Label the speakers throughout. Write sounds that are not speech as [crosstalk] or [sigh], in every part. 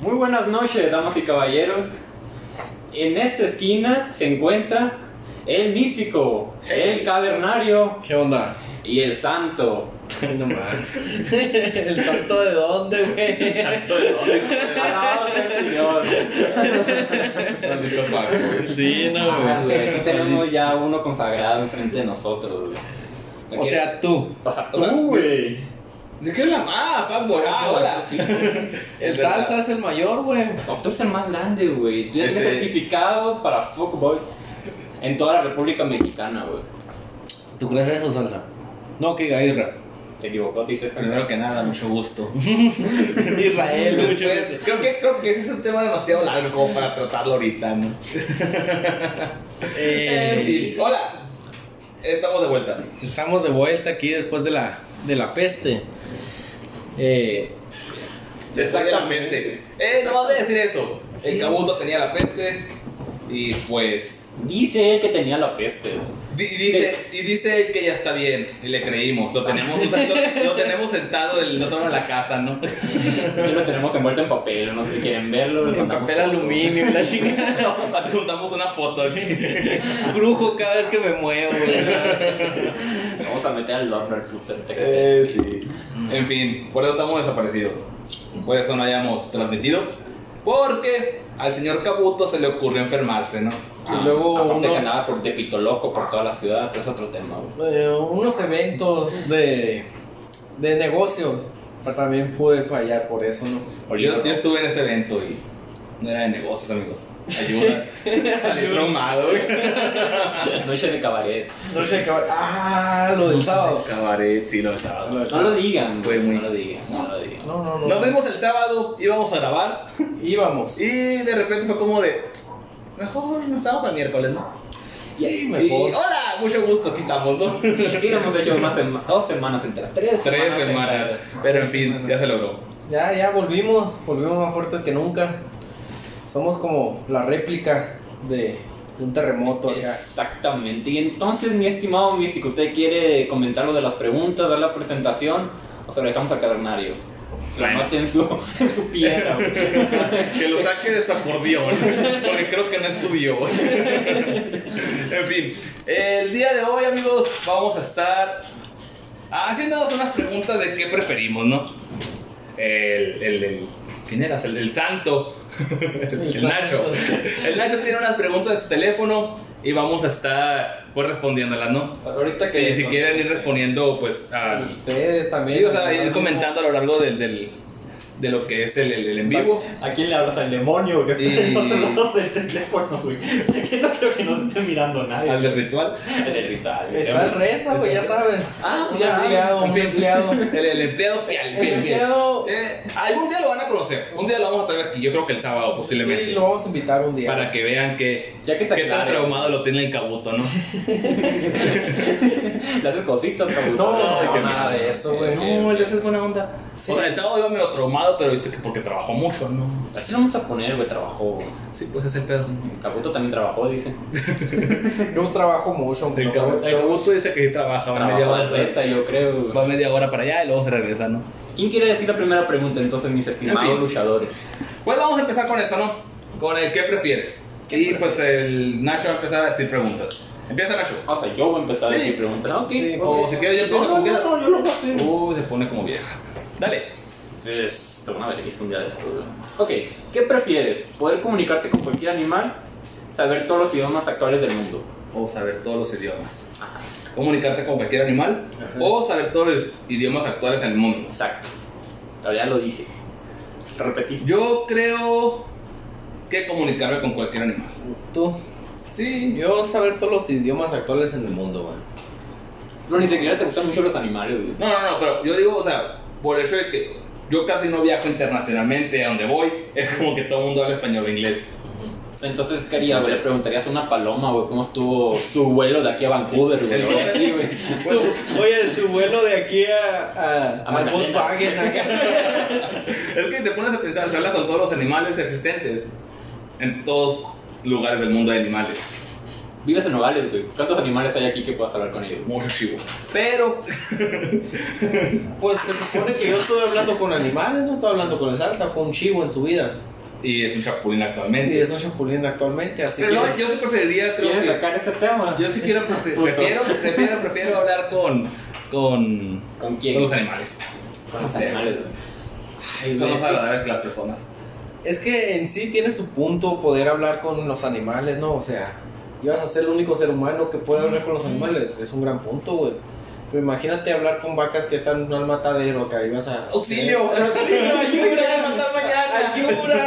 Speaker 1: buenas noches, damas y caballeros. En esta esquina se encuentra el místico, el cavernario
Speaker 2: ¿Qué onda?
Speaker 1: y el santo.
Speaker 2: No más.
Speaker 3: ¿El santo de dónde, güey?
Speaker 1: Alabado sea el Señor.
Speaker 2: Maldito Paco. Sí, [laughs] no,
Speaker 1: Ah,
Speaker 2: güey.
Speaker 1: güey, aquí tenemos ya uno consagrado enfrente de nosotros, güey.
Speaker 2: O sea, tú.
Speaker 1: o sea,
Speaker 2: o sea,
Speaker 1: tú, güey.
Speaker 3: ¿De qué es la más? Fanboy, ah, hola.
Speaker 4: [laughs]
Speaker 3: El
Speaker 2: Es verdad.
Speaker 3: salsa es el mayor, güey.
Speaker 1: No, tú eres el más grande, güey. Tú ya tienes
Speaker 2: Ese-
Speaker 1: certificado para fuckboy en toda la República Mexicana, güey.
Speaker 2: ¿Tú crees eso, Salsa? No, que diga Isra.
Speaker 1: Se equivocó, te diste cuenta.
Speaker 4: Primero que nada, [laughs] mucho gusto.
Speaker 3: [laughs] Israel,
Speaker 2: [laughs]
Speaker 3: güey.
Speaker 4: Pues, creo, que, creo que ese es un tema demasiado largo como para tratarlo ahorita, ¿no? Eh, En fin, Hola, estamos de vuelta.
Speaker 2: Eh, Estamos de vuelta aquí después de la, de la peste. Eh,
Speaker 4: Después de la peste. Eh, no vas a decir eso. El cabuto tenía la peste y pues...
Speaker 1: Dice él que tenía la peste, güey.
Speaker 4: di- y dice, y dice que ya está bien y le creímos. Lo tenemos, lo, lo tenemos sentado del otro lado de la casa, ¿no? [laughs]
Speaker 1: Aquí lo tenemos envuelto en papel, no sé si quieren verlo. le
Speaker 2: en
Speaker 1: mandamos
Speaker 2: papel
Speaker 1: foto.
Speaker 2: aluminio,
Speaker 3: [laughs]
Speaker 2: la chingada.
Speaker 4: Adjuntamos una foto aquí.
Speaker 2: Brujo cada vez que me muevo, güey.
Speaker 1: Vamos a meter al Lord Recruiter Texas.
Speaker 4: Eh, sí. En fin, por eso estamos desaparecidos. Por eso no hayamos transmitido. Porque al señor Cabuto se le ocurrió enfermarse, ¿no?
Speaker 1: Ah,
Speaker 3: y luego
Speaker 1: aparte que
Speaker 3: unos-
Speaker 1: andaba por de pitoloco por toda la ciudad, pero es otro tema, güey.
Speaker 3: Eh, unos eventos de, de negocios. Pero también pude fallar por eso, ¿no?
Speaker 1: Olivo,
Speaker 4: Yo, yo estuve en ese evento y no era de negocios, amigos. Ayuda. Salí traumado, güey.
Speaker 1: Noche de cabaret.
Speaker 3: No sé qué. Ah, lo del sábado.
Speaker 4: Cabaret, sí, lo del sábado.
Speaker 3: Lo del
Speaker 1: No lo
Speaker 3: sábado.
Speaker 1: digan,
Speaker 4: Fue
Speaker 1: güey.
Speaker 4: muy-
Speaker 1: No lo digan, no lo digan.
Speaker 3: No, no, no.
Speaker 4: Nos vemos el sábado, íbamos a grabar
Speaker 3: Íbamos.
Speaker 4: y de repente fue como de. Mejor nos estamos para el miércoles, ¿no?
Speaker 3: Sí,
Speaker 4: Y,
Speaker 3: mejor.
Speaker 4: hola, mucho gusto, aquí estamos, ¿no?
Speaker 1: Y sí lo hemos hecho unas sema- dos semanas enteras, tres
Speaker 4: Tres
Speaker 1: semanas
Speaker 4: semanas.
Speaker 1: enteras.
Speaker 4: Pero en fin, ya se logró.
Speaker 3: Ya, ya volvimos, volvimos más fuertes que nunca. Somos como la réplica de, de un terremoto acá.
Speaker 1: Exactamente. Y entonces, mi estimado místico, ¿usted quiere comentar lo de las preguntas, dar la presentación? O se lo dejamos al cavernario. Lo
Speaker 4: Bueno.
Speaker 1: mate en su, [laughs] en su piedra, güey.
Speaker 4: Que lo saque de su acordeón, [laughs] porque creo que no estudió. [laughs] en fin, el día de hoy, amigos, vamos a estar haciéndonos unas preguntas de qué preferimos, ¿no? El. el, el- ¿Quién eras? El, el santo. [laughs] El, Nacho. El Nacho tiene unas preguntas de su teléfono y vamos a estar pues respondiéndolas, ¿no?
Speaker 1: Ahorita que.
Speaker 4: Sí, si quieren ir respondiendo, pues al,
Speaker 3: Ustedes también.
Speaker 4: Sí, o sea,
Speaker 3: también
Speaker 4: ir comentando a lo largo del, del- de lo que es el, el- el en vivo.
Speaker 5: ¿A quién le hablas al demonio que está
Speaker 4: Y-
Speaker 5: en otro lado del teléfono, güey? Que no creo que nos esté mirando nadie.
Speaker 4: Al del ritual.
Speaker 1: El ritual.
Speaker 3: Está el reza, güey, ya sabes.
Speaker 1: Ah,
Speaker 3: un
Speaker 1: ya saben.
Speaker 3: empleado, un
Speaker 4: En fin.
Speaker 3: empleado.
Speaker 4: El, el empleado fiel.
Speaker 3: El
Speaker 4: fiel, fiel.
Speaker 3: empleado-
Speaker 4: Eh, algún día lo van a conocer. Un día lo vamos a traer aquí. Yo creo que el sábado posiblemente.
Speaker 3: Sí, lo vamos a invitar un día.
Speaker 4: Para que vean que,
Speaker 1: Ya que se
Speaker 4: qué tan
Speaker 1: aclare.
Speaker 4: traumado lo tiene el cabuto, ¿no?
Speaker 1: Le haces cositas, cabrón.
Speaker 3: No, no,
Speaker 4: Ay, qué
Speaker 3: nada
Speaker 4: miedo.
Speaker 3: de eso, güey.
Speaker 1: Eh, No,
Speaker 4: él es buena onda.
Speaker 3: Sí.
Speaker 4: O sea, el sábado iba medio traumado, pero dice que porque trabajó mucho, ¿no?
Speaker 1: Así lo vamos a poner, güey. Trabajó.
Speaker 4: Sí, pues es el pedo.
Speaker 1: Caputo también trabajó, dice.
Speaker 3: Yo trabajo mucho, aunque
Speaker 4: El
Speaker 3: no
Speaker 4: cabuto, el
Speaker 3: parezca.
Speaker 4: cabuto dice que sí trabaja. Va media,
Speaker 1: Trabajó
Speaker 4: hora,
Speaker 1: de fresa, yo creo. güey.
Speaker 4: va media hora para allá y luego se regresa, ¿no?
Speaker 1: ¿Quién quiere decir la primera pregunta entonces, mis estimados
Speaker 4: En fin.
Speaker 1: luchadores?
Speaker 4: Pues vamos a empezar con eso, ¿no? Con el qué prefieres.
Speaker 1: ¿Qué
Speaker 4: y
Speaker 1: prefieres?
Speaker 4: pues el Nacho va a empezar a decir preguntas. Empieza Nacho.
Speaker 1: O sea, yo voy a empezar
Speaker 4: Sí.
Speaker 1: a decir preguntas. Ah, ok.
Speaker 3: Sí,
Speaker 1: ok.
Speaker 4: O si quieres, yo empiezo
Speaker 1: No, no,
Speaker 4: como quieras.
Speaker 1: no, yo lo voy a hacer.
Speaker 4: Uh, se pone como vieja. Dale.
Speaker 1: Pues, te van a ver un día de esto. Ok, ¿qué prefieres? ¿Poder comunicarte con cualquier animal? ¿Saber todos los idiomas actuales del mundo?
Speaker 4: O saber todos los idiomas. Comunicarte con cualquier animal. O saber todos los idiomas actuales en el mundo.
Speaker 1: Exacto. Ya lo dije. Repetiste.
Speaker 4: Yo creo que comunicarme con cualquier animal.
Speaker 3: Tú.
Speaker 4: Sí.
Speaker 3: Yo saber todos los idiomas actuales en el mundo, güey.
Speaker 1: No, ni siquiera te gustan mucho los animales, güey.
Speaker 4: No, no, no, pero yo digo, o sea, por el hecho de que yo casi no viajo internacionalmente a donde voy, es como que todo el mundo habla español o inglés.
Speaker 1: Entonces, ¿qué haría, güey? Le preguntarías a una paloma, güey, cómo estuvo su vuelo de aquí a Vancouver, güey.
Speaker 4: El-
Speaker 1: o algo así,
Speaker 4: [laughs]
Speaker 1: güey.
Speaker 3: Su- oye, su vuelo de aquí a. A,
Speaker 1: A Magdalena.
Speaker 3: Volkswagen, acá.
Speaker 4: Es que te pones a pensar, se habla con todos los animales existentes. En todos lugares del mundo hay animales.
Speaker 1: Vives en Nogales, güey. ¿Cuántos animales hay aquí que puedas hablar con ellos?
Speaker 4: Mucho chivo. Pero,
Speaker 3: Pues se supone que yo estoy hablando con animales, no estoy hablando con el salsa, fue un chivo en su vida.
Speaker 4: y es un chapulín
Speaker 2: Y
Speaker 4: actualmente.
Speaker 2: es un chapulín actualmente, así
Speaker 4: Pero no,
Speaker 2: que.
Speaker 4: yo sí preferiría, creo
Speaker 1: ¿Quieres
Speaker 4: que-
Speaker 1: sacar este tema?
Speaker 4: Yo sí quiero, prefe-
Speaker 1: Puto.
Speaker 4: prefiero, prefiero, prefiero hablar con, con,
Speaker 1: ¿Con quién?
Speaker 4: con los animales.
Speaker 1: Con los animales, güey. Ay,
Speaker 4: Son
Speaker 1: güey.
Speaker 4: más agradables que las personas.
Speaker 2: Es que en sí tiene su punto poder hablar con los animales, ¿no? O sea, ibas a ser el único ser humano que puede hablar con los animales. Es un gran punto, güey. Pero imagínate hablar con vacas que están en un matadero acá, ibas a. [laughs]
Speaker 4: ¡Auxilio! [laughs] ¡Auxilio! ¡Ayuda! ¡Matar mañana! ¡Ayuda!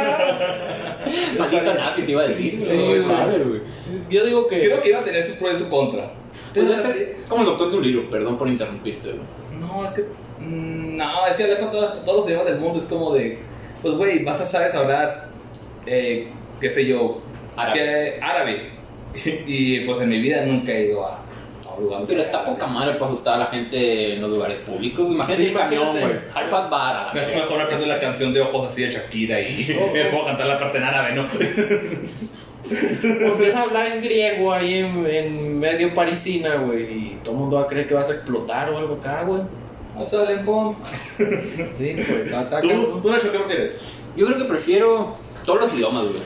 Speaker 1: Maldita nazi te iba a decir.
Speaker 2: Sí,
Speaker 1: güey.
Speaker 2: güey.
Speaker 1: Madre, güey.
Speaker 2: Yo digo que.
Speaker 4: Creo que iba a tener su pro y su contra.
Speaker 1: Podría ser como el doctor de un libro, perdón por interrumpirte, güey.
Speaker 4: No, es que. mm, No, es que hablar con todos, todos los idiomas del mundo es como de. Pues, güey, vas a sabes hablar. Eh, qué sé yo.
Speaker 1: Árabe.
Speaker 4: que- árabe. [laughs] y pues en mi vida nunca he ido a, a un lugar. donde
Speaker 1: Pero
Speaker 4: sea
Speaker 1: está
Speaker 4: árabe.
Speaker 1: poca madre para asustar a la gente en los lugares públicos. güey. Imagínate
Speaker 2: Sí,
Speaker 1: el camión,
Speaker 2: imagínate.
Speaker 1: güey. Alfa Bara.
Speaker 4: Mejor, mejor aprendo la canción de ojos así de Shakira y
Speaker 2: Oh, oh.
Speaker 4: [laughs] me puedo cantar la parte en árabe, ¿no?
Speaker 2: O empiezas a hablar en griego ahí en, en medio parisina, güey, y todo el mundo va a creer que vas a explotar o algo acá, güey. Sí, pues está está
Speaker 4: ¿Tú,
Speaker 2: cabrón.
Speaker 4: tú Nacho, qué prefieres?
Speaker 1: Yo creo que prefiero todos los idiomas, güey.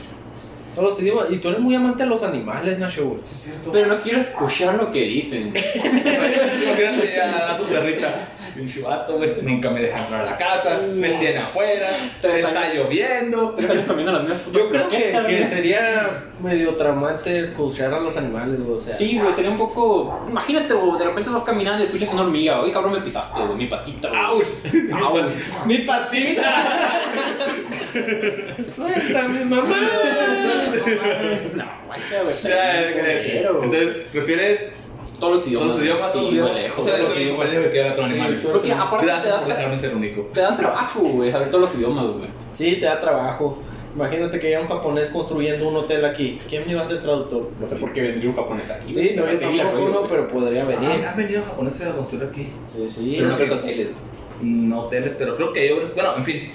Speaker 2: Todos los idiomas. Y tú eres muy amante de los animales, Nacho, güey.
Speaker 6: Sí, es cierto.
Speaker 4: [laughs]
Speaker 1: Pero no quiero escuchar lo que dicen. güey.
Speaker 4: Imagínate a, a su perrita. [laughs] Un chivato, güey. Nunca me deja entrar a la casa. Me tiene afuera.
Speaker 1: Tres
Speaker 4: está
Speaker 1: años.
Speaker 4: lloviendo.
Speaker 1: Tres años comiendo las mismas putas
Speaker 2: Yo creo que,
Speaker 1: croquetas,
Speaker 2: que
Speaker 1: güey.
Speaker 2: sería medio traumante escuchar a los animales, güey. O sea,
Speaker 1: Sí, güey, sería un poco. Imagínate, güey, de repente vas caminando y escuchas una hormiga. Oye, cabrón, me pisaste, güey, mi patita, güey.
Speaker 4: ¡Auch! pues,
Speaker 1: ¡Auch!
Speaker 2: ¡Mi patita!
Speaker 4: [laughs]
Speaker 2: ¡Suelta mi mamá!
Speaker 1: No, guacha, güey.
Speaker 4: Ya,
Speaker 1: estaría bien
Speaker 4: es que-
Speaker 1: culero, güey.
Speaker 4: Entonces, ¿prefieres
Speaker 1: Todos los idiomas.
Speaker 4: todos los idiomas?
Speaker 1: sí, güey, lejos,
Speaker 4: Todos los idiomas. O sea,
Speaker 1: güey.
Speaker 4: eso es mi compañero que habla con animales.
Speaker 1: Porque aparte te
Speaker 4: Gracias
Speaker 1: da-
Speaker 4: por dejarme ser único.
Speaker 1: Te da trabajo, güey, saber todos los idiomas, güey.
Speaker 2: [laughs] Sí, te da trabajo. Imagínate que haya un japonés construyendo un hotel aquí. ¿Quién iba a ser traductor?
Speaker 1: No sé por qué vendría un japonés aquí.
Speaker 2: Sí, no
Speaker 1: Para
Speaker 2: es
Speaker 1: seguir la
Speaker 2: tampoco
Speaker 1: rollo,
Speaker 2: uno,
Speaker 1: güey.
Speaker 2: pero podría venir.
Speaker 4: Ah, han venido japoneses a construir aquí.
Speaker 2: Sí, sí.
Speaker 1: Pero no creo que hoteles, güey.
Speaker 4: No hoteles, pero creo que yo. Bueno, en fin.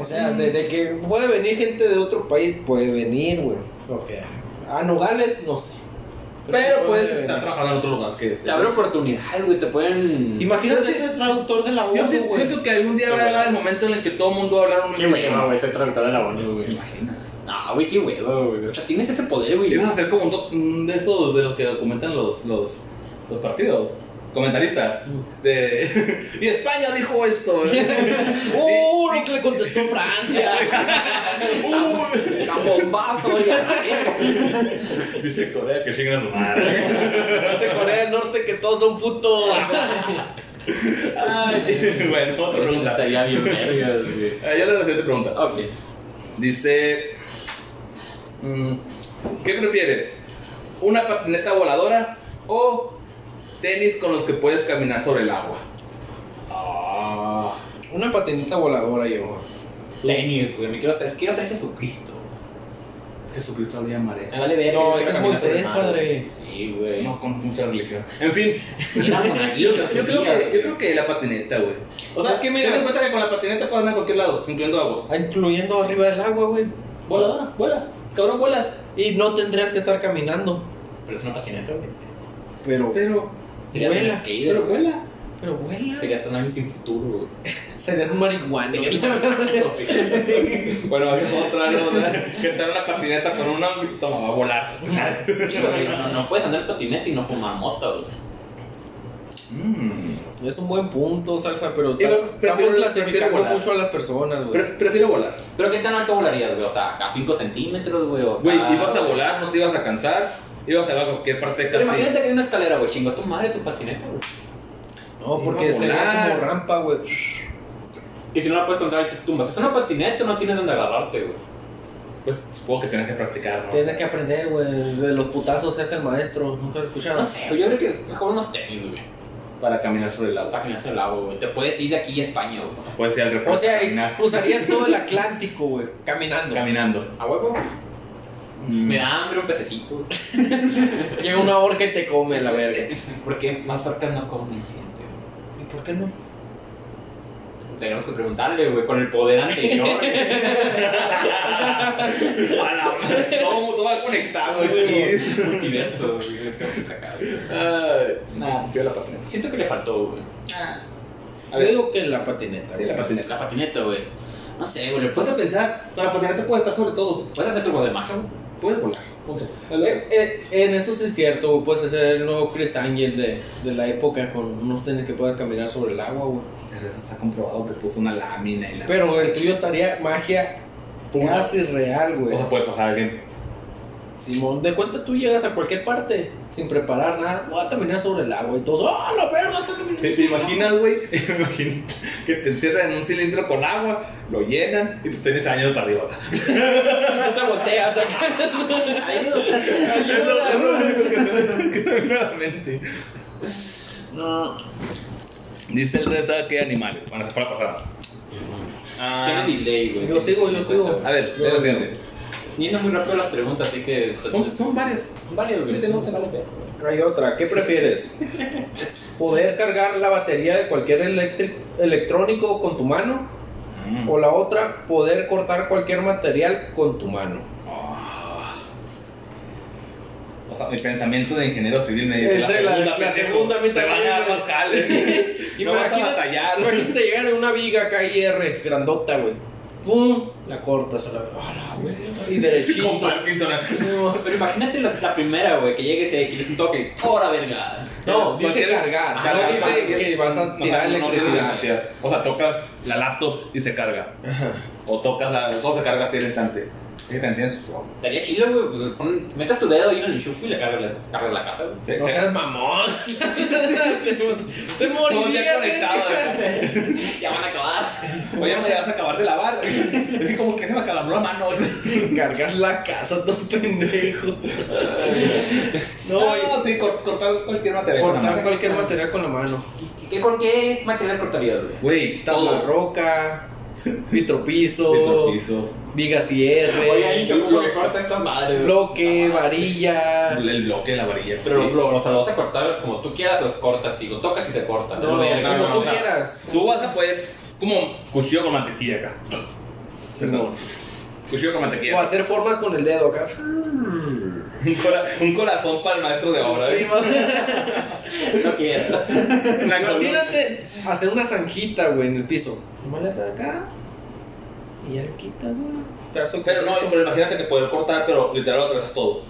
Speaker 2: O sea, de, de que puede venir gente de otro país, puede venir, güey. Ok. A Nogales, no sé.
Speaker 4: Pero puedes
Speaker 2: puede
Speaker 4: estar
Speaker 2: venir.
Speaker 4: trabajando en otro lugar que
Speaker 1: Te
Speaker 4: este.
Speaker 1: abre oportunidades, güey, te pueden...
Speaker 2: Imagínate ser traductor de la voz,
Speaker 4: Yo si-
Speaker 2: güey.
Speaker 4: siento que algún día va a llegar el momento en el que todo el mundo va a hablar un
Speaker 1: Qué
Speaker 4: mismo
Speaker 1: hueva,
Speaker 4: idioma.
Speaker 1: güey, ser traductor de la ONU, güey. No, güey, qué hueva, güey. O sea, tienes ese poder, güey.
Speaker 4: Y vas a hacer como un doc- un de esos de los que documentan los, los, los partidos. Comentarista.
Speaker 1: Mm.
Speaker 4: De... [laughs] y España dijo
Speaker 1: [laughs]
Speaker 4: esto.
Speaker 2: [laughs] ¡Uh! Lo que le contestó Francia. [laughs]
Speaker 4: Uh,
Speaker 1: Era un bombazo, güey. a la verga.
Speaker 4: dice Corea que siguen a su madre.
Speaker 2: Hace Corea del Norte que todos son putos.
Speaker 4: Ay, [laughs] bueno, otra
Speaker 1: Eso
Speaker 4: pregunta.
Speaker 1: Estaría bien vergas, güey.
Speaker 4: Ah, Ya le hago la siguiente pregunta.
Speaker 1: Ok.
Speaker 4: Dice. mm, ¿Qué prefieres? ¿Una patineta voladora o tenis con los que puedes caminar sobre el agua? Ah.
Speaker 2: [laughs] Una patinita voladora, yo.
Speaker 1: Tenis, güey. Me quiero ser, quiero ser Jesucristo.
Speaker 4: Jesucristo había marea.
Speaker 1: Me vale verga. yo
Speaker 2: No,
Speaker 1: quiero
Speaker 2: ese es
Speaker 1: caminar
Speaker 2: Moisés,
Speaker 1: sobre el mar,
Speaker 2: padre.
Speaker 1: güey. Sí, güey.
Speaker 4: Ah, No con mucha religión. En fin,
Speaker 1: Mira,
Speaker 4: yo,
Speaker 1: monaguillo,
Speaker 4: yo creo que, yo creo que la patineta, güey. O sea, es que mira, ten en cuenta que con la patineta puedes andar a cualquier lado, incluyendo agua.
Speaker 2: Ah, Incluyendo arriba del agua, güey.
Speaker 4: Voladora, vuela. Cabrón, vuelas.
Speaker 2: Y no tendrías que estar caminando.
Speaker 1: Pero es una patineta, güey.
Speaker 2: Pero,
Speaker 4: Pero,
Speaker 1: Sería
Speaker 2: Vuela,
Speaker 1: un skater,
Speaker 4: pero
Speaker 1: güey.
Speaker 4: vuela.
Speaker 2: pero vuela.
Speaker 1: Sería una nave sin futuro, güey.
Speaker 2: Serías un marihuana.
Speaker 1: Serías
Speaker 2: [laughs]
Speaker 1: un marrano, güey.
Speaker 4: Bueno, esa [laughs] es otra, ¿no? Que te una patineta con una, toma, va a volar.
Speaker 1: Sí, güey, no, no puedes andar en patineta y no fumar mota, güey.
Speaker 4: Mm.
Speaker 2: Es un buen punto, salsa, pero
Speaker 4: Digo,
Speaker 2: estás- estamos
Speaker 4: prefiero- prefiero
Speaker 2: clasificando
Speaker 4: volar.
Speaker 2: mucho a las personas, güey.
Speaker 4: Pref- prefiero volar.
Speaker 1: Pero qué tan alto volarías, güey. O sea, a 5 centímetros, güey. o
Speaker 4: Güey,
Speaker 1: acá,
Speaker 4: te ibas a volar, no te ibas a cansar, ibas a ir a cualquier parte de
Speaker 1: Pero
Speaker 4: casa.
Speaker 1: imagínate que hay una escalera, güey. Chingo, tu madre, tu patineta, güey.
Speaker 2: No,
Speaker 4: Iba
Speaker 2: porque
Speaker 4: a
Speaker 2: sería
Speaker 4: volar.
Speaker 2: como rampa, güey.
Speaker 1: Y si no la puedes controlar, te tumbas. Es una patineta, no tienes donde agarrarte, güey.
Speaker 4: Pues supongo que tienes que practicar, ¿no?
Speaker 2: Tienes que aprender, güey. De los putazos se hace el maestro. Nunca has escuchado.
Speaker 1: No sé, güey, yo creo que es mejor unos tenis, güey.
Speaker 4: Para caminar sobre el agua.
Speaker 1: Para que no se el agua, güey. Te puedes ir de aquí a España, güey. O sea,
Speaker 4: Puedes ir al
Speaker 2: O
Speaker 4: reposo,
Speaker 2: sea,
Speaker 4: caminar,
Speaker 2: cruzarías todo el Atlántico, güey. Caminando.
Speaker 4: caminando.
Speaker 1: a huevo. güey.
Speaker 2: Mm.
Speaker 1: Me da hambre un pececito. güey.
Speaker 2: Llega una orca y te come la verga.
Speaker 1: Porque más cerca no comen gente, güey.
Speaker 2: ¿Y por qué no?
Speaker 1: Tenemos que preguntarle, güey, con el poder anterior. güey.
Speaker 4: A la
Speaker 2: [laughs]
Speaker 4: madre, Todo, todo va conectado aquí.
Speaker 1: Multiverso, güey. Tengo que sacar, güey.
Speaker 4: Ay, Nah, prefiero la patineta.
Speaker 1: Siento que le faltó, güey.
Speaker 4: A
Speaker 2: Yo
Speaker 4: ver,
Speaker 2: digo que la patineta.
Speaker 4: sí,
Speaker 2: güey.
Speaker 4: la patineta.
Speaker 1: La patineta, güey. No sé, güey, le
Speaker 4: Puedes
Speaker 1: puedes,
Speaker 4: pensar, con la patineta puedes estar sobre todo.
Speaker 1: puedes hacer turbo de magia, güey.
Speaker 4: Puedes volar. Punto.
Speaker 2: Eh, eh, en eso sí es cierto, güey. Puedes hacer el nuevo Chris Angel de, de la época con unos tenis que puedan caminar sobre el agua, güey.
Speaker 4: Pero eso está comprobado que puso una lámina y la.
Speaker 2: Pero el tuyo estaría magia casi real, güey.
Speaker 4: o sea, puede pasar alguien.
Speaker 2: Simón, de cuenta tú llegas a cualquier parte sin preparar nada. Voy a caminar sobre el agua y todos, ¡oh, la verga! Está caminando. sobre
Speaker 4: ¿Te, te
Speaker 2: el agua".
Speaker 4: imaginas, güey? [laughs] Me imagino que te encierran en un cilindro con agua, lo llenan y tus tenis se bañan para arriba.
Speaker 2: [laughs] No te volteas [laughs] acá.
Speaker 4: Es lo- es lo único que se que se me viene a la mente.
Speaker 5: No.
Speaker 4: Dice el Reza que animales. Bueno, esa fue la pasada.
Speaker 1: Tiene
Speaker 4: Ah,
Speaker 1: delay, güey.
Speaker 2: Yo sigo, yo sigo.
Speaker 4: a ver, es lo siguiente.
Speaker 1: Yendo muy rápido las preguntas, así que. pues,
Speaker 4: Son, son varios.
Speaker 1: son varios, güey.
Speaker 2: Hay otra, ¿qué prefieres? ¿Poder cargar la batería de cualquier electric- electrónico con tu mano? O la otra, poder cortar cualquier material con tu mano.
Speaker 4: Ah. O sea, mi pensamiento de ingeniero civil me dice
Speaker 2: Es
Speaker 4: la
Speaker 2: de la-
Speaker 4: segunda,
Speaker 2: la
Speaker 4: pendejo,
Speaker 2: segunda, a mí
Speaker 4: te van a
Speaker 2: también.
Speaker 4: dar más jales.
Speaker 2: [laughs]
Speaker 4: no vas a
Speaker 2: Imagina-
Speaker 4: batallar.
Speaker 2: [laughs] Imagínate llegar a una viga acá IR, grandota, güey. ¡Pum! La cortas a la, a la verga, Y
Speaker 4: Con
Speaker 2: derechito.
Speaker 4: Parkinson.
Speaker 2: No,
Speaker 1: Pero imagínate la, la primera, güey, que llegues y que les un toque. ¡Hora, verga!
Speaker 2: no, dice
Speaker 4: Cualquier-
Speaker 2: cargar.
Speaker 4: Cargar,
Speaker 2: no dice
Speaker 4: cargar.
Speaker 2: que vas a tirar
Speaker 4: No, no, no tiene
Speaker 2: electricidad.
Speaker 4: electricidad. O sea, tocas la laptop y se carga. O tocas la. Todo se carga así al instante. Es que te entiendes.
Speaker 1: Estaría chido, güey. Pues, pon- metas tu dedo ahí en el enchufe y le cargas la, cargas la casa, güey.
Speaker 4: Te-
Speaker 2: No
Speaker 4: te-
Speaker 2: seas mamón. [laughs] Te
Speaker 4: todo ya
Speaker 2: morirías.
Speaker 4: conectado. ¿eh?
Speaker 1: Ya van a acabar.
Speaker 4: Oye, me vas a acabar de lavar. [laughs] Es que como que se me acalambró la mano.
Speaker 2: Cargas la casa, todo pendejo.
Speaker 4: No,
Speaker 2: No, y-
Speaker 4: sí, cort- cortar cualquier material.
Speaker 2: cortar cualquier material con la mano.
Speaker 1: ¿Qué, qué, con qué materiales cortarías, güey?
Speaker 4: Güey,
Speaker 2: Tabla
Speaker 4: todo. [laughs]
Speaker 2: roca, vitropiso,
Speaker 4: Petropiso,
Speaker 2: vigas IR,
Speaker 1: Oye, ahí yo como que
Speaker 2: blo-
Speaker 1: corta esta madre, güey.
Speaker 2: bloque,
Speaker 1: Puta madre.
Speaker 2: varilla.
Speaker 4: El bloque, la varilla.
Speaker 1: Pero
Speaker 4: Sí.
Speaker 1: lo, o sea, lo vas a cortar como tú quieras, los cortas y lo tocas y se corta.
Speaker 2: No,
Speaker 1: verga,
Speaker 2: como
Speaker 4: no,
Speaker 2: tú
Speaker 4: o sea,
Speaker 2: quieras.
Speaker 4: Tú vas a poder, como cuchillo con mantequilla acá.
Speaker 2: Simón.
Speaker 4: Cuchillo con mantequilla.
Speaker 2: O hacer formas con el dedo acá.
Speaker 4: Un, cora- un corazón para el maestro de obra.
Speaker 2: Sí,
Speaker 4: ¿eh? [laughs]
Speaker 2: ma-
Speaker 1: No
Speaker 2: [laughs]
Speaker 1: quiero.
Speaker 4: Una columna.
Speaker 2: Imagínate hacer una zanjita, güey, en el piso. Nomás le haces acá y ya le quitas, güey. Pedazo de
Speaker 4: Pero no,
Speaker 2: concreto.
Speaker 4: pero imagínate que poder cortar, pero literal atravesas todo.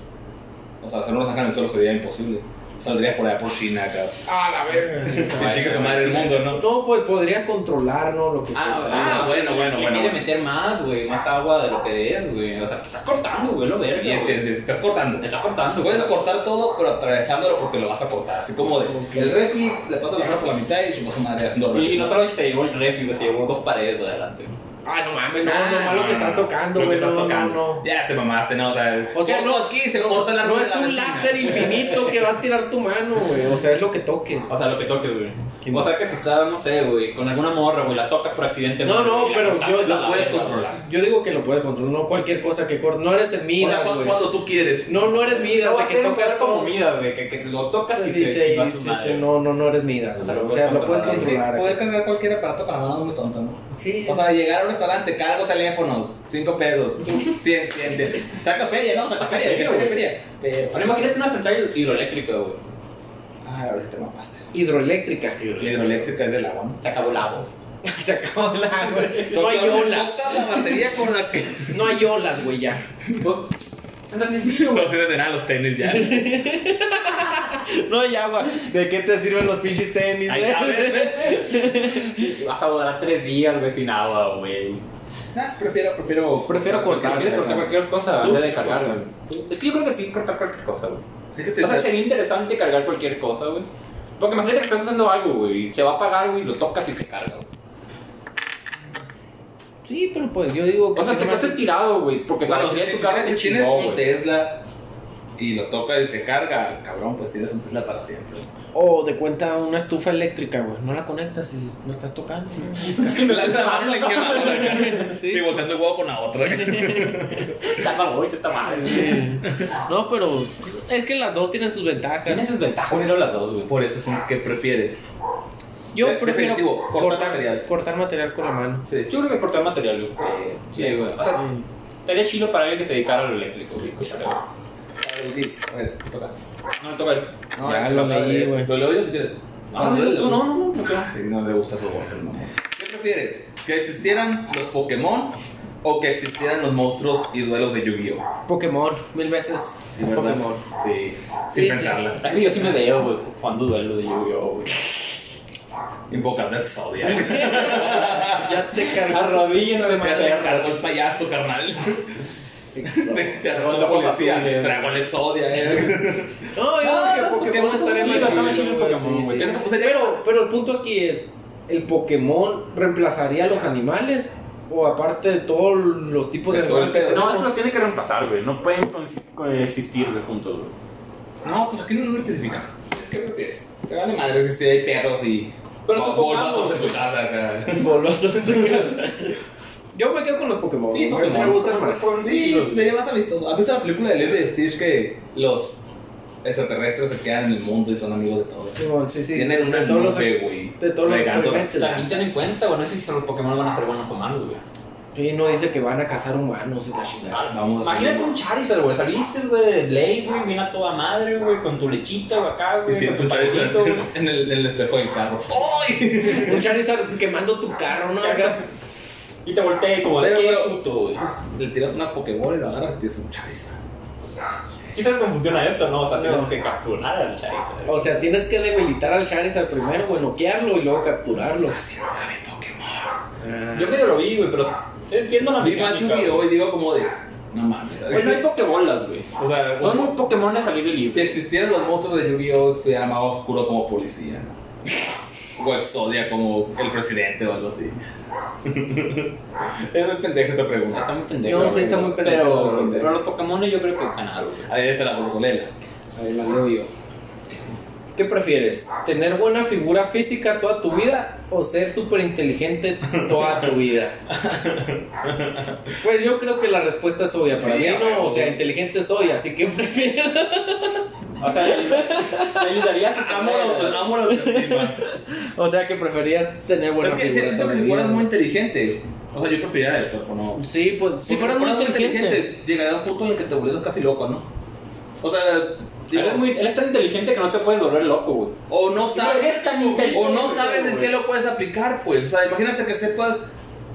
Speaker 4: O sea, hacer una zanja en el suelo sería imposible. Saldrías por allá por China acá.
Speaker 2: Ah, la verga.
Speaker 4: Y chica su madre el mundo, ¿no?
Speaker 2: No, pues podrías controlar, ¿no? Lo que
Speaker 1: Ah,
Speaker 4: Ah, bueno, bueno,
Speaker 1: Le
Speaker 4: bueno,
Speaker 1: Quiere
Speaker 4: bueno.
Speaker 1: meter más, güey, más agua de lo que es, güey. O sea, te estás cortando, güey, lo verga.
Speaker 4: Y es que
Speaker 1: güey.
Speaker 4: te estás cortando.
Speaker 1: Te estás cortando,
Speaker 4: Puedes
Speaker 1: güey.
Speaker 4: cortar todo, pero atravesándolo porque lo vas a cortar. Así como de, el refri le paso la mano por la mitad y su madre haciendo
Speaker 1: Y, y
Speaker 4: refri.
Speaker 1: no solo se llevó el refri, güey, se llevó dos paredes de adelante. güey.
Speaker 2: Ah, no mames, no,
Speaker 4: Ah,
Speaker 2: no, malo que estás tocando,
Speaker 4: Lo que
Speaker 2: güey. No,
Speaker 4: estás
Speaker 2: no,
Speaker 4: tocando.
Speaker 2: no.
Speaker 4: Ya te mamaste, ¿no? O sea,
Speaker 2: O sea, no,
Speaker 4: aquí se corta la
Speaker 2: No
Speaker 4: rueda
Speaker 2: es
Speaker 4: de la
Speaker 2: un
Speaker 4: vecina.
Speaker 2: láser infinito que va a tirar tu mano, güey. O sea, es lo que toques.
Speaker 1: O sea, lo que toques, güey. O sea, que si estás, no sé, güey, con alguna morra, güey, la tocas por accidente.
Speaker 2: No,
Speaker 1: güey,
Speaker 2: no,
Speaker 1: y la
Speaker 2: pero
Speaker 1: cortaste
Speaker 2: yo-
Speaker 1: a la
Speaker 4: Lo puedes
Speaker 1: verga,
Speaker 4: controlar.
Speaker 2: Yo digo que lo puedes controlar, no cualquier cosa que cortes. No eres en
Speaker 4: O sea,
Speaker 2: midas,
Speaker 4: cuando,
Speaker 2: güey.
Speaker 4: cuando tú quieres.
Speaker 2: No, no eres
Speaker 1: güey.
Speaker 2: midas,
Speaker 1: No,
Speaker 2: de que tocas
Speaker 1: como
Speaker 2: todo.
Speaker 1: comida, güey, que, que lo tocas
Speaker 2: Sí,
Speaker 1: y
Speaker 2: sí,
Speaker 1: se
Speaker 2: sí,
Speaker 1: chiva su
Speaker 2: sí,
Speaker 1: madre.
Speaker 2: sí, no, no, no eres midas.
Speaker 1: O
Speaker 2: O
Speaker 1: sea,
Speaker 2: sea,
Speaker 1: lo
Speaker 2: lo,
Speaker 1: puedes
Speaker 2: puedes
Speaker 1: controlar.
Speaker 2: controlar.
Speaker 4: Poder cargar cualquier aparato con la mano es muy tonto, ¿no?
Speaker 2: Sí.
Speaker 4: O sea, llegar a un restaurante, cargo teléfonos, 5
Speaker 2: [laughs]
Speaker 4: pesos, 100, 100. Sacas feria, ¿no? Sacas feria, feria, feria, feria.
Speaker 1: Ahora imagínate una central hidroeléctrica, güey.
Speaker 4: Ay, ahora sí te mapaste.
Speaker 2: hidroeléctrica. [laughs]
Speaker 4: La hidroeléctrica es del agua, ¿no?
Speaker 1: Se acabó el agua.
Speaker 2: Se acabó la, güey. No hay
Speaker 4: Tocas-
Speaker 2: olas.
Speaker 4: tocas la batería con la [laughs] que...
Speaker 2: No hay olas, güey, ya.
Speaker 1: Entonces sí, güey.
Speaker 4: No sirve de nada los tenis ya. Ahí
Speaker 2: No hay agua. ¿De qué te sirven los pinches tenis, güey?
Speaker 4: está, ves, ves.
Speaker 1: Y Vas a volar tres días, güey, sin agua, güey.
Speaker 4: [laughs] Ah, prefiero, prefiero...
Speaker 2: Prefiero cortar,
Speaker 1: ¿Prefieres
Speaker 4: prefiero
Speaker 1: cortar cualquier cosa
Speaker 4: Tú,
Speaker 1: antes de cargar, güey? Es que yo creo que sí, cortar cualquier cosa, güey.
Speaker 4: Es que te-
Speaker 1: O sea, sería interesante cargar cualquier cosa, güey. Porque imagínate que estás usando algo, güey, y se va a apagar, güey, y lo tocas y se carga, güey.
Speaker 2: Sí, pero pues yo digo que.
Speaker 1: O sea,
Speaker 2: si
Speaker 1: te
Speaker 2: no me
Speaker 1: quedas estirado, güey, porque para
Speaker 4: Bueno,
Speaker 1: que
Speaker 4: si
Speaker 1: sea tu
Speaker 4: tienes,
Speaker 1: carro
Speaker 4: si
Speaker 1: se
Speaker 4: tienes
Speaker 1: chingó,
Speaker 4: un
Speaker 1: güey.
Speaker 4: Tesla y lo toca y se carga, cabrón, pues tienes un Tesla para [laughs] siempre.
Speaker 2: O de cuenta una estufa eléctrica, güey. No la conectas y no estás tocando.
Speaker 4: La, la mano [laughs] le quema acá.
Speaker 2: Sí.
Speaker 4: Y volteando el huevo con la otra.
Speaker 1: Está mal, está mal. güey.
Speaker 2: No, pero es que las dos tienen sus
Speaker 1: Tiene
Speaker 2: ventajas.
Speaker 1: sus ventajas, pero las dos, güey.
Speaker 4: [laughs] Por eso es un que prefieres.
Speaker 2: Yo
Speaker 4: De-
Speaker 2: prefiero
Speaker 4: definitivo, cortar material.
Speaker 2: cortar material con la mano.
Speaker 4: Sí.
Speaker 1: Yo creo que cortar material, güey. Sí, güey. O sea,
Speaker 2: Ah.
Speaker 1: estaría chido para alguien que se dedicara a lo eléctrico, güey. yo creo.
Speaker 4: A ver, Gitz, a ver, te toca.
Speaker 1: No le toca el...
Speaker 4: No,
Speaker 2: Ya
Speaker 4: te
Speaker 2: lo
Speaker 4: toca,
Speaker 2: leí,
Speaker 4: eh,
Speaker 2: güey.
Speaker 1: Ah,
Speaker 4: ¿Lo leo yo si quieres?
Speaker 1: No, no, no, no, no, no, no.
Speaker 4: Ay, no le gusta su voz, hermano. ¿Qué prefieres? Que existieran los Pokémon o que existieran los monstruos y duelos de Yu-Gi-Oh.
Speaker 2: Pokémon, mil veces.
Speaker 4: Sí, ¿verdad?
Speaker 2: Pokémon.
Speaker 4: Sí,
Speaker 2: Sí,
Speaker 4: sin
Speaker 2: sí.
Speaker 4: pensarla.
Speaker 1: Es que yo sí me veo, güey, jugando duelo de Yu-Gi-Oh, güey.
Speaker 4: Invocando al Zodiac.
Speaker 2: [laughs] Ya te
Speaker 1: Arrodíllense,
Speaker 4: Ya te
Speaker 1: materno.
Speaker 4: cargó el payaso, carnal.
Speaker 2: [laughs]
Speaker 4: Te, te arrojó
Speaker 1: Los
Speaker 4: la
Speaker 1: ojos
Speaker 4: policía.
Speaker 1: azules.
Speaker 4: Tragó el Exodia. eh.
Speaker 2: No, yo
Speaker 4: Ah,
Speaker 2: creo
Speaker 4: los
Speaker 2: que Pokémon
Speaker 4: Pokémon
Speaker 2: estaría más
Speaker 4: son
Speaker 1: chidos,
Speaker 2: chido,
Speaker 1: está más chido el
Speaker 2: güey,
Speaker 1: Pokémon,
Speaker 2: sí,
Speaker 1: güey.
Speaker 2: sí.
Speaker 4: Es como sería-
Speaker 2: Pero, pero el punto aquí es, ¿el Pokémon reemplazaría a los animales? O aparte de todos los tipos de,
Speaker 4: De todo el
Speaker 2: animales que
Speaker 4: pedo.
Speaker 1: No,
Speaker 2: tenemos?
Speaker 1: esto los tiene que reemplazar, güey. No pueden consi- coexistir, güey, juntos, güey.
Speaker 4: No, pues aquí no lo especifica. ¿Qué prefieres? Te vale madre si hay perros y.
Speaker 1: Pero
Speaker 4: bo-
Speaker 1: supongamos-
Speaker 4: bolvazos en tu casa, acá.
Speaker 2: Golosos en [laughs] su casa. Yo me quedo con los Pokémon.
Speaker 4: Sí,
Speaker 2: güey,
Speaker 4: Pokémon.
Speaker 2: Me gustan más.
Speaker 4: Sí, sería más amistoso. ¿Has visto la película de Lilo y Stitch que los extraterrestres se quedan en el mundo y son amigos de todos?
Speaker 2: Simón, sí, sí.
Speaker 4: Tienen una
Speaker 2: De todos los
Speaker 4: nube,
Speaker 2: ex-
Speaker 4: güey.
Speaker 2: de todos los
Speaker 4: regando las-
Speaker 2: extraterrestres.
Speaker 1: También ten en cuenta, güey, no sé si los Pokémon van a ser buenos o malos, güey.
Speaker 2: Sí, no dice que van a cazar humanos y la chingada.
Speaker 4: Vamos a hacer-
Speaker 1: Imagínate un Charizard, güey. Saliste, güey, de Blade, güey, bien a toda madre, güey, con tu lechita, güey, acá,
Speaker 4: Y
Speaker 1: güey.
Speaker 4: tienes
Speaker 1: con
Speaker 4: un
Speaker 1: tu
Speaker 4: Charizard
Speaker 1: parecito, güey.
Speaker 4: en el, en el espejo del carro.
Speaker 2: Un Charizard quemando tu carro, ¿no? Acá.
Speaker 1: Y te volteé como de
Speaker 4: Pero,
Speaker 1: qué
Speaker 4: pero-
Speaker 1: puto, güey.
Speaker 4: Entonces, le tiras una Pokébola y la agarras y tienes un Charizard.
Speaker 1: Sí sabes cómo funciona esto, ¿no? O sea, tienes
Speaker 2: No.
Speaker 1: que capturar al Charizard.
Speaker 2: O sea, tienes que debilitar al Charizard primero, güey, noquearlo y luego capturarlo.
Speaker 4: Así no cabe Pokémon.
Speaker 2: Ah.
Speaker 1: Yo medio lo vi, güey, pero sí entiendo la
Speaker 4: Vi más
Speaker 1: mecánica.
Speaker 4: yu
Speaker 1: güey.
Speaker 4: hoy digo como de. Pues No mames.
Speaker 1: Güey, no hay Pokébolas, güey.
Speaker 4: O sea,
Speaker 1: Son
Speaker 4: un-
Speaker 1: Pokémon a salir del
Speaker 4: si
Speaker 1: libro.
Speaker 4: existieran los monstruos de Yu-Gi-Oh! estuviera más oscuro como policía, ¿no? [laughs] O Exodia como el presidente o algo así. [laughs] es muy pendejo esta pregunta.
Speaker 1: Está muy pendejo.
Speaker 2: No, sí,
Speaker 1: güey.
Speaker 2: está muy pendejo, está muy
Speaker 1: Pero,
Speaker 2: pendejo.
Speaker 1: pero los Pokémon yo creo que ganaron, güey.
Speaker 4: Ahí está este la borbolela.
Speaker 2: A ver, la leo yo. ¿Qué prefieres? ¿Tener buena figura física toda tu vida o ser súper inteligente toda tu vida? Pues yo creo que la respuesta es obvia. Para
Speaker 4: Sí,
Speaker 2: mí
Speaker 4: a
Speaker 2: no,
Speaker 4: huevo.
Speaker 2: o sea, inteligente soy, así que [laughs] prefiero.
Speaker 1: O sea, te ayudaría a
Speaker 4: Amo la, auto- amo la [laughs] autoestima.
Speaker 2: O sea, que preferías tener buena
Speaker 4: es que
Speaker 2: figura.
Speaker 4: siento
Speaker 2: toda
Speaker 4: que
Speaker 2: tu
Speaker 4: si fueras
Speaker 2: vida.
Speaker 4: muy inteligente. O sea, yo preferiría el cuerpo, no.
Speaker 2: Sí, pues si
Speaker 4: Porque
Speaker 2: fueras muy inteligente.
Speaker 4: llegaría a un punto en el que te volvieras casi loco, ¿no? O sea, digo,
Speaker 1: Él es, muy, él es tan inteligente que no te puedes volver loco, güey.
Speaker 4: o no sabes,
Speaker 1: eres tan inteligente,
Speaker 4: o no sabes en
Speaker 1: güey.
Speaker 4: qué lo puedes aplicar, pues. O sea, imagínate que sepas,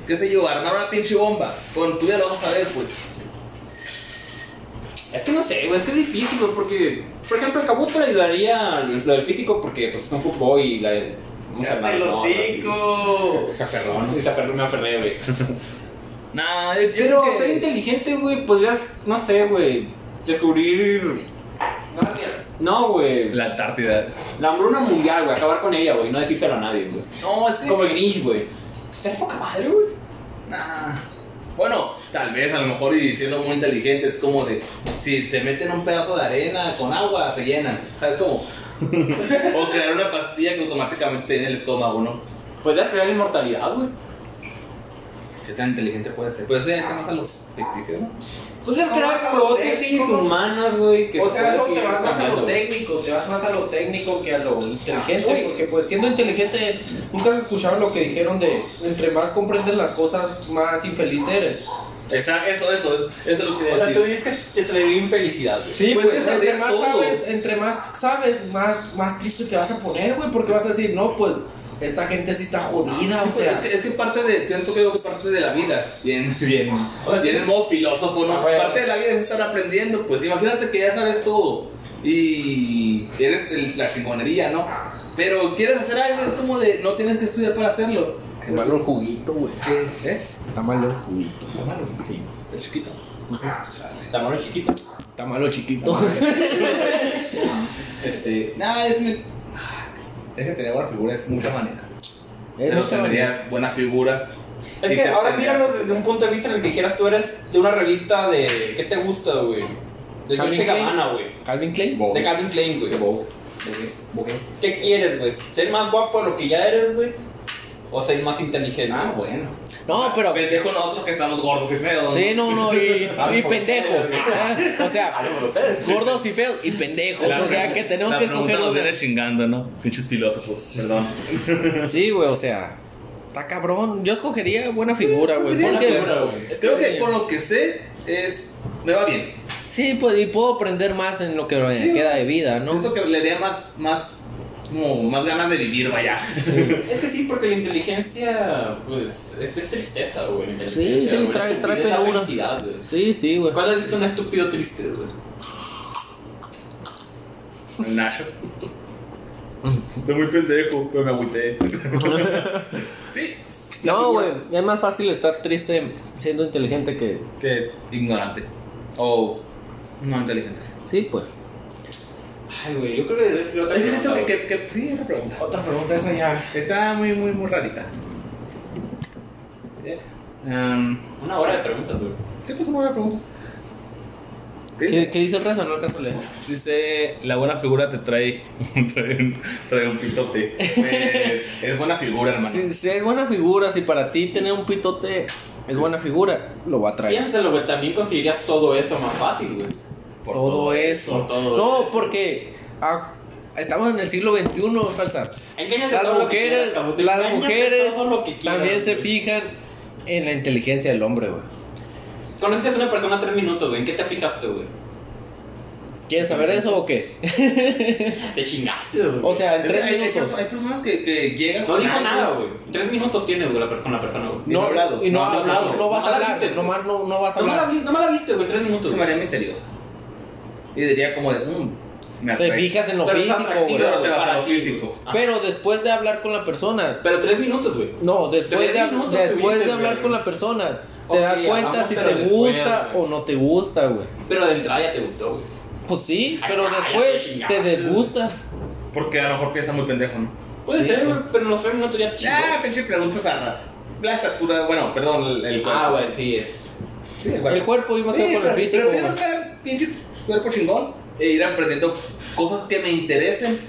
Speaker 4: qué sé yo, armar una pinche bomba. Con tu vida lo vas a ver, pues.
Speaker 1: Es que no sé, güey, es que es difícil, güey, porque, por ejemplo, el Kabuto le ayudaría lo del físico porque, pues, es un fútbol y la... Vamos a hablar, ¿no?
Speaker 4: Chacarrón.
Speaker 1: Y se aferró, me aferré, güey.
Speaker 4: Nah, yo, yo
Speaker 1: Pero
Speaker 4: creo que-
Speaker 1: ser inteligente, güey, podrías, no sé, güey, descubrir... No, güey.
Speaker 4: La Antártida.
Speaker 1: La hambruna mundial, güey, acabar con ella, güey, no decírselo a nadie, güey.
Speaker 4: No, es que.
Speaker 1: Como el Grinch, güey. Estás poca madre, güey.
Speaker 4: Nah. Bueno, tal vez a lo mejor y siendo muy inteligente es como de si se meten un pedazo de arena con agua se llenan, ¿sabes cómo? [laughs] o crear una pastilla que automáticamente te llene el estómago, ¿no?
Speaker 1: Podrías crear inmortalidad, güey.
Speaker 4: ¿Qué tan inteligente puede ser? Pues eso ya está más a lo ficticio, ¿no?
Speaker 1: Podrías
Speaker 2: No vas
Speaker 1: crear
Speaker 2: a lo
Speaker 1: prótesis
Speaker 2: técnico.
Speaker 1: humanas, güey, que
Speaker 2: O
Speaker 1: se
Speaker 2: sea, eso
Speaker 1: puedan
Speaker 2: te
Speaker 1: seguir
Speaker 2: vas más a lo
Speaker 1: cambiando, güey.
Speaker 2: técnico, te vas más a lo técnico que a lo inteligente, porque pues siendo inteligente, nunca has escuchado lo que dijeron de entre más comprendes las cosas, más infeliz eres.
Speaker 4: Esa, eso, eso, eso es lo que
Speaker 1: O
Speaker 4: quería
Speaker 1: sea, tú
Speaker 4: decir.
Speaker 1: dices que te traería infelicidad, güey.
Speaker 2: Sí,
Speaker 4: pues,
Speaker 2: entre
Speaker 4: sabrías
Speaker 2: más
Speaker 4: todo.
Speaker 2: sabes, entre más sabes, más, más triste te vas a poner, güey, porque vas a decir, no, pues esta gente sí está jodida,
Speaker 4: Sí,
Speaker 2: o
Speaker 4: pues,
Speaker 2: sea.
Speaker 4: es, que, es que parte de, siento que digo que parte de la vida, bien, [laughs] bien, o sea, bien en modo filósofo, ¿no?
Speaker 1: Ah, bueno.
Speaker 4: Parte de la vida es estar aprendiendo, pues imagínate que ya sabes todo y eres el- la chingonería, ¿no? Pero quieres hacer algo, es como de, no tienes que estudiar para hacerlo.
Speaker 2: malo el juguito, güey.
Speaker 4: ¿Qué? ¿Eh?
Speaker 2: Está malo el juguito.
Speaker 4: Lo malo, El chiquito. Chale.
Speaker 1: La mano chiquita.
Speaker 2: Está malo [laughs] chiquito.
Speaker 4: Este, nada, es mi... ah, Es que tener buena figura es mucha manera. Pero tendrías buena figura.
Speaker 1: Es
Speaker 4: y
Speaker 1: que
Speaker 4: te
Speaker 1: ahora
Speaker 4: aprenderías-
Speaker 1: míranos desde un punto de vista en el que dijeras tú eres de una revista de. ¿Qué te gusta, güey? De
Speaker 2: Calvin
Speaker 1: Dolce
Speaker 2: Klein.
Speaker 1: Gabbana, güey.
Speaker 2: Calvin Klein.
Speaker 1: De Calvin Klein, güey. ¿Qué quieres, güey? ¿Ser más guapo de lo que ya eres, güey? ¿O ser más inteligente?
Speaker 4: Ah, bueno.
Speaker 2: No, pero.
Speaker 4: Pendejo nosotros que estamos gordos y feos.
Speaker 2: Sí, no, no, y, y
Speaker 1: por
Speaker 2: pendejos. O sea, gordos y feos y pendejos. O sea, que tenemos que escoger.
Speaker 4: los
Speaker 2: uno.
Speaker 4: viene chingando, ¿no? Pinches filósofos, perdón.
Speaker 2: Sí, güey, o sea, está cabrón. Yo escogería buena figura, güey.
Speaker 1: Buena
Speaker 2: porque-
Speaker 1: figura, güey. Es
Speaker 4: Creo que por lo que sé, es. Me va bien.
Speaker 2: Sí, pues, y puedo aprender más en lo que me
Speaker 4: Sí,
Speaker 2: queda
Speaker 4: güey.
Speaker 2: de vida, ¿no?
Speaker 4: Siento que le haría más, más como más ganas de vivir, vaya. [laughs]
Speaker 1: Es que sí, porque la inteligencia, pues, es, es tristeza, güey. la
Speaker 2: Sí,
Speaker 1: inteligencia,
Speaker 2: sí,
Speaker 1: güey, la
Speaker 2: trae- trae
Speaker 1: estupidez da
Speaker 2: penumbra.
Speaker 1: felicidad, güey.
Speaker 2: Sí, sí, güey.
Speaker 1: ¿Cuándo has visto un estúpido triste, güey?
Speaker 4: El Nacho. Estoy muy pendejo, pero me agüité. [laughs] sí.
Speaker 2: No, güey. Es más fácil estar triste siendo inteligente que.
Speaker 4: Que ignorante. O no inteligente.
Speaker 2: Sí, pues.
Speaker 1: Ay, güey, yo creo que debe ser otra
Speaker 4: Yo siento
Speaker 1: pregunta,
Speaker 4: que,
Speaker 1: güey.
Speaker 4: que, que- sí, esa pregunta.
Speaker 3: Otra pregunta esa ya.
Speaker 4: Está muy, muy, muy rarita. Em,
Speaker 1: eh, Una hora de preguntas, güey.
Speaker 4: sí, pues una pregunta.
Speaker 2: ¿Qué, qué dice el resto? No alcanzo a leer.
Speaker 4: Dice, la buena figura te trae, [laughs] trae, un- trae un [laughs] pitote. Eh, es buena figura, hermano.
Speaker 2: Si, si es buena figura, si para ti tener un pitote es buena figura, lo va a traer.
Speaker 1: Piénsalo, güey, también conseguirías todo eso más fácil, güey.
Speaker 4: Por
Speaker 2: todo,
Speaker 4: todo.
Speaker 2: eso.
Speaker 1: por todo
Speaker 2: no,
Speaker 1: eso.
Speaker 2: porque ah, estamos en el siglo XXI, Salsa.
Speaker 1: Engáñate [laughs]
Speaker 2: Las
Speaker 1: todo lo que
Speaker 2: mujeres,
Speaker 1: quieras, cabrón, te
Speaker 2: las
Speaker 1: engáñate
Speaker 2: mujeres
Speaker 1: todo lo que quieras,
Speaker 2: también se
Speaker 1: güey.
Speaker 2: fijan en la inteligencia del hombre, güey.
Speaker 1: Conociste a una persona tres minutos, güey. ¿En qué te fijaste, güey?
Speaker 2: ¿Quieren saber eso o qué?
Speaker 1: Te chingaste, güey.
Speaker 2: O sea, en
Speaker 4: Hay- hay,
Speaker 2: tres
Speaker 4: hay
Speaker 2: minutos.
Speaker 4: perso- hay personas que, que llegas
Speaker 1: no
Speaker 4: con
Speaker 1: dijo
Speaker 4: algo.
Speaker 1: nada, güey. Tres minutos tienes, güey, la per- con la persona, güey.
Speaker 4: y no ha hablado.
Speaker 2: y no,
Speaker 4: No
Speaker 2: ha
Speaker 4: ha
Speaker 2: hablado,
Speaker 4: hablado.
Speaker 2: no vas
Speaker 1: No
Speaker 2: a
Speaker 1: la
Speaker 2: hablar,
Speaker 1: viste.
Speaker 2: nomás no, no vas a
Speaker 1: No me, la
Speaker 2: hablar.
Speaker 1: vi- no me la viste, güey, en tres minutos.
Speaker 4: Se me
Speaker 1: güey.
Speaker 4: haría misteriosa. Y diría como de, mmm, me
Speaker 2: Te
Speaker 4: atrae.
Speaker 2: fijas en lo
Speaker 1: Pero es
Speaker 2: físico,
Speaker 1: atractivo,
Speaker 2: güey.
Speaker 4: Pero no te vas a
Speaker 1: para
Speaker 4: lo
Speaker 1: ti, güey.
Speaker 4: físico.
Speaker 1: Ajá.
Speaker 2: Pero después de hablar con la persona,
Speaker 1: Pero tres minutos, güey.
Speaker 2: no, después
Speaker 1: Tres
Speaker 2: de, hab-
Speaker 1: minutos
Speaker 2: después
Speaker 1: tuviste,
Speaker 2: de hablar
Speaker 1: güey.
Speaker 2: con la persona, te
Speaker 1: Ok,
Speaker 2: das cuenta
Speaker 1: hablamos,
Speaker 2: si
Speaker 1: pero
Speaker 2: te
Speaker 1: después,
Speaker 2: gusta
Speaker 1: güey.
Speaker 2: o no te gusta, güey.
Speaker 1: Pero de entrada ya te gustó, güey.
Speaker 2: Pues sí,
Speaker 1: Ay,
Speaker 2: pero
Speaker 1: ya, ya
Speaker 2: después
Speaker 1: chingaste.
Speaker 2: te desgusta.
Speaker 4: Porque a lo mejor piensa muy pendejo, ¿no?
Speaker 1: Puede
Speaker 2: Sí,
Speaker 1: ser,
Speaker 2: güey.
Speaker 1: güey, pero en los tres minutos ya chingó.
Speaker 4: Ah, pinche preguntas a la estatura, bueno, perdón, el, el cuerpo.
Speaker 1: Ah, güey, sí es.
Speaker 4: Sí, el
Speaker 2: El cuerpo iba a estar
Speaker 4: Sí,
Speaker 2: con el
Speaker 4: pre-
Speaker 2: físico.
Speaker 4: Prefiero
Speaker 2: güey.
Speaker 4: estar pinche cuerpo chingón e ir aprendiendo cosas que me interesen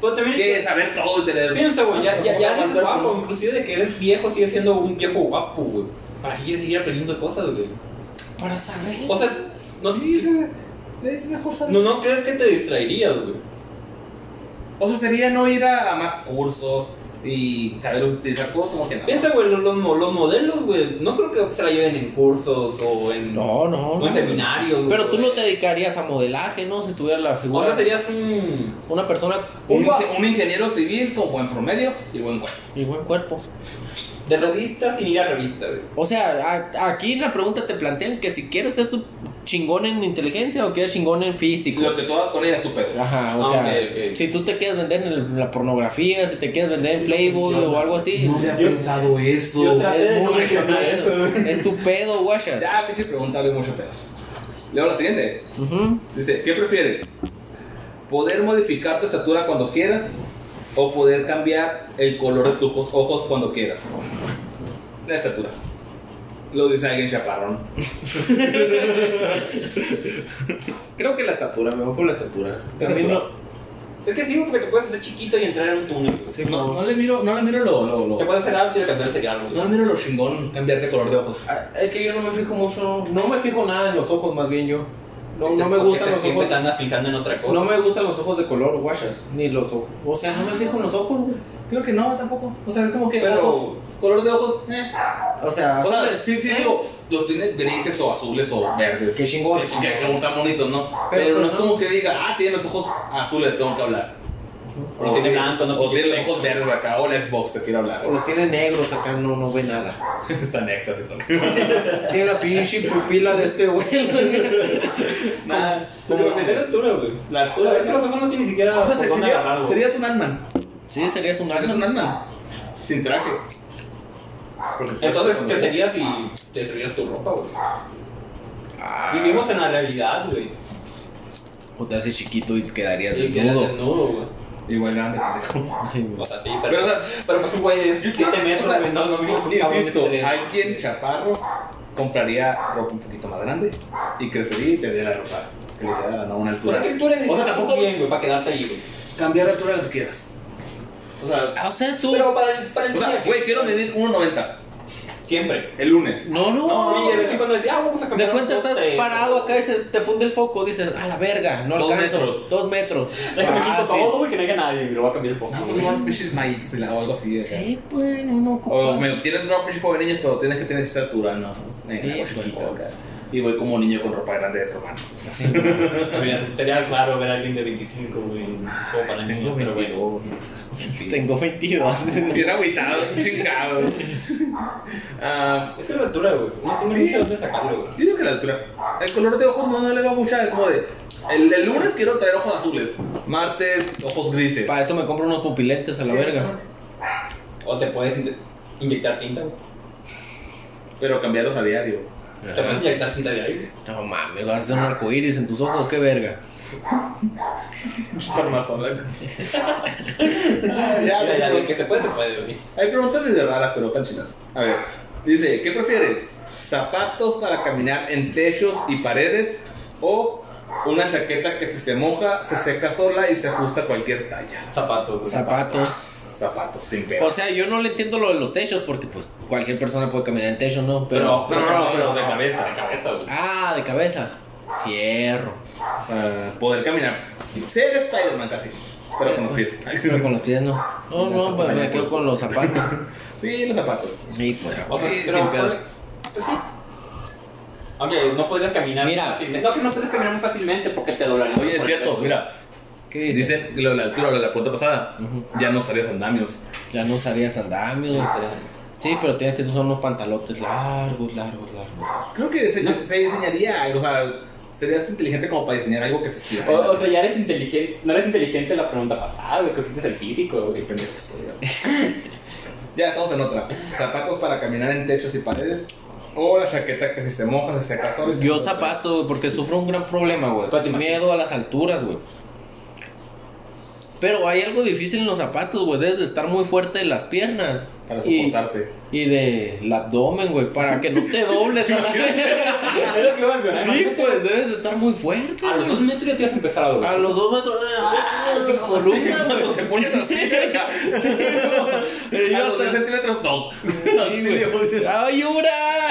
Speaker 1: Pero también
Speaker 4: que saber todo y tener.
Speaker 1: piensa, güey, ya, ya, ya eres
Speaker 4: Cuerpo.
Speaker 1: guapo. Inclusive de que eres viejo, sigues siendo un viejo guapo, güey. ¿Para qué quieres seguir aprendiendo cosas, güey?
Speaker 2: Para saber.
Speaker 1: O sea, no,
Speaker 4: Sí, sí, Es mejor saber.
Speaker 1: no, no crees que te distraerías, güey.
Speaker 4: O sea, sería no ir a, a más cursos y saber utilizar todo como que nada.
Speaker 1: Piensa, güey, los, los mo- los modelos, güey, no creo que se la lleven en cursos o en,
Speaker 2: No, no.
Speaker 1: o en
Speaker 2: no.
Speaker 1: seminarios.
Speaker 2: Pero tú
Speaker 1: güey.
Speaker 2: no te dedicarías a modelaje, ¿no? Si tuvieras la
Speaker 1: O
Speaker 2: figura.
Speaker 1: sea, serías un...
Speaker 2: Una persona
Speaker 4: Un,
Speaker 1: Guau.
Speaker 4: inge- un ingeniero civil con buen promedio y buen cuerpo.
Speaker 2: y buen cuerpo.
Speaker 1: De revista sin ir a revista, güey.
Speaker 2: O sea, a- aquí en la pregunta te plantean que si quieres ser tu chingón en inteligencia o quieres chingón en
Speaker 4: Y
Speaker 2: físico.
Speaker 4: lo que tú hagas con ella es tu pedo.
Speaker 2: Ajá, o
Speaker 1: Ah,
Speaker 2: sea,
Speaker 1: ok, ok.
Speaker 2: si tú te quieres vender en el- la pornografía, si te quieres vender en Playboy o algo así,
Speaker 4: había
Speaker 1: Yo-
Speaker 4: pensado eso.
Speaker 1: yo traté de
Speaker 2: es,
Speaker 1: no
Speaker 2: muy
Speaker 1: mencionar eso, güey.
Speaker 2: es tu pedo, guachas.
Speaker 4: Ya, pinche pregunta, hablé mucho pedo. Luego la siguiente.
Speaker 2: Ujú.
Speaker 4: Dice, ¿qué prefieres? ¿Poder modificar tu estatura cuando quieras? ¿O poder cambiar el color de tus ojos cuando quieras? La estatura. Lo dice alguien chaparrón.
Speaker 2: Creo que la estatura, me voy por la estatura.
Speaker 4: La
Speaker 2: A mí
Speaker 4: estatura.
Speaker 2: no-
Speaker 1: Es que sí, güey, porque te puedes hacer chiquito y entrar en un túnel. güey.
Speaker 2: sí,
Speaker 4: No,
Speaker 2: no.
Speaker 4: no le miro, no le miro lo, lo,
Speaker 1: Te
Speaker 4: lo-
Speaker 1: puedes hacer algo y alcanzar ese grano, güey.
Speaker 4: no le miro lo chingón cambiar de color de ojos.
Speaker 3: Ah, Es que yo no me fijo mucho, no me fijo nada en los ojos, más bien yo. No, no me
Speaker 1: Porque
Speaker 3: gustan
Speaker 1: te-
Speaker 3: los
Speaker 1: siempre
Speaker 3: ojos.
Speaker 1: te andas fijando en otra cosa.
Speaker 3: No me gustan los ojos de color, guachas.
Speaker 2: Ni los ojos.
Speaker 3: O sea, no me fijo en los ojos, güey.
Speaker 4: Creo que no, tampoco. O sea, es como que
Speaker 1: Pero-
Speaker 4: ojos, color de ojos. eh.
Speaker 3: O sea,
Speaker 4: O sea,
Speaker 3: Ah, ¿sabes? ¿Eh?
Speaker 4: sí, sí, digo, los tienes grises o azules o verdes.
Speaker 3: Qué chingón.
Speaker 4: Que, que, que están bonitos, ¿no? Pero,
Speaker 3: Pero pues
Speaker 4: no es
Speaker 3: no-
Speaker 4: como que diga, ah, tiene los ojos azules, tengo que hablar.
Speaker 1: O los tiene blanco, no
Speaker 4: o tiene los
Speaker 1: porque-
Speaker 4: ojos verdes acá, o la Xbox, te quiero hablar. [laughs]
Speaker 3: O los tiene negros acá, no, no ve nada.
Speaker 4: Están éxtasis. son.
Speaker 3: Tiene la pinche pupila de
Speaker 2: [laughs]
Speaker 3: este güey.
Speaker 1: Nada.
Speaker 4: Como-
Speaker 1: Como tener altura, güey.
Speaker 4: La
Speaker 1: La
Speaker 4: altura
Speaker 1: verdad es que los ojos no tienen ni siquiera
Speaker 4: O sea,
Speaker 1: por
Speaker 4: se-
Speaker 1: dónde agarrar,
Speaker 4: sería,
Speaker 1: güey.
Speaker 4: serías un Ant-Man.
Speaker 2: Sí, serías un
Speaker 4: Eres un
Speaker 2: alma.
Speaker 4: Ant-Man. Sin traje. Porque pues, tú
Speaker 1: Entonces,
Speaker 4: eres
Speaker 1: ¿qué
Speaker 4: un-
Speaker 1: serías si te servías tu ropa, güey? Vivimos en la realidad, güey.
Speaker 2: O te haces chiquito y quedarías
Speaker 1: Y quedas
Speaker 2: desnudo.
Speaker 1: desnudo, güey.
Speaker 4: Igual grande, pendejo.
Speaker 1: O sea, sí,
Speaker 4: Pero, o
Speaker 1: pero...
Speaker 4: sea,
Speaker 1: Pero pues, güey, es
Speaker 4: ¿qué
Speaker 1: 7 metros,
Speaker 4: o sea,
Speaker 1: güey. No, no, no.
Speaker 4: Insisto, alguien chaparro compraría ropa un poquito más grande y crecería y tendría la ropa que le quedara a una
Speaker 1: O
Speaker 4: altura.
Speaker 1: sea, que tú eres
Speaker 4: O sea, tampoco
Speaker 1: bien, güey, para quedarte ahí, güey.
Speaker 4: cambiar la altura que quieras. O sea,
Speaker 2: Ah, o sea, tú.
Speaker 1: Pero para el, para el
Speaker 4: o sea,
Speaker 1: día,
Speaker 4: güey, quiero medir 1.90
Speaker 1: Siempre.
Speaker 4: el lunes.
Speaker 2: No, no.
Speaker 1: y de vez en cuando decía, ah, vamos a
Speaker 2: De
Speaker 1: cambiar
Speaker 2: cuenta
Speaker 1: un
Speaker 2: estás
Speaker 1: poste.
Speaker 2: parado acá y se te funde el foco, dices, a la verga, no
Speaker 4: Dos
Speaker 2: alcanzo.
Speaker 4: metros.
Speaker 2: Dos metros. Ah,
Speaker 1: Déjame quito
Speaker 2: Fácil.
Speaker 1: todo, güey, que no haya nadie, güey. Lo voy a cambiar el foco.
Speaker 4: No,
Speaker 1: güey.
Speaker 4: no, pinches mayitas o algo así. o sea.
Speaker 2: Sí, pues, no ocupa.
Speaker 4: O me quieren entrar un pinche joven niños, pero tienes que tener cierta altura, ¿no?
Speaker 2: Sí,
Speaker 4: Venga, algo chiquito,
Speaker 2: por favor.
Speaker 4: acá. Y voy como niño con ropa grande de su hermano.
Speaker 2: Sí, no.
Speaker 1: Sería claro ver a alguien de 25, güey. Como para niños, pero güey.
Speaker 2: Tengo 22.
Speaker 4: [laughs] Bien [laughs] agüitado, chingado. Ah,
Speaker 1: Es que la altura, güey. No tengo ni idea dónde sacarlo, güey.
Speaker 4: Yo digo que la altura. El color de ojos no, no le va mucha como de. El, el lunes quiero traer ojos azules. Martes, ojos grises.
Speaker 2: Para eso me compro unos pupilentes a la
Speaker 4: Sí,
Speaker 2: verga.
Speaker 1: O te puedes inte- inyectar tinta, güey.
Speaker 4: Pero cambiarlos a diario.
Speaker 1: Te puedes inyectar tinta de ahí.
Speaker 2: No mames, vas a hacer un arcoíris en tus ojos, qué verga.
Speaker 4: Farmazón.
Speaker 1: [laughs] Ya, ya,
Speaker 4: güey.
Speaker 1: de que se puede, se puede, Ah, güey.
Speaker 4: Hay preguntas desde raras, pero tan chidas. A ver, dice, ¿qué prefieres? ¿Zapatos para caminar en techos y paredes? ¿O una chaqueta que si se moja, se seca sola y se ajusta a cualquier talla?
Speaker 1: Zapatos,
Speaker 2: Pues,
Speaker 1: güey.
Speaker 2: Zapatos.
Speaker 4: Zapatos sin
Speaker 2: O
Speaker 4: pedos.
Speaker 2: sea, yo no le entiendo lo de los techos porque pues cualquier persona puede caminar en techo, ¿no? Pero...
Speaker 1: Pero-
Speaker 4: No, no, no, pero de cabeza.
Speaker 1: De cabeza, güey.
Speaker 2: Ah, de cabeza. Fierro.
Speaker 4: O sea, poder caminar. Ser Spider-Man casi. Pero con los pies. [laughs]
Speaker 2: Pero con los pies no. No, no, pues me quedo con los zapatos. [laughs]
Speaker 4: Sí, los zapatos.
Speaker 2: Sí, pues.
Speaker 1: O sea,
Speaker 4: Sí,
Speaker 1: pero
Speaker 4: sin pedos.
Speaker 1: pues- pues sí. Aunque no podrías caminar
Speaker 2: Mira.
Speaker 1: fácilmente. No, que no puedes caminar muy fácilmente porque te dolería.
Speaker 4: Oye, es cierto, mira.
Speaker 2: ¿Qué dices?
Speaker 4: Dicen lo de la altura, lo de la pregunta pasada.
Speaker 2: Ujú.
Speaker 4: Ya no usarías andamios.
Speaker 2: Ya no usarías andamios. no usarías- Sí, pero tienes que usar unos pantalotes largos, largos, largos.
Speaker 4: Creo que se, se diseñaría algo, o sea, serías inteligente como para diseñar algo que se estira.
Speaker 1: O, o sea, ya eres inteligente. No eres inteligente la pregunta pasada, güey. Es que hiciste el físico,
Speaker 4: Qué
Speaker 1: güey.
Speaker 4: pendejo estoy, güey. [laughs] ya, estamos en otra. Zapatos para caminar en techos y paredes. O la chaqueta que si se moja, se seca sola. y se
Speaker 2: Yo
Speaker 4: ajusta.
Speaker 2: zapatos, güey, porque sufro un gran problema, güey.
Speaker 1: Tú te imaginas.
Speaker 2: Miedo a las alturas, güey. Pero hay algo difícil en los zapatos, güey. Debes de estar muy fuerte de las piernas.
Speaker 4: Para
Speaker 2: Y-
Speaker 4: soportarte.
Speaker 2: Y del abdomen, güey, para que no te dobles a la verga.
Speaker 1: Es lo que iba a mencionar.
Speaker 2: Sí, pues debes de estar muy fuerte.
Speaker 1: A los
Speaker 2: güey.
Speaker 1: dos metros ya te has empezado, güey.
Speaker 2: A los dos metros. ¡Ah, sin columna, güey.
Speaker 4: Cuando te pones así, [laughs] verga.
Speaker 2: Eh, Yo
Speaker 4: A los
Speaker 2: hasta-
Speaker 4: 10 centímetros, no. [laughs]
Speaker 2: Sí, güey. ¡Ayura!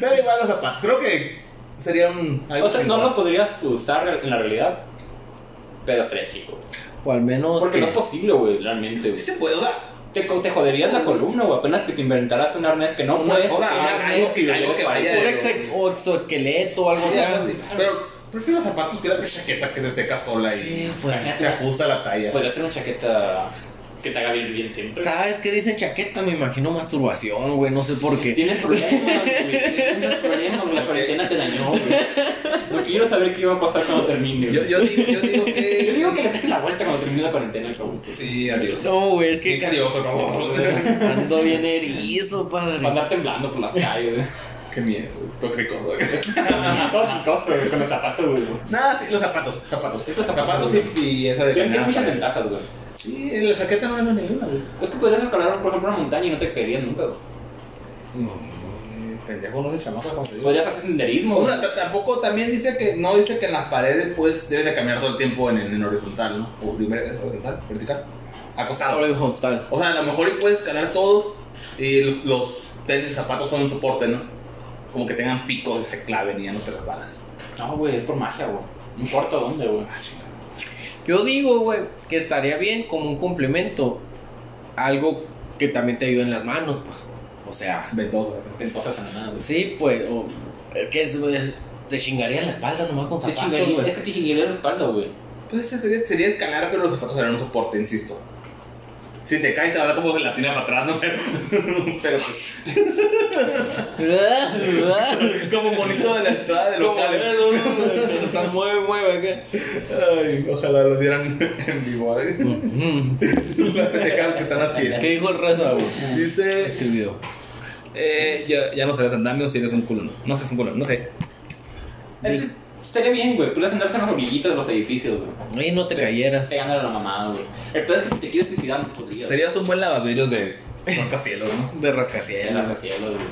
Speaker 4: Pero igual los zapatos. Creo que serían algo
Speaker 1: O sea, no
Speaker 4: chingón.
Speaker 1: lo podrías usar en la realidad. Pero sería chico.
Speaker 2: O al menos.
Speaker 1: Porque
Speaker 2: que-
Speaker 1: no es posible, güey, realmente, güey.
Speaker 4: Sí se puede, o sea,
Speaker 1: Te, co- te joderías la columna, güey. Apenas que te inventaras un arnés que no
Speaker 4: Una
Speaker 1: puedes.
Speaker 4: joda,
Speaker 1: tener,
Speaker 4: algo
Speaker 1: güey,
Speaker 4: que- algo que vaya
Speaker 2: un exe- o exoesqueleto o algo
Speaker 4: sí, algo
Speaker 2: así.
Speaker 4: así. Pero prefiero zapatos que la chaqueta que se seca sola y
Speaker 2: Sí, pues.
Speaker 1: Imagínate,
Speaker 4: se ajusta a la talla.
Speaker 1: Podría ser una chaqueta que te haga bien, bien siempre.
Speaker 2: Cada vez que dicen chaqueta me imagino masturbación, güey, no sé por qué.
Speaker 1: Tienes problemas,
Speaker 4: [laughs]
Speaker 1: güey. Tienes problemas, güey. La cuarentena te dañó, güey. No quiero saber qué iba a pasar cuando termine.
Speaker 4: Yo,
Speaker 1: güey.
Speaker 4: yo digo, yo digo que.
Speaker 1: Yo digo que le saque la vuelta cuando termine la cuarentena, cabrón.
Speaker 4: Sí, adiós.
Speaker 2: No, güey, es
Speaker 4: Qué
Speaker 2: que
Speaker 4: carioso,
Speaker 2: [laughs]
Speaker 4: no.
Speaker 2: ando bien erizo,
Speaker 1: Para
Speaker 2: padre.
Speaker 1: andar temblando por las calles, güey.
Speaker 4: Qué miedo. Toque rico, güey.
Speaker 1: Todo chicoso, güey, con los zapatos, güey.
Speaker 4: [laughs] Nada, sí, los zapatos. Zapatos.
Speaker 1: Estos
Speaker 4: Zapatos
Speaker 1: zapatos,
Speaker 4: y, y esa de
Speaker 1: Tiene
Speaker 4: caminar.
Speaker 1: muchas ventajas, güey.
Speaker 4: Sí, en la chaqueta no anda ninguna, güey.
Speaker 1: Es que podrías escalar, por ejemplo, una montaña y no te caerías nunca, güey.
Speaker 4: Eh, Pendejo, no se chamaca, como te digo.
Speaker 1: Podrías hacer senderismo.
Speaker 4: O
Speaker 1: güey.
Speaker 4: sea, t- tampoco también dice que no dice que en las paredes pues debes de caminar todo el tiempo en, en, en horizontal, ¿no? O dime, ¿es horizontal, vertical, acostado.
Speaker 2: horizontal.
Speaker 4: O sea, a lo mejor y puedes escalar todo y los, los tenis, zapatos son un soporte, ¿no? Como que tengan picos, se claven y ya no te resbalas.
Speaker 1: No, güey, es por magia, güey. No importa dónde, güey.
Speaker 4: Ah, chingada.
Speaker 2: Yo digo, güey, que estaría bien como un complemento. Algo que también te ayude en las manos, pues. O sea,
Speaker 4: Ventosa.
Speaker 1: Te empujas a nada, güey.
Speaker 2: sí, pues. O, que es, güey, te chingaría la espalda nomás con
Speaker 1: Te
Speaker 2: zapatos,
Speaker 1: chingaría,
Speaker 2: güey.
Speaker 1: es que te chingaría la espalda, güey.
Speaker 4: Pues ese sería, sería escalar, pero los zapatos serían un soporte, insisto. Si te caes, te va a dar como gelatina para atrás, ¿no? [laughs] Pero, pero pues,
Speaker 2: [laughs]
Speaker 4: como bonito de la entrada de locales.
Speaker 2: Está muy, muy acá.
Speaker 4: Ay, ojalá lo dieran [laughs] en vivo. ¿eh? [laughs] Las pendejadas que están haciendo.
Speaker 2: ¿Qué dijo el resto, güey?
Speaker 4: Dice,
Speaker 2: Escribió.
Speaker 4: eh, ya, ya no serás andamio si eres un culo. No seas un culo, no sé.
Speaker 1: Es que estaría bien, güey. Puedes andarse en los orillitos de los edificios, güey.
Speaker 2: Ay, no te cayeras.
Speaker 1: Pegándole a la mamada, güey. El peor es que si te quieres suicidar, no podrías.
Speaker 4: Serías un buen lavaderos de rascacielos, ¿no?
Speaker 2: De
Speaker 1: En
Speaker 2: rascacielos.
Speaker 1: las cielos, güey.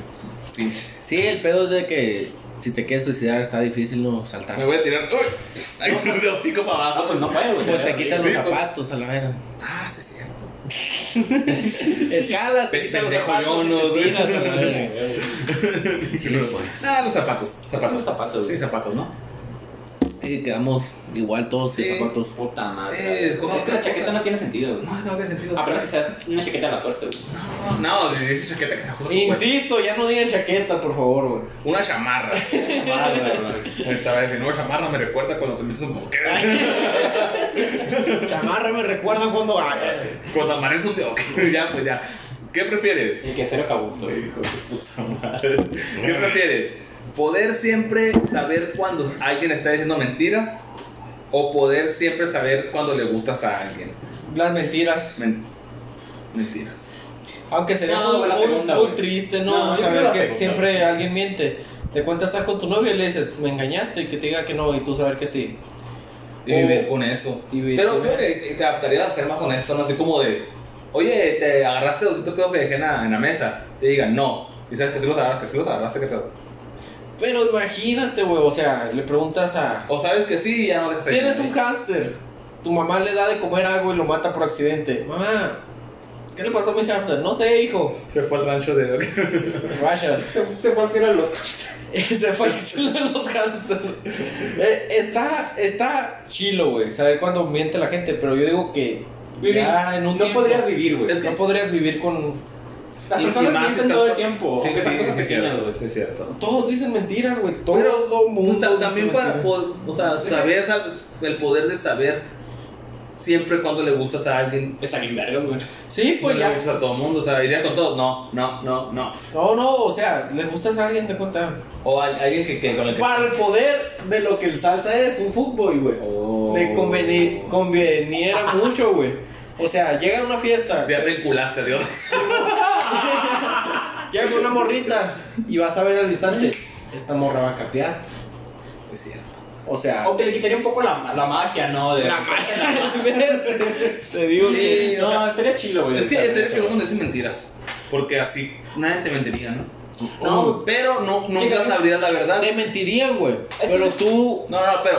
Speaker 4: Pinche.
Speaker 2: Sí, el pedo es de que si te quieres suicidar está difícil no
Speaker 4: Me
Speaker 2: saltar.
Speaker 4: voy a tirar. ¡Uy! Ay, [laughs] de hocico para
Speaker 1: Ah,
Speaker 4: abajo.
Speaker 1: pues no puede, güey.
Speaker 2: Pues te quitan los
Speaker 4: Sí, pues-
Speaker 2: zapatos a la vera.
Speaker 4: Ah, sí, es cierto.
Speaker 2: Escalas, te
Speaker 4: Pe-
Speaker 2: quitan los
Speaker 4: pendejo,
Speaker 2: zapatos.
Speaker 4: yo no,
Speaker 2: te
Speaker 4: güey.
Speaker 2: tiras a la verga.
Speaker 1: Los
Speaker 4: Ah, los zapatos. Zapatos.
Speaker 1: zapatos,
Speaker 4: Sí,
Speaker 1: güey.
Speaker 4: zapatos, ¿no?
Speaker 3: Y quedamos igual todos sin
Speaker 4: Sí.
Speaker 3: zapatos.
Speaker 1: Puta madre.
Speaker 4: Eh, ¿cómo
Speaker 1: es que
Speaker 4: otra
Speaker 1: la chaqueta
Speaker 4: cosa?
Speaker 1: no tiene sentido, güey.
Speaker 4: No, no tiene sentido.
Speaker 1: A menos que seas una chaqueta de la suerte, güey.
Speaker 4: No, de esa chaqueta que se ajusta a tu cuerpo.
Speaker 2: Insisto, ya no digan chaqueta, por favor, güey.
Speaker 4: Una chamarra. Ahorita va a decir, no, chamarra me recuerda cuando te metes un boquete.
Speaker 2: Chamarra me recuerda cuando. Ah,
Speaker 4: Cuando amanece un boquete. [laughs] Ya, pues ya. ¿Qué prefieres?
Speaker 1: El que cero cabuto.
Speaker 4: ¿Qué prefieres? ¿Poder siempre saber cuando alguien está diciendo mentiras? ¿O poder siempre saber cuando le gustas a alguien?
Speaker 2: Las mentiras.
Speaker 4: Men- mentiras.
Speaker 2: Aunque sería
Speaker 1: No,
Speaker 2: muy,
Speaker 1: la
Speaker 2: muy-
Speaker 1: segunda,
Speaker 2: muy
Speaker 1: güey.
Speaker 2: triste,
Speaker 1: No,
Speaker 2: ¿no?
Speaker 1: yo creo
Speaker 2: Saber
Speaker 1: la
Speaker 2: que
Speaker 1: segunda.
Speaker 2: siempre alguien miente. Te cuenta estar con tu novia y le dices, me engañaste, y que te diga que no, y tú saber que sí.
Speaker 4: Y
Speaker 2: O-
Speaker 4: vivir con eso.
Speaker 2: y vivir
Speaker 4: Pero
Speaker 2: con
Speaker 4: creo que te adaptaría a ser más honesto, ¿no? Así como de, oye, te agarraste 200 pesos que dejé en la, en la mesa. Te digan, no. Y sabes que sí los agarraste, sí los agarraste, qué pedo.
Speaker 2: Pero imagínate, güey, o sea, le preguntas a.
Speaker 4: O sabes que sí y ya no dejas ahí.
Speaker 2: Tienes un hámster. Tu mamá le da de comer algo y lo mata por accidente. Mamá, ¿qué le pasó a mi hámster? No sé, hijo.
Speaker 4: Se fue al rancho de...
Speaker 2: Vaya.
Speaker 1: Se, se fue al cielo a los
Speaker 2: Ese fue el que [laughs] se lo de los hamsters. Eh, está, está chilo, güey. Saber cuándo miente la gente, pero yo digo que
Speaker 1: Vivir.
Speaker 2: ya en un
Speaker 1: No
Speaker 2: tiempo-
Speaker 1: podrías vivir, güey.
Speaker 4: Es que-
Speaker 2: no podrías vivir con.
Speaker 1: Las
Speaker 4: Y- y
Speaker 1: personas
Speaker 4: más
Speaker 1: mienten
Speaker 4: están-
Speaker 1: todo el tiempo.
Speaker 4: Sí,
Speaker 1: aunque
Speaker 4: sí,
Speaker 1: sean cosas
Speaker 4: sí, es
Speaker 1: pequeñas,
Speaker 4: cierto,
Speaker 1: güey.
Speaker 4: sí, es cierto.
Speaker 2: Todos dicen mentiras, güey. Todo mundo.
Speaker 4: Pues, ta-
Speaker 2: dice
Speaker 4: también para
Speaker 2: mentiras.
Speaker 4: po- o sea, saber sab- el poder de saber siempre cuando le gustas a alguien.
Speaker 1: Están en verga, güey.
Speaker 2: Sí, pues
Speaker 4: no le
Speaker 2: ya.
Speaker 4: gustas a todo el mundo, o sea, iría con todo. No, no, no, no.
Speaker 2: No, no, o sea, le gustas a alguien de cuenta.
Speaker 4: O a- alguien que, que con el que.
Speaker 2: Para el poder de lo que el salsa es, un fútbol, güey.
Speaker 4: Oh.
Speaker 2: Le conveni- conveniera mucho, güey. O sea, llega a una fiesta,
Speaker 4: Ya te enculaste, Dios.
Speaker 2: llega con una morrita y vas a ver al instante. Esta morra va a capear.
Speaker 4: Es cierto.
Speaker 2: O sea,
Speaker 1: O que le quitaría un poco la, la magia, ¿no? [laughs] De,
Speaker 2: te digo
Speaker 4: que-
Speaker 1: no, estaría chido, güey.
Speaker 4: Es que
Speaker 1: Estar-
Speaker 4: estaría chido cuando dicen mentiras. Porque así nadie te mentiría, ¿no?
Speaker 1: No,
Speaker 4: Pero no, nunca
Speaker 1: Chica,
Speaker 4: sabrías la verdad.
Speaker 2: Te mentirían, güey.
Speaker 1: Es
Speaker 2: Pero
Speaker 1: que-
Speaker 2: tú,
Speaker 4: No, no, pero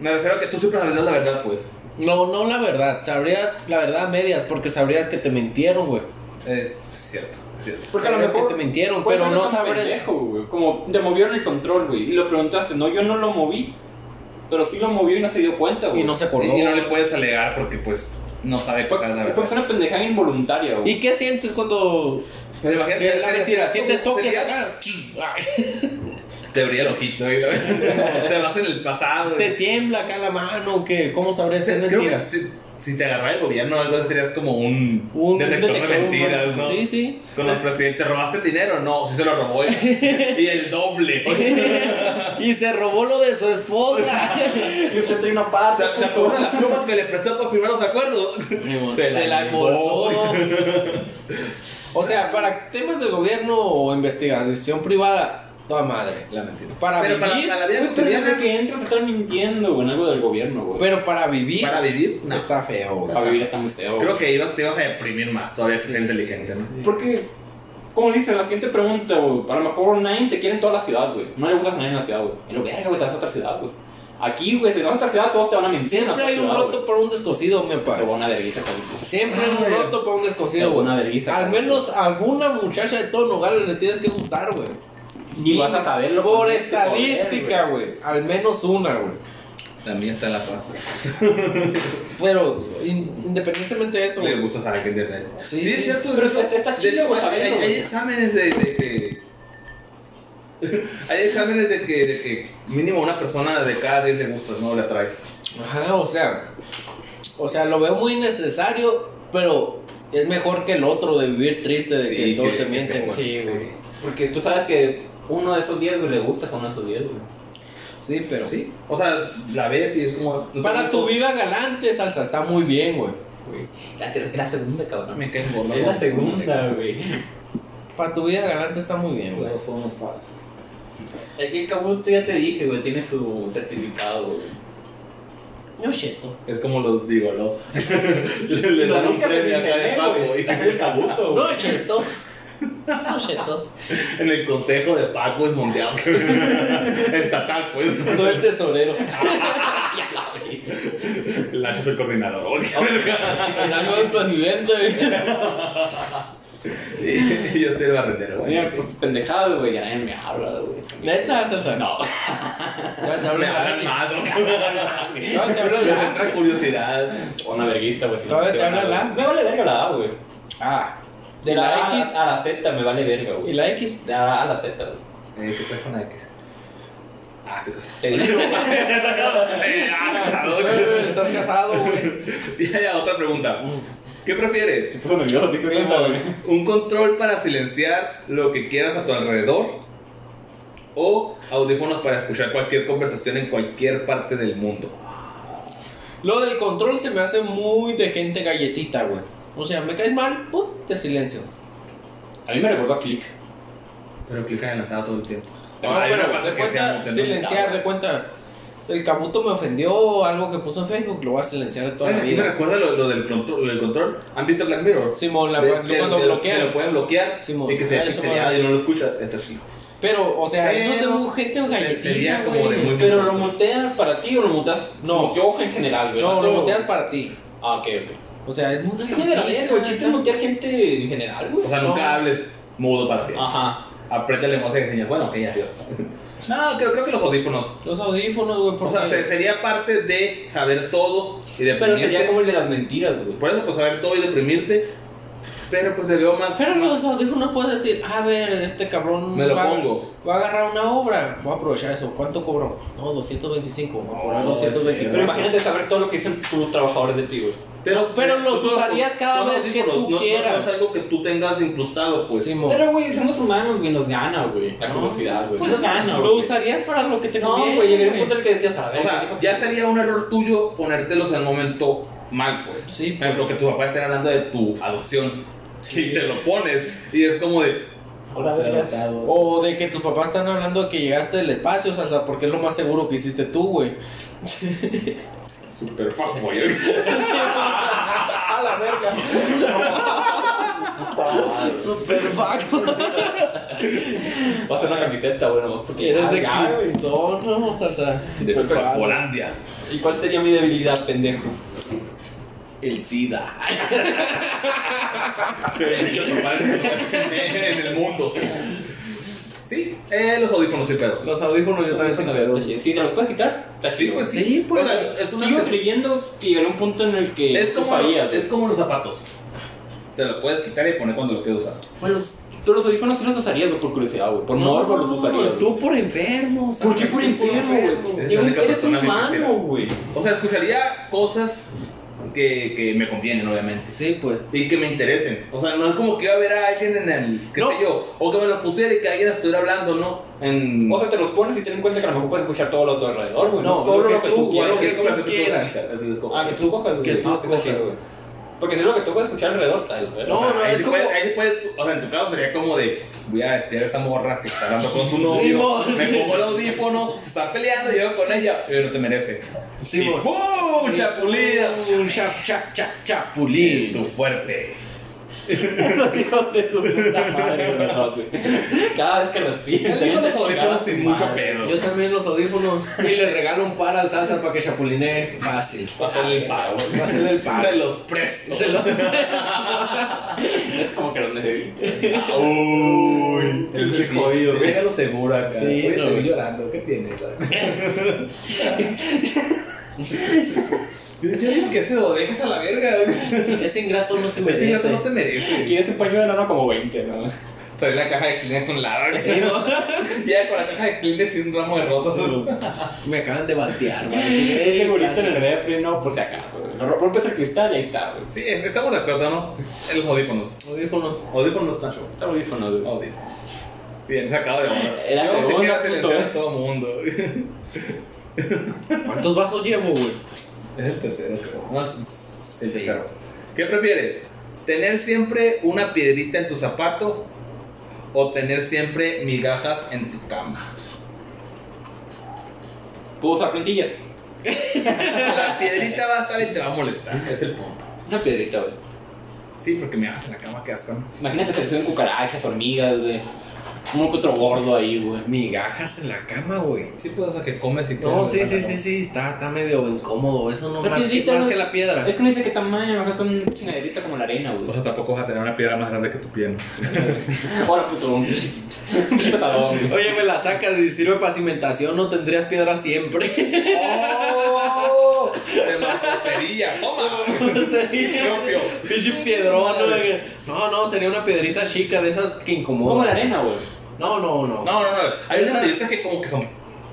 Speaker 4: me refiero a que tú siempre sabrías la verdad, pues.
Speaker 2: no, no la verdad. Sabrías la verdad a medias porque sabrías que te mintieron, güey.
Speaker 4: Es, es cierto, es cierto.
Speaker 1: Porque a lo
Speaker 2: Pero es que
Speaker 1: mejor
Speaker 2: te mintieron,
Speaker 1: puedes
Speaker 2: pero
Speaker 1: ser
Speaker 2: no
Speaker 1: tan
Speaker 2: sabrás.
Speaker 1: pendejo, güey. Como te movieron el control, güey. Y lo preguntaste, no, yo no lo moví. Pero sí lo movió y no se dio cuenta, güey.
Speaker 2: Y no se acordó.
Speaker 4: Y, y no le puedes alegar porque, pues, no sabe cuál es la
Speaker 1: Porque,
Speaker 4: verdad.
Speaker 1: es una pendejada involuntaria, güey.
Speaker 2: ¿Y qué sientes cuando
Speaker 4: Pero imagínate,
Speaker 2: que la
Speaker 4: serías-
Speaker 2: mentira?
Speaker 4: serías
Speaker 2: ¿Sientes
Speaker 4: como-
Speaker 2: toques
Speaker 4: serías-
Speaker 2: acá?
Speaker 4: Te brilla el ojito, y [laughs] te vas en el pasado.
Speaker 2: ¿Te
Speaker 4: y-
Speaker 2: tiembla acá la mano? ¿Qué? ¿Cómo sabrás si es
Speaker 4: Creo que
Speaker 2: mentira?
Speaker 4: te- si te agarrara el gobierno o algo así, serías como un,
Speaker 2: Un
Speaker 4: detector, de
Speaker 2: detector,
Speaker 4: mentiras,
Speaker 2: ¿no?
Speaker 4: ¿no?
Speaker 2: Sí, sí.
Speaker 4: Con el presidente, ¿robaste el dinero? No, sí se lo robó. Y,
Speaker 2: [laughs]
Speaker 4: y el doble.
Speaker 2: y se robó lo de su esposa.
Speaker 1: Y usted trae una parte.
Speaker 4: se, se acordó la pluma que le prestó para firmar los acuerdos.
Speaker 2: Se la,
Speaker 4: llevó.
Speaker 2: embolsó. o sea, para temas de gobierno o investigación privada, toda madre.
Speaker 4: La mentira.
Speaker 2: Para
Speaker 4: Pero para,
Speaker 2: vivir,
Speaker 4: para la vida
Speaker 1: Pero desde
Speaker 4: cotidiana,
Speaker 1: que entras están mintiendo, güey, en algo del gobierno, güey.
Speaker 2: pero para vivir,
Speaker 4: para vivir, no.
Speaker 2: está feo. güey.
Speaker 1: Para vivir está muy feo.
Speaker 4: Creo
Speaker 1: güey.
Speaker 4: que ibas- te ibas a deprimir más todavía si eres inteligente, ¿no?
Speaker 1: Porque, como dicen, la siguiente pregunta, güey. A lo mejor nadie te quiere en toda la ciudad, güey. No le gustas a nadie en la ciudad, güey. En lo verga, güey, te vas a otra ciudad, güey. Aquí, güey, si te vas a otra ciudad, todos te van a mentir. en
Speaker 2: Siempre
Speaker 1: otra
Speaker 2: hay un
Speaker 1: ciudad, güey.
Speaker 2: roto por un descosido, mi
Speaker 1: Te
Speaker 2: papá.
Speaker 1: voy a una vergüenza, cabrón.
Speaker 2: Siempre hay un roto por un
Speaker 1: Te voy a
Speaker 2: descosido, güey.
Speaker 1: una vergüenza,
Speaker 2: Al
Speaker 1: cabrón.
Speaker 2: menos a alguna muchacha de todo Nogales le tienes que gustar, güey.
Speaker 1: Ni vas a
Speaker 4: Este
Speaker 1: saberlo.
Speaker 2: Por
Speaker 1: porque no te joder,
Speaker 2: estadística, güey. Al menos una, güey.
Speaker 4: También está en la paz.
Speaker 2: Pero in- independientemente de eso,
Speaker 4: le
Speaker 2: güey.
Speaker 4: gusta saber que internet.
Speaker 2: Sí, sí.
Speaker 4: cierto.
Speaker 1: Pero está- está- está
Speaker 4: De
Speaker 1: chido,
Speaker 4: hecho,
Speaker 1: güey,
Speaker 4: hay,
Speaker 1: saberlo,
Speaker 4: hay- hay
Speaker 1: güey.
Speaker 4: exámenes de, de que. [laughs] hay exámenes de que, de que mínimo una persona de cada 10 le gustas, ¿no? Le atraes.
Speaker 2: Ajá, o sea. O sea, lo veo muy necesario, pero es mejor que el otro de vivir triste de
Speaker 4: Sí,
Speaker 2: que todos
Speaker 4: que-
Speaker 2: te
Speaker 4: que
Speaker 2: mienten,
Speaker 4: te-
Speaker 2: güey.
Speaker 1: Sí,
Speaker 4: Sí.
Speaker 1: güey. Porque tú sabes que uno de esos 10, güey, le gustas a uno de esos 10, güey.
Speaker 2: Sí, pero.
Speaker 4: Sí. O sea, la ves y es como. no te
Speaker 2: Para
Speaker 4: gusta.
Speaker 2: tu vida galante, salsa, está muy bien, güey.
Speaker 1: Güey, La, ter- la segunda, cabrón.
Speaker 4: Me caen gordos.
Speaker 1: Es la segunda, güey.
Speaker 2: Para tu vida galante está muy bien, güey.
Speaker 4: No somos fans.
Speaker 1: El que el cabuto ya te dije, güey, tiene su certificado, güey.
Speaker 2: No, cheto.
Speaker 4: Es como los
Speaker 1: [laughs]
Speaker 4: digo, ¿no? [laughs] le le
Speaker 1: Si lo
Speaker 4: dan un
Speaker 1: buscas en
Speaker 4: premio acá de
Speaker 1: internet,
Speaker 4: Paco. [laughs]
Speaker 1: güey,
Speaker 4: y-
Speaker 1: está el cabuto, güey.
Speaker 2: No, cheto. No, cheto.
Speaker 4: en el consejo de Paco es mundial. [laughs] Estatal, pues. [laughs]
Speaker 2: Soy el tesorero.
Speaker 1: [laughs] Ya la vi.
Speaker 4: La es el coordinador. [laughs]
Speaker 2: El año del presidente, güey.
Speaker 4: Y yo soy el barrendero, güey.
Speaker 1: Mira, pues pendejadas, güey, ya nadie me habla, güey.
Speaker 2: ¿Eh?
Speaker 7: Neta, Salsa.
Speaker 1: No.
Speaker 2: Ya te
Speaker 4: [laughs] Me
Speaker 2: hablan
Speaker 4: hablan
Speaker 2: Lali.
Speaker 4: más, ¿no?
Speaker 2: No, te hablan
Speaker 4: Les
Speaker 2: Lali.
Speaker 4: entra curiosidad.
Speaker 1: Una verguiza, güey. si no
Speaker 2: Todavía
Speaker 1: sé
Speaker 2: te habla
Speaker 1: nada,
Speaker 2: la-
Speaker 1: güey. Me vale verga la A, güey.
Speaker 2: Ah, de la,
Speaker 1: A
Speaker 2: X.
Speaker 1: A la Z me vale verga,
Speaker 2: ¿Y
Speaker 1: güey.
Speaker 2: la X?
Speaker 1: De A a la Z, güey.
Speaker 4: Eh, ¿Qué tal con la X? Ah, te casado.
Speaker 1: Te
Speaker 4: [laughs]
Speaker 1: digo,
Speaker 4: Eh, ah, casado.
Speaker 2: Güey, Estás casado, güey.
Speaker 4: [laughs] Y hay otra pregunta. ¿Qué prefieres?
Speaker 1: puso nervioso, te cuenta, güey.
Speaker 4: ¿Un control para silenciar lo que quieras a tu alrededor? ¿O audífonos para escuchar cualquier conversación en cualquier parte del mundo?
Speaker 2: Lo del control se me hace muy de gente galletita, güey. O sea, me caes mal, pum, te silencio.
Speaker 1: A mí me recordó a Click.
Speaker 4: Pero clica adelantado todo el tiempo.
Speaker 2: No,
Speaker 4: Hay una
Speaker 2: Ah, pero
Speaker 4: parte
Speaker 2: de
Speaker 4: que se
Speaker 2: cuenta,
Speaker 4: mute, ¿no?
Speaker 2: silenciar, de cuenta. El cabuto me ofendió, algo que puso en Facebook, lo voy a silenciar de toda
Speaker 4: ¿Sabes
Speaker 2: la
Speaker 4: a qué me
Speaker 2: vida.
Speaker 4: recuerda lo, lo del control, lo del control? ¿Han visto Black Mirror?
Speaker 2: Simón, la
Speaker 4: De-
Speaker 2: verdad,
Speaker 4: de-
Speaker 2: cuando
Speaker 4: de lo-
Speaker 2: bloquean.
Speaker 4: que lo pueden bloquear
Speaker 2: Simón.
Speaker 4: y que se
Speaker 2: Ah,
Speaker 4: vea
Speaker 2: eso
Speaker 4: pixeleado
Speaker 2: me-
Speaker 4: y no lo escuchas. Esto sí.
Speaker 2: Pero, o sea, eso es de
Speaker 4: Pero-
Speaker 2: un gente
Speaker 4: Sería
Speaker 2: galletita,
Speaker 4: como de
Speaker 2: güey.
Speaker 4: muy-
Speaker 1: Pero lo muteas para ti o lo muteas.
Speaker 2: No.
Speaker 1: Yo en general, güey.
Speaker 2: No,
Speaker 1: Tanto-
Speaker 2: lo boteas para ti.
Speaker 1: Ah, ok, ok.
Speaker 2: O sea, es muy
Speaker 1: Es que de la verga, güey. Chiste es mutear gente en general, güey.
Speaker 4: O sea, nunca hables mudo para siempre.
Speaker 1: Ajá.
Speaker 4: Aprieta el lenguaje de señas. Bueno, ok, adiós. no, creo, creo que los audífonos.
Speaker 2: Los audífonos, güey,
Speaker 4: O
Speaker 2: por
Speaker 4: sea, se- sería parte de saber todo y deprimirte.
Speaker 1: Pero sería como el de las mentiras, güey.
Speaker 4: Por eso, pues saber todo y deprimirte. Pero pues le veo más.
Speaker 2: Pero
Speaker 4: más-
Speaker 2: los audífonos puedes decir, a ver, este cabrón
Speaker 4: Me lo
Speaker 2: va,
Speaker 4: pongo.
Speaker 2: va a agarrar una obra, voy a aprovechar eso. ¿Cuánto cobro? No, 225, voy a cobrar
Speaker 4: No,
Speaker 1: Pero
Speaker 2: 224.
Speaker 1: imagínate saber todo lo que dicen tus trabajadores de ti, güey.
Speaker 2: Pero- pero los
Speaker 4: son-
Speaker 2: usarías cada
Speaker 4: son
Speaker 2: vez que
Speaker 4: audífonos,
Speaker 2: tú
Speaker 4: no- no- No,
Speaker 2: quieras.
Speaker 4: es algo que tú tengas incrustado, pues.
Speaker 2: Simón.
Speaker 1: Pero, güey, somos humanos, güey. Nos gana, güey. La curiosidad, güey.
Speaker 2: Pues,
Speaker 1: Nos gana,
Speaker 2: Lo
Speaker 1: güey.
Speaker 2: usarías para lo que te
Speaker 1: No,
Speaker 2: conviene,
Speaker 1: güey, llegué a un punto en el que decías, a ver,
Speaker 4: O
Speaker 1: ¿qué dijo
Speaker 4: sea,
Speaker 1: que-
Speaker 4: ya sería un error tuyo ponértelos en el momento mal, pues.
Speaker 2: Sí,
Speaker 4: Por ejemplo, que tu papá esté hablando de tu adopción. Si te lo pones y es como de.
Speaker 1: Hola, verga.
Speaker 2: O de que tus papás están hablando de que llegaste del espacio, o sea, porque es lo más seguro que hiciste tú, güey. [laughs]
Speaker 4: Super
Speaker 1: [laughs]
Speaker 4: fuckboy.
Speaker 2: A la verga. Super vago.
Speaker 1: Va a ser una camiseta, güey, nomás porque
Speaker 2: Eres
Speaker 1: Ah,
Speaker 2: de
Speaker 1: ya, güey.
Speaker 2: Krypton, no, salsa.
Speaker 4: De
Speaker 2: Super vago.
Speaker 4: Holandia.
Speaker 1: ¿Y cuál sería mi debilidad, pendejo? [laughs]
Speaker 4: El SIDA. en el mundo. Sí, eh, los audífonos y pedos.
Speaker 2: Los audífonos yo también se me veo.
Speaker 1: Si te los puedes quitar, está
Speaker 4: Sí,
Speaker 1: chido.
Speaker 4: pues sí.
Speaker 2: Sí, pues,
Speaker 4: O sea, es, una
Speaker 1: Sigo
Speaker 4: accesor-
Speaker 1: creyendo que llegará un punto en el que
Speaker 4: es,
Speaker 1: tú
Speaker 4: como
Speaker 1: farías,
Speaker 4: los,
Speaker 1: güey.
Speaker 4: es como los zapatos. Te lo puedes quitar y poner cuando lo quieras usar.
Speaker 1: Bueno, los- tú los audífonos sí los usarías, güey, por curiosidad, güey. Por morbo los usarías. güey.
Speaker 2: Tú por enfermo, salsa.
Speaker 1: ¿Por qué por enfermo, güey?
Speaker 4: Eres la única
Speaker 1: Eres un
Speaker 4: persona que quisiera.
Speaker 1: humano, güey.
Speaker 4: O sea, escucharía cosas que, que me convienen, obviamente.
Speaker 2: Sí, pues.
Speaker 4: Y que me interesen. O sea, no es como que iba a ver a alguien en el. ¿Qué
Speaker 2: No.
Speaker 4: sé yo? O que me lo pusiera y que alguien estuviera hablando, ¿no? En.
Speaker 1: O sea, te los pones y ten en cuenta que a lo mejor puedes escuchar todo lo a tu alrededor, güey. No,
Speaker 2: No,
Speaker 1: solo
Speaker 2: lo que
Speaker 1: lo que tú
Speaker 2: tú-
Speaker 1: quieras.
Speaker 2: lo que tú
Speaker 4: conversación
Speaker 2: quieras.
Speaker 4: tú escuchas, así lo escoges.
Speaker 1: Ah, que tú cojas, güey.
Speaker 2: Que tú
Speaker 1: Ah, está
Speaker 2: cojas.
Speaker 1: chido, güey. Porque si es lo que tú puedes escuchar alrededor, está el
Speaker 4: O sea,
Speaker 1: [laughs]
Speaker 2: No, no,
Speaker 4: ahí
Speaker 2: es
Speaker 4: sí
Speaker 2: como-
Speaker 4: puede- ahí sí puede tu- o sea, en tu caso sería como de, voy a espiar a esa morra que está hablando con su novio,
Speaker 2: mon.
Speaker 4: me pongo el audífono, se está peleando, yo con ella, pero no te merece.
Speaker 2: Sí,
Speaker 4: y
Speaker 2: mon.
Speaker 4: ¡pum! Chapulina.
Speaker 2: Un chap, chap, chap, chapulín.
Speaker 4: Tu fuerte.
Speaker 1: Los hijos de su puta madre, [laughs] güey, no, güey. Cada vez que respiras.
Speaker 4: Yo
Speaker 1: te
Speaker 4: los audífonos
Speaker 1: chingas
Speaker 4: sin
Speaker 1: tu
Speaker 4: mucho
Speaker 1: madre.
Speaker 4: pedo.
Speaker 2: Yo también los audífonos. Y le regalo un par al salsa para que chapulinee fácil.
Speaker 4: Va a ser el paro.
Speaker 2: Va a ser el paro.
Speaker 4: [laughs] Se
Speaker 1: [laughs]
Speaker 4: los presto.
Speaker 2: Se lo-
Speaker 1: Es como que los necesito.
Speaker 4: Uy,
Speaker 1: El chico jodido, güey.
Speaker 4: Déjalo seguro acá.
Speaker 2: Sí,
Speaker 4: Oye,
Speaker 2: no,
Speaker 4: te vi
Speaker 2: güey.
Speaker 4: llorando, ¿qué
Speaker 2: [laughs]
Speaker 4: tienes? Yo digo que se lo dejes a la verga. güey.
Speaker 2: Ese ingrato no te
Speaker 4: Ese
Speaker 2: merece.
Speaker 4: gato no te merece.
Speaker 1: ¿Quieres un pañuelo? No, como 20, ¿no?
Speaker 4: Trae la caja de Kleenex a un lado. güey. [laughs] Ya con la caja de Kleenex y un ramo de rosas.
Speaker 2: Me acaban de batear, güey. Sí,
Speaker 1: Es segurito
Speaker 2: casi.
Speaker 1: en el refri, no, por si acaso. güey. No rompes el cristal y ahí está, güey.
Speaker 4: Sí, es- estamos de acuerdo, ¿no? En Los audífonos.
Speaker 2: Audífonos.
Speaker 4: Audífonos está show.
Speaker 1: Está el audífono, güey.
Speaker 4: Audífonos. Bien, se acaba de hablar.
Speaker 1: Era
Speaker 4: Yo pensé que
Speaker 1: segunda,
Speaker 4: iba a
Speaker 1: puto,
Speaker 4: silenciar
Speaker 1: eh.
Speaker 4: a todo mundo.
Speaker 2: ¿Cuántos vasos llevo, güey?
Speaker 4: Es el tercero, creo. No, es el tercero. ¿Qué prefieres? ¿Tener siempre una piedrita en tu zapato o tener siempre migajas en tu cama?
Speaker 1: ¿Puedo usar plantillas?
Speaker 4: La piedrita va a estar y te va a molestar. Es el punto.
Speaker 1: Una piedrita, güey.
Speaker 4: Sí, porque migajas en la cama, qué asco. ¿no?
Speaker 1: Imagínate que se suben cucarachas, hormigas, güey. Uno que otro gordo ahí, güey.
Speaker 2: Migajas en la cama, güey.
Speaker 4: Sí, pues, o sea, que comes y
Speaker 2: No,
Speaker 4: comes,
Speaker 2: sí,
Speaker 4: ¿verdad?
Speaker 2: sí, sí, sí, está, está medio incómodo. Eso no
Speaker 1: La
Speaker 2: más, que,
Speaker 1: piedrita,
Speaker 2: más
Speaker 1: ¿no?
Speaker 2: que la piedra.
Speaker 1: Es que no dice qué tamaño, acá son una chingaderita como la arena,
Speaker 4: O
Speaker 1: [laughs] güey.
Speaker 4: sea, tampoco vas a tener una piedra más grande que tu pie, ¿no?
Speaker 1: Ahora puto, un pinche- un pinche patadón, güey.
Speaker 2: Oye, me la sacas y sirve para cimentación, no tendrías piedra [laughs] siempre.
Speaker 4: ¡Oh! ¡De mampostería! ¡Toma! [laughs] ¡Propio!
Speaker 2: Pinche piedrón, ¿no? No, no, sería una piedrita chica de esas que incomoda.
Speaker 1: Como la arena, güey.
Speaker 2: No, no, no.
Speaker 4: No, no, no. Hay unas piedritas que como que son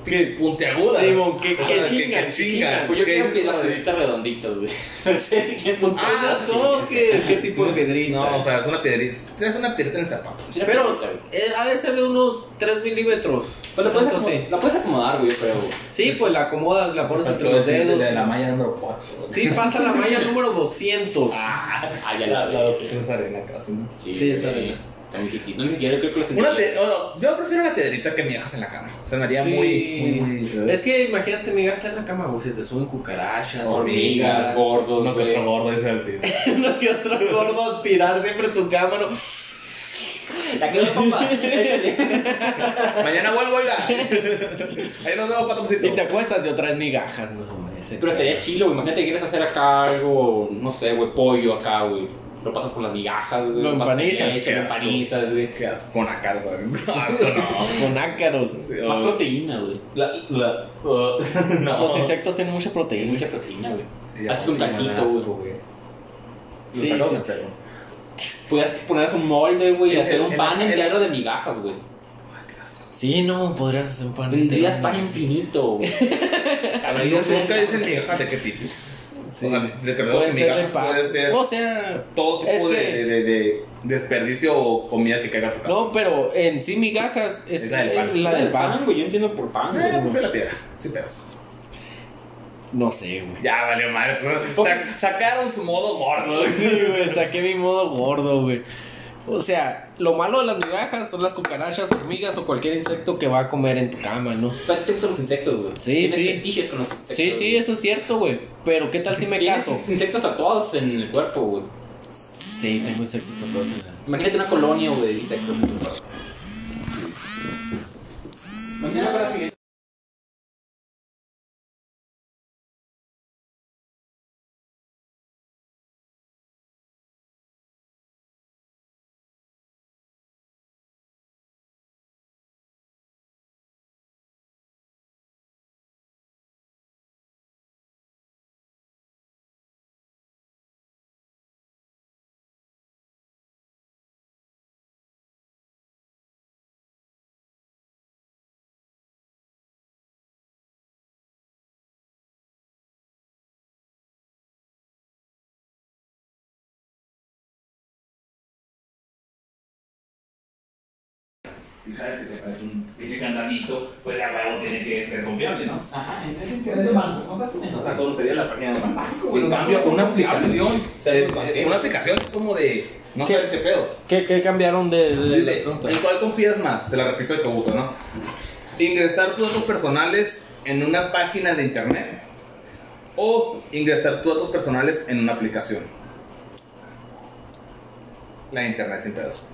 Speaker 2: Que-
Speaker 4: puntiagudas.
Speaker 2: Sí, mon, que-
Speaker 4: Ajá,
Speaker 2: que
Speaker 4: que-
Speaker 2: chingan,
Speaker 4: que
Speaker 2: chingan.
Speaker 1: Pues yo
Speaker 4: ¿Qué
Speaker 1: quiero
Speaker 4: dices,
Speaker 1: las
Speaker 4: padre?
Speaker 1: piedritas redonditas, güey. [laughs] No sé si quieren punto.
Speaker 2: Ah, no, ¿qué, qué tipo de piedrita?
Speaker 4: No, o sea, es una piedrita. Tienes una piedrita en el zapato.
Speaker 1: Sí, la
Speaker 2: Pero
Speaker 1: piedrita, güey.
Speaker 2: eh, ha de ser de unos 3 milímetros.
Speaker 1: Pues la puedes,
Speaker 2: Tanto,
Speaker 1: acomodar,
Speaker 2: sí.
Speaker 1: la puedes acomodar, güey, yo creo. güey.
Speaker 2: Sí, pues la acomodas, la pones entre los dedos.
Speaker 4: De la malla número 4.
Speaker 2: Sí, pasa la malla número 200.
Speaker 1: Ah, ya la
Speaker 4: La
Speaker 1: veo.
Speaker 4: dos
Speaker 1: Sí,
Speaker 4: es arena casi, ¿no?
Speaker 2: Sí,
Speaker 1: sí,
Speaker 2: esa
Speaker 1: güey.
Speaker 2: arena.
Speaker 1: Está muy chiquito. No, ni siquiera creo que lo
Speaker 4: Una
Speaker 1: sentiría.
Speaker 4: pie- bueno, yo prefiero la piedrita que me dejas en la cama. O sea, me haría
Speaker 2: Sí.
Speaker 4: muy, muy, muy-
Speaker 2: Es que imagínate mi gasta en la cama, güey, se te suben cucarachas,
Speaker 1: Hormigas, oh.
Speaker 2: [laughs]
Speaker 1: gordos,
Speaker 4: No, que
Speaker 1: güey.
Speaker 4: otro gordo dice el tío.
Speaker 2: uno que otro gordo a aspirar siempre tu cama, ¿no?
Speaker 1: La que no compa. Échale.
Speaker 4: [laughs] Mañana vuelvo, oiga. Ahí nos vemos, patroncito.
Speaker 2: Y te acuestas de otras migajas, no, hombre, ese
Speaker 1: Pero estaría chido, güey. Imagínate que quieres hacer acá algo, no sé, güey, pollo acá, güey. Lo pasas por las migajas, güey.
Speaker 2: Lo
Speaker 1: pasas con
Speaker 2: empanizas,
Speaker 1: leche,
Speaker 4: qué
Speaker 1: Lo
Speaker 4: asco.
Speaker 1: empanizas, güey.
Speaker 4: Qué asco con la casa. Asco, no. [laughs]
Speaker 2: Con ácaros.
Speaker 4: Sí,
Speaker 1: Más
Speaker 4: o-
Speaker 1: proteína, güey.
Speaker 4: La, la, uh,
Speaker 2: Los insectos tienen mucha
Speaker 1: Hay
Speaker 2: proteína.
Speaker 1: mucha proteína, güey.
Speaker 4: Y
Speaker 1: Haces un
Speaker 4: aparte,
Speaker 1: taquito,
Speaker 4: asco,
Speaker 1: güey.
Speaker 4: Los
Speaker 2: Sí.
Speaker 4: sacamos al perro.
Speaker 1: Podías poner un molde, güey, y
Speaker 4: El-
Speaker 1: hacer un
Speaker 4: el-
Speaker 1: pan
Speaker 4: el-
Speaker 1: entero de migajas, güey.
Speaker 2: Sí, no, podrías hacer un pan.
Speaker 1: Tendrías
Speaker 2: entero,
Speaker 1: pan
Speaker 2: ¿no?
Speaker 1: infinito,
Speaker 4: [laughs]
Speaker 1: güey. Habrías un-
Speaker 4: Nunca dicen migajas de qué tipo.
Speaker 2: Sí.
Speaker 4: O sea, de que
Speaker 2: Puede ser de
Speaker 4: migajas
Speaker 2: pan.
Speaker 4: puede ser
Speaker 2: O sea,
Speaker 4: todo tipo
Speaker 2: es
Speaker 4: de,
Speaker 2: que-
Speaker 4: de, de, de desperdicio o comida que caiga a tu casa.
Speaker 2: no, pero en sí migajas es,
Speaker 4: Es la del pan.
Speaker 2: la del pan.
Speaker 1: güey. Yo entiendo por pan,
Speaker 4: Eh,
Speaker 1: güey.
Speaker 4: pues fue la piedra. Sí, pedazo.
Speaker 2: No sé, güey.
Speaker 4: Ya, valió madre.
Speaker 2: [laughs]
Speaker 4: Pues, sac- sacaron su modo gordo.
Speaker 2: Sí, güey, [laughs] saqué mi modo gordo, güey. O sea, lo malo de las migajas son las cucarachas, hormigas o cualquier insecto que va a comer en tu cama, ¿no?
Speaker 1: Pero a ti te gustan los insectos, güey.
Speaker 2: Sí,
Speaker 1: Tienes
Speaker 2: sí.
Speaker 1: fetiches con los insectos.
Speaker 2: Sí, sí,
Speaker 1: güey.
Speaker 2: eso es cierto, güey. Pero ¿qué tal si me
Speaker 1: Tienes
Speaker 2: caso?
Speaker 1: insectos tatuados en el cuerpo, güey.
Speaker 2: Sí, tengo insectos tatuados en la-
Speaker 1: Imagínate una colonia, güey, de insectos en tu cuerpo. Mañana para seguir.
Speaker 5: y sabes que te parece un pinche candadito, pues la huevo tiene que ser confiable, ¿no?
Speaker 1: Ajá, entonces, ¿qué de banco? No pasa menos.
Speaker 5: O sea, conocería la página de banco.
Speaker 4: En cambio, una aplicación.
Speaker 1: ¿Sabes
Speaker 4: es-
Speaker 1: para
Speaker 4: es-
Speaker 1: qué?
Speaker 4: Una aplicación es como de. No sabes qué pedo.
Speaker 2: ¿Qué, qué cambiaron de, de- de la
Speaker 4: Dice,
Speaker 2: pregunta?
Speaker 4: ¿en cuál confías más? Se la repito de tu gusto, ¿no? ¿Ingresar tus datos personales en una página de internet? ¿O ingresar tus datos personales en una aplicación? La de internet sin pedos.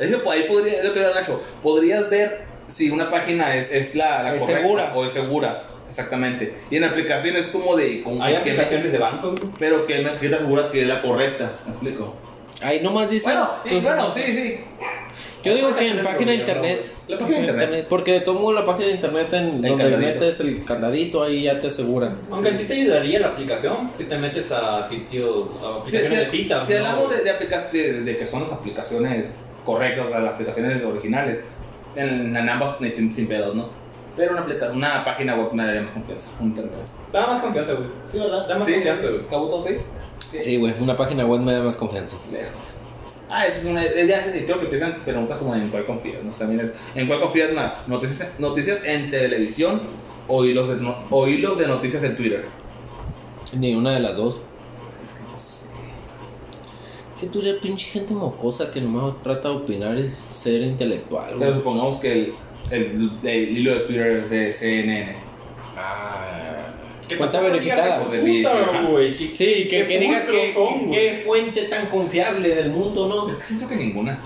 Speaker 4: Es que por ahí podría, es lo que había Nacho, podrías ver si una página es, es la, la
Speaker 2: Es
Speaker 4: correcta
Speaker 2: segura.
Speaker 4: o es segura, exactamente. Y en aplicación es como de... como
Speaker 1: Hay
Speaker 4: que- que-
Speaker 1: aplicaciones de banco, güey.
Speaker 4: pero que me que te asegura que es la correcta, ¿me explico?
Speaker 2: Ahí nomás dice. pues,
Speaker 4: Bueno, y
Speaker 2: tus-
Speaker 4: bueno, sí, sí,
Speaker 2: Yo digo que en
Speaker 4: La
Speaker 2: página de
Speaker 4: página de
Speaker 2: internet.
Speaker 4: internet. La página de internet.
Speaker 2: Porque de todo modo la página de internet en
Speaker 4: El
Speaker 2: donde
Speaker 4: candadito.
Speaker 2: metes el candadito ahí ya te aseguran.
Speaker 1: Aunque a ti te ayudaría la aplicación si te metes a sitios, a
Speaker 4: Si,
Speaker 1: aplicaciones de
Speaker 4: si-
Speaker 1: citas.
Speaker 4: si
Speaker 1: ¿no?
Speaker 4: hablamos de, de aplica- de- de que son las aplicaciones correctas, o sea, las aplicaciones originales, en, en ambas ni- sin pedos, ¿no? Pero una, aplica- una página web me daría más confianza, un internet.
Speaker 1: Da más confianza, güey.
Speaker 4: Sí, ¿verdad?
Speaker 1: Da más
Speaker 4: sí,
Speaker 1: confianza, güey.
Speaker 4: ¿Cabuto, sí?
Speaker 2: Sí, güey, una página web me da más confianza.
Speaker 4: Lejos. Ah, esa es una. eh, Ya eh, creo que empiezan preguntas como en cuál confías, ¿no? También es. ¿En cuál confías más? ¿Noticias, noticias en televisión o hilos, de, no- o hilos de noticias en Twitter?
Speaker 2: Ni una de las dos. Que tú eres pinche gente mocosa que nomás trata de opinar es ser intelectual,
Speaker 4: Pero
Speaker 2: güey.
Speaker 4: supongamos que el, el, el hilo de Twitter es de CNN.
Speaker 2: Ah. Cuenta verificada.
Speaker 4: hijo de bicho,
Speaker 1: Ah, Puta,
Speaker 4: ajá.
Speaker 1: güey. qué-
Speaker 2: Sí, que,
Speaker 1: qué
Speaker 2: que digas
Speaker 1: pulcros
Speaker 2: que,
Speaker 1: son,
Speaker 2: que-
Speaker 1: güey.
Speaker 2: qué fuente tan confiable del mundo, ¿no?
Speaker 4: Siento que ninguna.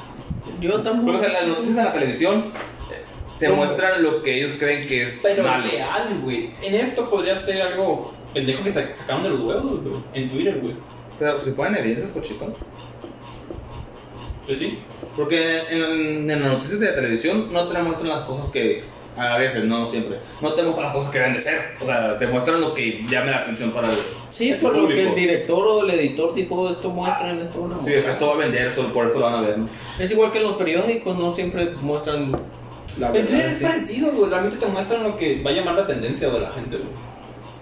Speaker 3: Yo
Speaker 4: Pero,
Speaker 3: tampoco.
Speaker 4: o sea, las noticias en la televisión eh, te muestran lo que ellos creen que es
Speaker 1: Pero
Speaker 4: malo.
Speaker 1: real, güey. En esto podría ser algo pendejo que sa- sacaron de los huevos, güey. En Twitter, güey.
Speaker 4: Pero se ponen evidencias, cochifón.
Speaker 1: Pues sí.
Speaker 4: Porque en, en- en las noticias de la televisión no te muestran las cosas que. A veces, no siempre. No te muestran las cosas que deben de ser. O sea, te muestran lo que llame la atención para el.
Speaker 3: Sí,
Speaker 1: es
Speaker 3: por lo que
Speaker 1: público.
Speaker 3: el director o el editor dijo, esto muestran, esto no.
Speaker 4: Sí, o sea, esto va a vender, esto, por esto lo van a ver. ¿no?
Speaker 3: Es igual que en los periódicos, no siempre muestran la
Speaker 1: En Twitter
Speaker 3: verdad.
Speaker 1: es
Speaker 3: sí.
Speaker 1: parecido, güey. Realmente te muestran lo que va a llamar la tendencia de la gente, güey.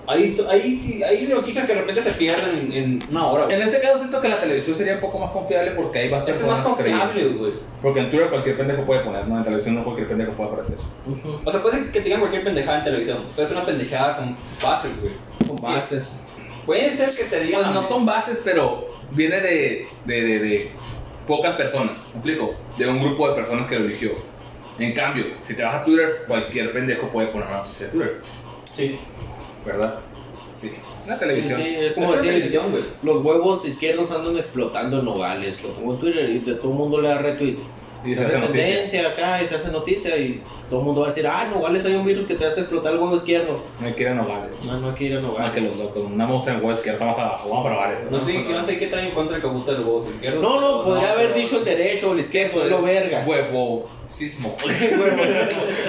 Speaker 1: Hay, histo- hay, hay noticias que de repente se pierden en una hora, güey.
Speaker 4: En este caso, siento que la televisión sería un poco más confiable porque ahí va
Speaker 1: Es que es más
Speaker 4: personas
Speaker 1: confiable,
Speaker 4: creyentes.
Speaker 1: güey.
Speaker 4: Porque en Twitter cualquier pendejo puede poner, ¿no? En televisión no cualquier pendejo puede aparecer.
Speaker 3: Ujú,
Speaker 1: O sea, puede ser que tengan cualquier pendejada en televisión. Puede ser una pendejada con bases, güey.
Speaker 3: Con bases.
Speaker 1: Puede ser que te digan.
Speaker 4: Pues no con bases, pero viene de, de, de, de pocas personas, ¿me explico? De un grupo de personas que lo eligió. En cambio, si te vas a Twitter, cualquier pendejo puede poner una noticia de Twitter,
Speaker 1: Sí.
Speaker 4: ¿verdad? Sí, es la
Speaker 3: Sí,
Speaker 4: televisión.
Speaker 3: sí, es como
Speaker 1: ¿Cómo es
Speaker 3: decir,
Speaker 1: televisión, güey?
Speaker 3: los huevos izquierdos andan explotando en nogales. Lo pongo en Twitter y de todo el mundo le da retweet.
Speaker 4: Y
Speaker 3: Y
Speaker 4: se
Speaker 3: se,
Speaker 4: hace
Speaker 3: hace
Speaker 4: noticia.
Speaker 3: tendencia acá y se hace noticia y todo el mundo va a decir, ah, en Nogales hay un virus que te hace explotar el huevo izquierdo.
Speaker 4: No quieren ovales.
Speaker 3: No, no hay que ir a
Speaker 4: Ah, que
Speaker 3: Nogales.
Speaker 4: los locos, no me gustan el que está más abajo, vamos a probar eso.
Speaker 1: No sé, yo no sé qué trae en contra el cabuto del huevo izquierdo.
Speaker 3: No, no, podría haber
Speaker 1: pero-
Speaker 3: dicho el derecho, el izquierdo, es lo verga.
Speaker 4: Huevo, sismo.
Speaker 3: [laughs]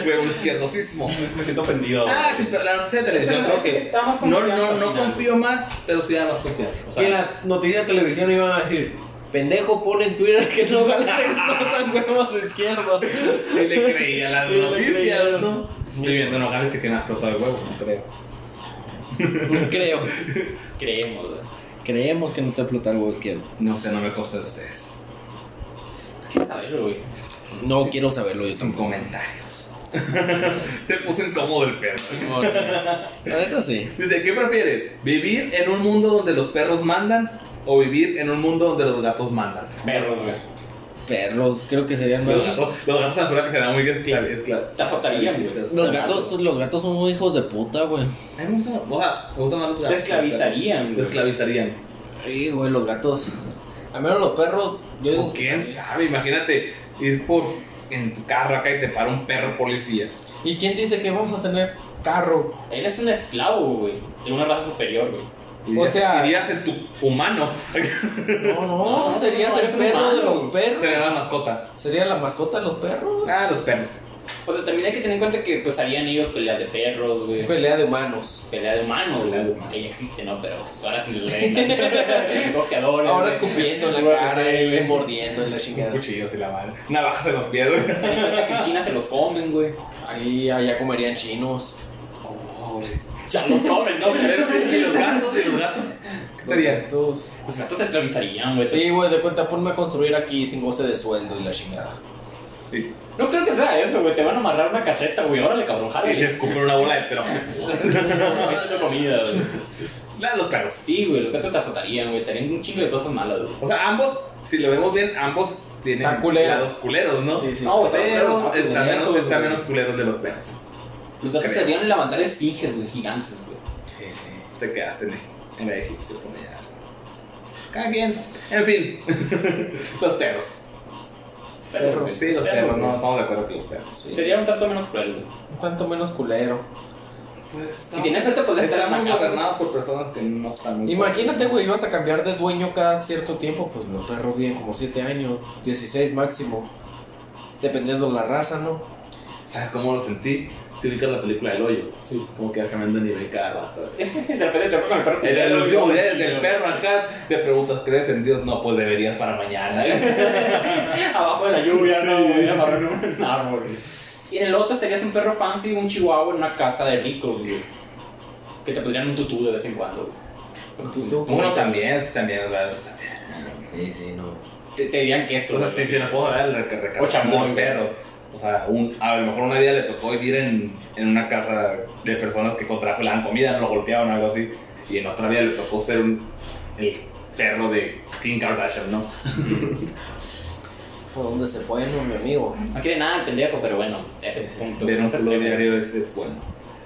Speaker 4: huevo izquierdo, sismo.
Speaker 5: Me siento ofendido.
Speaker 4: Ah, sí, pero la noticia de televisión
Speaker 1: Pero
Speaker 4: creo
Speaker 1: es que
Speaker 4: que.
Speaker 1: da más
Speaker 4: No,
Speaker 1: confianza
Speaker 4: no,
Speaker 1: al
Speaker 4: no
Speaker 1: final.
Speaker 4: confío más, pero sí da más confianza. O sea,
Speaker 3: que en la noticia de televisión iban a decir, pendejo, pone en Twitter que en Nogales [laughs] explotan huevos izquierdos.
Speaker 4: Que le creía las
Speaker 3: Sí, le
Speaker 4: noticias,
Speaker 3: creían.
Speaker 4: ¿no? Estoy viendo en Nogales y que nada explotado el huevo, no creo.
Speaker 3: Creo.
Speaker 1: Creemos, güey.
Speaker 3: Creemos que no te explota el huevo izquierdo.
Speaker 4: No sé, no me consta de ustedes.
Speaker 1: ¿Qué saberlo, güey?
Speaker 3: No quiero saberlo yo
Speaker 4: Sin
Speaker 3: tampoco.
Speaker 4: comentarios. [laughs] Se puso incómodo el perro.
Speaker 3: La neta sí.
Speaker 4: Dice, ¿qué prefieres? ¿Vivir en un mundo donde los perros mandan o vivir en un mundo donde los gatos mandan?
Speaker 1: Perros, güey.
Speaker 3: Perros, creo que serían
Speaker 4: Los
Speaker 3: más.
Speaker 4: gatos, los gatos afuera que serán muy esclavistas. Esclav
Speaker 1: Te azotarían, güey.
Speaker 4: esclavistas.
Speaker 3: Los gatos, los gatos son muy hijos de puta, güey.
Speaker 4: A mí me gusta, o sea, me gustan más los
Speaker 1: Te
Speaker 4: gatos.
Speaker 1: esclavizarían,
Speaker 4: Te
Speaker 1: güey.
Speaker 4: esclavizarían.
Speaker 3: Sí, güey, los gatos. Al menos los perros, yo digo
Speaker 4: O quién sabe, imagínate, ir por en tu carro acá y te para un perro policía.
Speaker 3: ¿Y quién dice que vamos a tener carro?
Speaker 1: Él es un esclavo, güey. De una raza superior, güey.
Speaker 4: Irías-
Speaker 3: sea-
Speaker 4: irías en tu humano.
Speaker 3: No,
Speaker 1: [laughs]
Speaker 3: no,
Speaker 1: No,
Speaker 3: sería
Speaker 1: no,
Speaker 3: el
Speaker 1: eres
Speaker 3: perro
Speaker 1: humano.
Speaker 3: de los perros.
Speaker 4: Sería la mascota.
Speaker 3: Sería la mascota de los perros.
Speaker 4: Ah, los perros.
Speaker 1: O sea, también hay que tener en cuenta que pues harían ellos peleas de perros, güey.
Speaker 3: Pelea de manos.
Speaker 1: Pelea de humanos,
Speaker 4: Pelea de
Speaker 1: güey.
Speaker 4: humanos.
Speaker 1: Que ya existe, ¿no? Pero pues, ahora sí le
Speaker 4: [laughs]
Speaker 1: rentan. Boxeadores.
Speaker 3: Ahora
Speaker 1: güey.
Speaker 3: escupiendo en la
Speaker 1: Ahora
Speaker 3: cara
Speaker 1: sí,
Speaker 3: y
Speaker 1: güey.
Speaker 3: mordiendo en la chingada.
Speaker 4: Cuchillos y la madre. Navajas en los pies. güey.
Speaker 1: Ten en cuenta que en China se los comen, güey.
Speaker 3: Sí, allá comerían chinos.
Speaker 1: Ya los comen, ¿no?
Speaker 4: ¿Y los gatos? ¿Y los gatos? ¿Qué estaría?
Speaker 3: Gatos.
Speaker 1: Los gatos se esclavizarían, güey.
Speaker 3: Sí, güey, de cuenta, ponme a construir aquí sin goce de sueldo y la chingada.
Speaker 1: No creo que sea eso, güey. Te van a amarrar una carreta, güey. Órale, cabrón,
Speaker 4: Ah, Y te
Speaker 1: jale.
Speaker 4: escupen una bola de perro.
Speaker 1: Eso es comida, güey.
Speaker 4: La de los perros.
Speaker 1: Sí, güey. Los gatos te azotarían, güey. Te harían un chingo de cosas malas, güey.
Speaker 4: O sea, ambos, si lo vemos bien, ambos tienen
Speaker 3: Está culero.
Speaker 4: a los culeros, ¿no?
Speaker 3: Sí, sí.
Speaker 1: No, está culero,
Speaker 4: Pero
Speaker 1: gatos,
Speaker 4: está menos,
Speaker 1: gatos,
Speaker 4: está
Speaker 1: güey.
Speaker 4: menos culero el de los perros.
Speaker 1: Los gatos
Speaker 4: Creo.
Speaker 1: te harían levantar esfinges, güey. Gigantes, güey.
Speaker 3: Sí, sí.
Speaker 4: Te quedaste en, en la egipcia por allá. Cada quien. En fin. [laughs] los perros.
Speaker 1: Perros, güey.
Speaker 4: Sí, los perros.
Speaker 1: güey.
Speaker 4: No, estamos de acuerdo que los perros.
Speaker 1: Sería un trato menos cruel, güey.
Speaker 3: Un tanto menos culero.
Speaker 4: Pues
Speaker 1: Si tienes suerte, podrías estar en
Speaker 4: Estamos
Speaker 1: una casa.
Speaker 4: gobernados por personas que no están muy
Speaker 3: Imagínate, güey, ibas a cambiar de dueño cada cierto tiempo, pues los perros viven como 7 años, 16 máximo, dependiendo de la raza, ¿no?
Speaker 4: ¿Sabes cómo lo sentí? Si ubicas la película El Hoyo. Sí. Como que vas cambiando de nivel cada rato.
Speaker 1: De repente te toca con el perro.
Speaker 4: El, el
Speaker 1: culero,
Speaker 4: último
Speaker 1: güey.
Speaker 4: día del perro acá, te preguntas, ¿crees en Dios? No, pues deberías para mañana.
Speaker 1: Abajo de la lluvia, ¿no? Voy a amarrar un árbol. güey. Y en el otro serías un perro fancy, un chihuahua en una casa de ricos, güey. Que te pondrían un tutú de vez en cuando, güey.
Speaker 3: Tú- tú-
Speaker 4: Uno también, es que también, o sea, es-
Speaker 3: Sí, sí, no.
Speaker 1: Te, te dirían que esto.
Speaker 4: o sea,
Speaker 1: güey.
Speaker 4: sí, sí, no puedo hablar de reca-
Speaker 1: O
Speaker 4: recargar
Speaker 1: chamoy,
Speaker 4: de los perros. O sea, un- a lo mejor una vida le tocó vivir en, en una casa de personas que contrajo, le daban comida, no lo golpeaban o algo así. Y en otra vida le tocó ser un, el perro de Kim Kardashian, ¿no?
Speaker 3: ¿Por dónde se fue, no, mi amigo?
Speaker 1: No quiere nada el pendejo, pero bueno, ese es el punto.
Speaker 4: Ver un
Speaker 1: Ese es
Speaker 4: culo
Speaker 1: el-
Speaker 4: diario es, es bueno.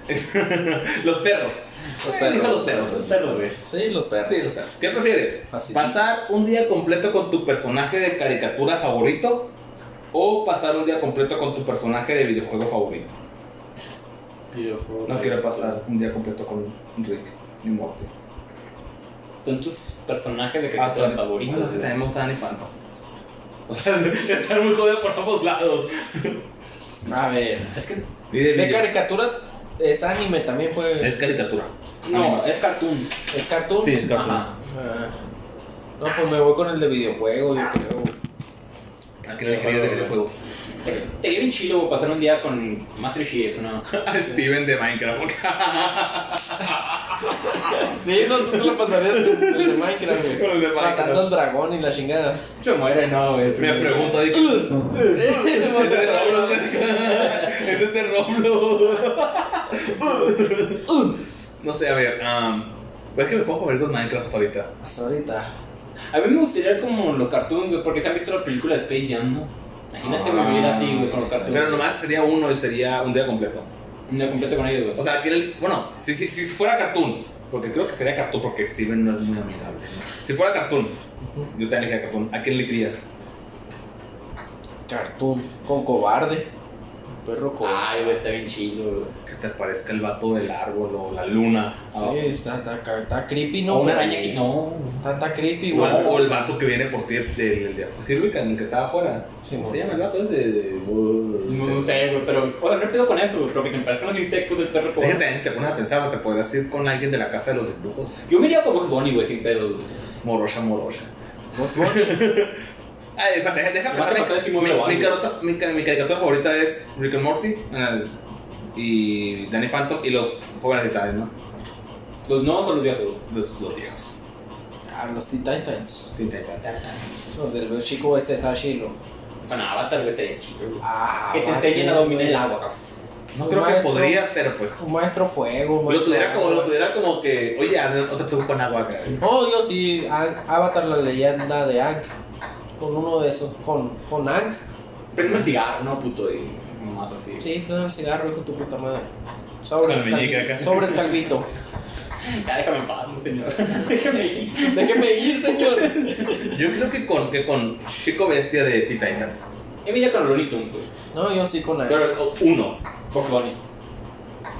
Speaker 4: [laughs] los perros.
Speaker 3: Los
Speaker 4: Eh,
Speaker 3: perros.
Speaker 4: dijo los perros.
Speaker 1: Los perros, güey.
Speaker 3: Sí, los perros.
Speaker 4: Sí, los perros. ¿Qué prefieres?
Speaker 3: Así.
Speaker 4: ¿Pasar un día completo con tu personaje de caricatura favorito o pasar un día completo con tu personaje de videojuego favorito.
Speaker 1: Videojuego.
Speaker 4: No quiero pasar un día completo con Rick y Morty.
Speaker 1: Son tus personajes de
Speaker 4: Ah,
Speaker 1: caricaturas favoritos.
Speaker 4: Bueno, que
Speaker 1: güey.
Speaker 4: también me gusta Danny Phantom. O sea, [laughs] estar muy jodido por ambos lados.
Speaker 3: A ver.
Speaker 1: Es que.
Speaker 4: Y de
Speaker 3: De
Speaker 4: video-
Speaker 3: caricatura es anime también, puede.
Speaker 4: Es caricatura.
Speaker 1: No,
Speaker 3: Animación.
Speaker 1: es cartoon.
Speaker 3: ¿Es cartoon?
Speaker 4: Sí, es cartoon.
Speaker 1: Ajá.
Speaker 3: Ah. No, pues me voy con el de videojuego, yo creo.
Speaker 4: Aquí la ingeniería de videojuegos.
Speaker 1: Es que Te bien chido güey, pasar un día con Master Chief, ¿no?
Speaker 4: A Steven de Minecraft.
Speaker 3: Sí, no, tú te lo pasarías el de Minecraft, güey.
Speaker 4: Con el de Minecraft.
Speaker 3: Matando al dragón y la chingada.
Speaker 1: Se muere, no, güey.
Speaker 4: Me pregunta, dice. [laughs] Ese es de Roblox. Ese es de Roblox. No sé, a ver. am, pues es que me puedo jugar dos Minecraft ahorita.
Speaker 3: Hasta ahorita.
Speaker 1: A mí me gustaría como los cartoons, güey, porque se han visto la película de Space Jam, ¿no? Imagínate
Speaker 4: Ah.
Speaker 1: vivir así, güey, con los cartoons.
Speaker 4: Pero nomás sería uno y sería un día completo.
Speaker 1: No completo con ellos,
Speaker 4: O
Speaker 1: güey.
Speaker 4: sea, aquí el, bueno, si, si, si fuera cartoon, porque creo que sería cartoon porque Steven no es muy amigable. Si fuera cartoon, yo también elegiría cartoon. ¿A quién le crías?
Speaker 3: Cartoon. Con cobarde. Perro cobarde.
Speaker 1: Ay, güey, está bien chido, güey.
Speaker 4: Que te parezca el vato del árbol o la luna.
Speaker 3: Sí, está, está, está creepy,
Speaker 1: No,
Speaker 3: ¿no?
Speaker 1: una araña que no.
Speaker 3: Está, está creepy,
Speaker 4: O,
Speaker 3: güey.
Speaker 4: o el vato que viene por ti del, del, del Silvica, el que estaba afuera.
Speaker 3: Sí,
Speaker 4: ¿Cómo
Speaker 3: mo-
Speaker 4: se llama el vato? Es de. de-
Speaker 1: No sé, güey, pero. O sea, no empiezo con eso, güey, pero que me parezcan los insectos del perro.
Speaker 4: Es que
Speaker 1: güey.
Speaker 4: también si te pones a pensar, te podrías ir con alguien de la casa de los brujos.
Speaker 1: Yo me iría con Box Bunny, güey, sin pedos, güey.
Speaker 4: Morosa, morosa.
Speaker 3: Bugs Bunny.
Speaker 4: [laughs] Ay, espérate, deja- déjame
Speaker 1: Nomás te faltó
Speaker 4: pensar.
Speaker 1: decir
Speaker 4: Mi,
Speaker 1: Momia
Speaker 4: mi,
Speaker 1: Wally.
Speaker 4: mi carota- mi ca- mi caricatura favorita es Rick and Morty eh, y Danny Phantom y los jóvenes titanes, ¿no?
Speaker 1: Los nuevos o los viejos, güey.
Speaker 4: Los, los viejos.
Speaker 3: Ah, los Teen Titans.
Speaker 4: Teen Titans.
Speaker 3: No, del chico este está chilo.
Speaker 1: Con Avatar, güey, estaría chido, güey.
Speaker 3: Ah,
Speaker 1: Que te
Speaker 3: vale,
Speaker 1: enseñen a dominar
Speaker 3: güey.
Speaker 1: el agua.
Speaker 3: No,
Speaker 4: Creo que
Speaker 3: maestro-
Speaker 4: podría, pero pues.
Speaker 3: Un maestro fuego, un
Speaker 4: Lo
Speaker 3: maestro
Speaker 4: tuviera como, lo
Speaker 3: agua.
Speaker 4: tuviera como que. Oye, haz otro truco con agua acá.
Speaker 3: No, yo sí, Aang- Avatar la leyenda de Ang. Con uno de esos, con, con Ang.
Speaker 1: Prende un cigarro, no, puto, y nomás así.
Speaker 3: Sí, prende el cigarro, hijo de tu puta madre. Sobres,
Speaker 4: Con el meñique acá.
Speaker 3: calvito.
Speaker 4: [laughs]
Speaker 3: Sobres calvito.
Speaker 1: Ya, déjame en paz, [laughs] señor. déjame ir.
Speaker 3: Déjeme ir, señor.
Speaker 4: Yo creo que con, que con Chico Bestia de Teen Titans.
Speaker 1: Yo me iría con los Looney Tunes, güey.
Speaker 3: No, yo sí con Ang.
Speaker 4: Pero o, uno.
Speaker 1: Box Bunny.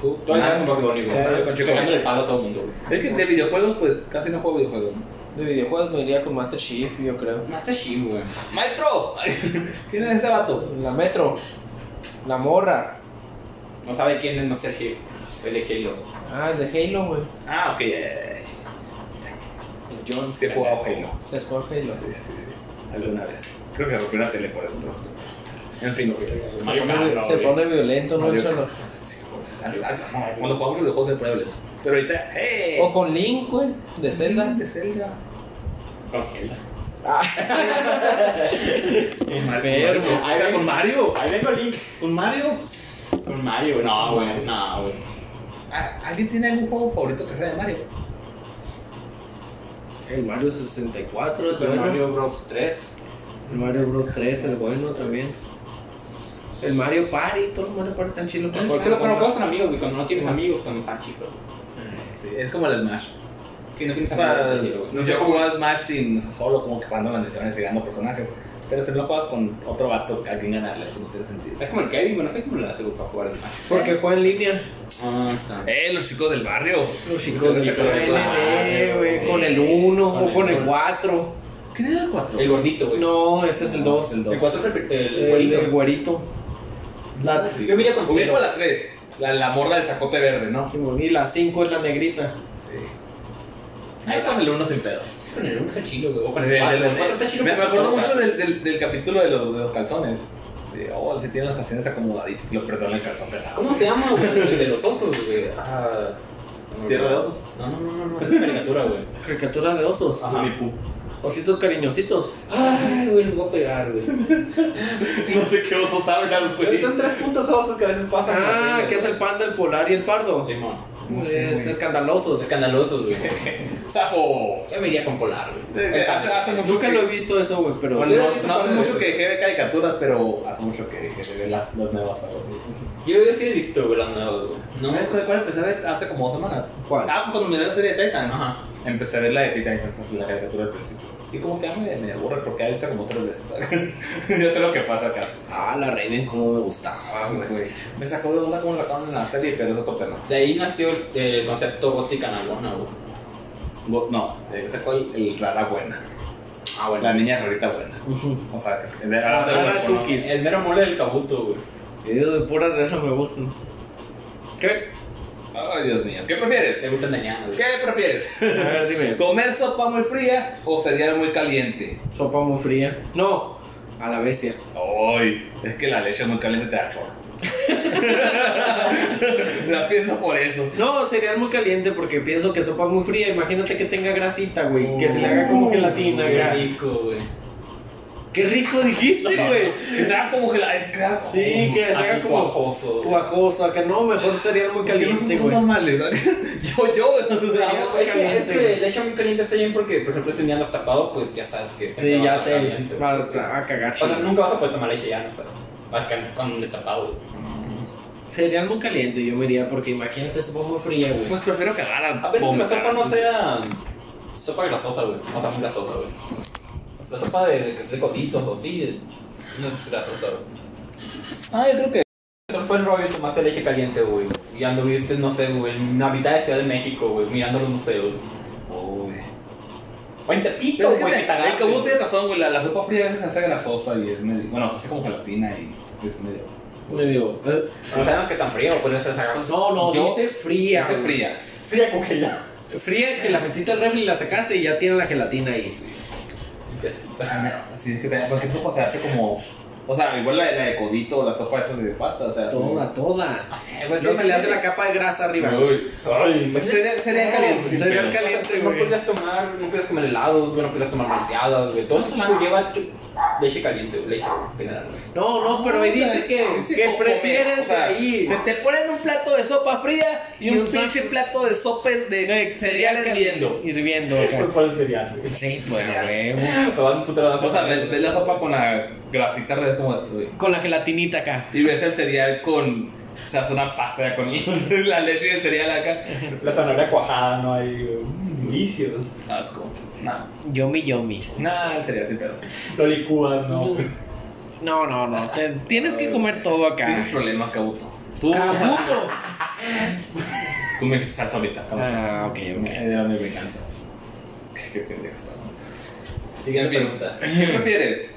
Speaker 4: Tú.
Speaker 1: Yo andaba con Box Bunny, güey.
Speaker 4: Claro, con Chico
Speaker 1: Pegándole el
Speaker 4: Bestia.
Speaker 1: palo a todo el mundo, güey.
Speaker 4: Es que de videojuegos, pues casi no juego videojuegos. ¿no?
Speaker 3: De videojuegos me iría con Master Chief, yo creo.
Speaker 1: Master Chief, güey.
Speaker 4: ¡Maestro! [laughs] ¿Quién es ese vato?
Speaker 3: La Metro. La Morra.
Speaker 1: No sabe quién es Master Chief. El de Halo.
Speaker 3: Ah, el de Halo, güey.
Speaker 4: Ah, ok. ya, ya, ya.
Speaker 3: El John.
Speaker 4: Sí, he jugado Halo.
Speaker 3: Se escoge Halo.
Speaker 4: Sí, sí, sí, sí. Alguna vez. Creo que rompió la tele por eso, pero... En fin, ok.
Speaker 1: Mario
Speaker 3: Se pone-
Speaker 1: Kart,
Speaker 3: se
Speaker 1: güey.
Speaker 3: pone violento, ¿no,
Speaker 4: Mario
Speaker 3: cholo?
Speaker 4: Sí, pues, antes- antes- Cuando jugamos los juegos de prueba, Pero ahorita, ¡hey!
Speaker 3: O con Link, güey, de Zelda.
Speaker 4: De Zelda.
Speaker 1: Con Zelda.
Speaker 4: Enfermo. Ah, era con Mario.
Speaker 1: Ahí vengo Link.
Speaker 4: Con Mario.
Speaker 1: Con Mario, güey. No, güey. No, güey.
Speaker 4: Ah, ¿Alguien tiene algún juego favorito que sea de Mario?
Speaker 8: El Mario 64
Speaker 1: Super Mario Bros. 3.
Speaker 8: El Mario Bros 3 es bueno también. El Mario Party, todos los Mario Party están chilos.
Speaker 1: Pero cuando juegas con amigos, güey, cuando no tienes amigos, cuando están chicos.
Speaker 4: Sí, es como el Smash.
Speaker 1: Que no tienes
Speaker 4: O sea,
Speaker 1: amigos. güey.
Speaker 4: no sé cómo jugar Smash sin o sea, solo como que pagando las misiones y ganando personajes. Pero si no juegas con otro vato, a quien ganarle, no tiene sentido.
Speaker 1: Es como el Kevin, güey. No sé cómo le hace güey, para jugar al Smash.
Speaker 8: Porque juega en línea.
Speaker 1: Ah, está.
Speaker 4: ¡Eh, los chicos del barrio!
Speaker 8: Los chicos
Speaker 4: de
Speaker 8: de
Speaker 1: Mario, güey.
Speaker 8: con el 1
Speaker 1: Con el
Speaker 8: o con el
Speaker 1: uno.
Speaker 8: 4.
Speaker 4: ¿Quién era el 4?
Speaker 1: El gordito, güey.
Speaker 8: No, ese es el 2.
Speaker 4: El
Speaker 1: El 4 es el, el, el
Speaker 8: El
Speaker 1: güerito.
Speaker 8: del güerito. La,
Speaker 1: Yo me iría con
Speaker 4: Ubico
Speaker 1: Cero.
Speaker 4: la 3, la, la morra del sacote verde, ¿no?
Speaker 8: Simón, y la 5 es la negrita.
Speaker 4: Sí. Ahí con el 1 sin pedos.
Speaker 1: Con el 1 está chido, güey. O con
Speaker 4: Del-
Speaker 1: el
Speaker 4: del-
Speaker 1: 4.
Speaker 4: del-
Speaker 1: El 4 está chido.
Speaker 4: Me me
Speaker 1: porque
Speaker 4: acuerdo
Speaker 1: tocas.
Speaker 4: mucho del, del, del capítulo de los, de los calzones. De, oh, si tienen las canciones acomodaditas, lo perdón el calzón pelado.
Speaker 1: ¿Cómo se llama, güey? El de los osos, güey. Ah. no,
Speaker 4: ¿Tierra de
Speaker 1: no.
Speaker 4: osos?
Speaker 1: No, no, no, no, no. Es una caricatura, güey.
Speaker 8: Caricatura de osos.
Speaker 1: Ajá.
Speaker 4: Winnie Pooh. [laughs]
Speaker 8: Ositos cariñositos.
Speaker 1: Ay, güey, les voy a pegar, güey.
Speaker 4: No sé qué osos hablan, güey.
Speaker 1: Son tres putos osos que a veces pasan.
Speaker 8: Ah, que es el panda, el polar y el pardo.
Speaker 1: Simón.
Speaker 4: No
Speaker 8: es
Speaker 4: sé, güey.
Speaker 8: escandalosos.
Speaker 1: Escandalosos, güey.
Speaker 4: ¡Safo!
Speaker 1: Yo me iría con Polar, güey.
Speaker 4: Desde hace- hace mucho
Speaker 8: Nunca
Speaker 4: que-
Speaker 8: lo he visto eso, güey, pero...
Speaker 4: Bueno, no,
Speaker 1: sí,
Speaker 4: no hace
Speaker 1: sí,
Speaker 4: mucho
Speaker 1: sí.
Speaker 4: que dejé de caricaturas, pero hace mucho que dejé de ver las, las nuevas o algo así.
Speaker 1: Yo, yo sí he visto, güey, las nuevas, güey. No,
Speaker 4: ¿Sabes cuál, cuál empecé a ver hace como dos semanas?
Speaker 8: ¿Cuál?
Speaker 4: Ah, cuando me dio la serie de Titans.
Speaker 1: Ajá.
Speaker 4: Empecé a ver la de Teen Titans, la caricatura al principio. Y como que ah, me, me aburre porque ha visto como tres veces. [laughs] Yo sé lo que pasa casi.
Speaker 2: Ah, la Raven, cómo me gustaba,
Speaker 3: Ah,
Speaker 2: güey.
Speaker 4: Me sacó de onda como la acaban en la serie, pero es otro tema.
Speaker 1: De ahí nació el, el concepto gótica nalgona, güey.
Speaker 4: Bo- No, eh, sacó el, el rara buena. Ah, bueno. La niña rarita buena. O sea, que- de, ah, de-
Speaker 3: Rara
Speaker 4: bueno,
Speaker 3: Shuki.
Speaker 1: El mero mole del cabuto, güey.
Speaker 3: Yo de puras de esas me gustan. ¿Qué?
Speaker 4: Ay, Dios mío. ¿Qué prefieres?
Speaker 1: Se gustan de ñana, güey.
Speaker 4: ¿Qué prefieres?
Speaker 3: A ver,
Speaker 4: [laughs]
Speaker 3: dime.
Speaker 4: ¿Comer sopa muy fría o cereal muy caliente?
Speaker 3: Sopa muy fría. No, a la bestia.
Speaker 4: Ay, es que la leche muy caliente te da chorro. [laughs] la pienso por eso.
Speaker 3: No, cereal muy caliente porque pienso que sopa muy fría. Imagínate que tenga grasita, güey. que se le haga como gelatina,
Speaker 1: Qué
Speaker 3: acá.
Speaker 1: rico, Uh, güey.
Speaker 3: Qué rico dijiste, güey.
Speaker 4: Que estaba como que la. es que era-
Speaker 3: Sí, que se haga
Speaker 1: Así
Speaker 3: como
Speaker 1: cuajoso, güey.
Speaker 3: cuajoso. Acá no, mejor cereal muy
Speaker 4: ¿Por qué no
Speaker 3: caliente,
Speaker 4: somos
Speaker 3: güey.
Speaker 4: normales? [laughs] Yo, yo, entonces.
Speaker 1: Ah,
Speaker 4: vamos.
Speaker 1: Es que, es
Speaker 3: Caliente.
Speaker 1: que leche muy caliente está bien porque, por ejemplo, si un día andas tapado, pues ya sabes que siempre
Speaker 3: Sí,
Speaker 1: vas a
Speaker 3: ya
Speaker 1: estar
Speaker 3: te
Speaker 1: caliente, güey.
Speaker 3: vas a a cagar.
Speaker 1: O sea, nunca vas a poder tomar leche ya, ¿no? pero vas a quedar con un destapado, güey.
Speaker 3: Cereal muy caliente, yo me iría porque imagínate sopa muy fría, güey.
Speaker 4: Pues prefiero cagar a.
Speaker 1: Apenas que la
Speaker 4: vomitar.
Speaker 1: sopa no sea sopa grasosa, güey. O sea, muy grasosa, güey. La sopa de, de que se cotitos o así, no es grasosa, güey.
Speaker 4: Ah, yo creo que.
Speaker 1: Esto fue el rollo de tomaste leche caliente, güey. Y anduviste, no sé, güey, en la mitad de Ciudad de México, güey, mirando los museos.
Speaker 4: Uy.
Speaker 1: O en Tepito,
Speaker 4: Pero es que
Speaker 1: güey, que
Speaker 4: te-
Speaker 1: te
Speaker 4: el
Speaker 1: agarraste.
Speaker 4: cabuto tiene razón, güey. La, la sopa fría a veces se hace grasosa y es medio. Bueno, se hace como gelatina y es medio.
Speaker 3: Me digo, eh,
Speaker 1: No sabemos que tan frío, pues ya se sacamos.
Speaker 3: no, no,
Speaker 4: Yo-
Speaker 3: dice fría.
Speaker 4: Hace
Speaker 3: güey.
Speaker 4: fría.
Speaker 1: Fría congelada.
Speaker 3: Fría que la metiste al refri, la sacaste y ya tiene la gelatina ahí.
Speaker 4: Sí, es que también. Porque sopa se hace como. O sea, igual la, de- la de codito, la sopa esa de pasta, o sea.
Speaker 3: Toda, toda.
Speaker 1: No sé, güey.
Speaker 3: No se le hace la capa de grasa arriba.
Speaker 4: Uy.
Speaker 1: Ay,
Speaker 4: Pues sería, sería caliente. sin
Speaker 3: Sería
Speaker 4: pedos.
Speaker 1: O sea,
Speaker 3: caliente,
Speaker 1: no
Speaker 3: güey.
Speaker 1: podías tomar, no podías comer helados, güey, no podías tomar malteadas, güey. Todo eso lleva chu- leche caliente, güey, leche en general, güey.
Speaker 3: No, no, pero ahí dices que,
Speaker 4: Dice
Speaker 3: que
Speaker 4: como
Speaker 3: prefieres
Speaker 4: comer, o sea,
Speaker 3: ahí.
Speaker 4: Te, te ponen un plato de sopa fría y,
Speaker 3: Y
Speaker 4: un,
Speaker 3: un
Speaker 4: pinche
Speaker 3: sándwich.
Speaker 4: plato de sopa de cereal hirviendo.
Speaker 3: [laughs] Hirviendo,
Speaker 2: pues,
Speaker 1: Por
Speaker 3: acá.
Speaker 1: cuál sería, güey.
Speaker 3: Sí, bueno, güey.
Speaker 1: Me va a emputar
Speaker 4: O sea,
Speaker 3: pues,
Speaker 4: ves, ves la sopa con la grasita red como. uy.
Speaker 3: Con la gelatinita acá.
Speaker 4: Y ves el cereal con. O sea, es una pasta ya con [laughs] la leche y el cereal acá.
Speaker 3: [laughs]
Speaker 1: La zanahoria cuajada, no hay güey. Mm, delicios.
Speaker 4: Asco. Nah.
Speaker 3: Yomi, yomi.
Speaker 4: Nah, el cereal sin pedos.
Speaker 1: Lo licúan, no.
Speaker 3: No, no, no. te- tienes que comer todo
Speaker 4: Tienes
Speaker 3: acá.
Speaker 4: problemas, Cabuto. Tú,
Speaker 3: Cabuto.
Speaker 4: [laughs] tú me dijiste estar solita, Cabuto.
Speaker 3: Ah,
Speaker 4: Eh,
Speaker 3: ok, ok.
Speaker 4: Era mi venganza. [laughs] Qué pendejo estaba.
Speaker 1: Siguiente
Speaker 4: En fin.
Speaker 1: pregunta.
Speaker 4: [laughs] ¿Qué prefieres?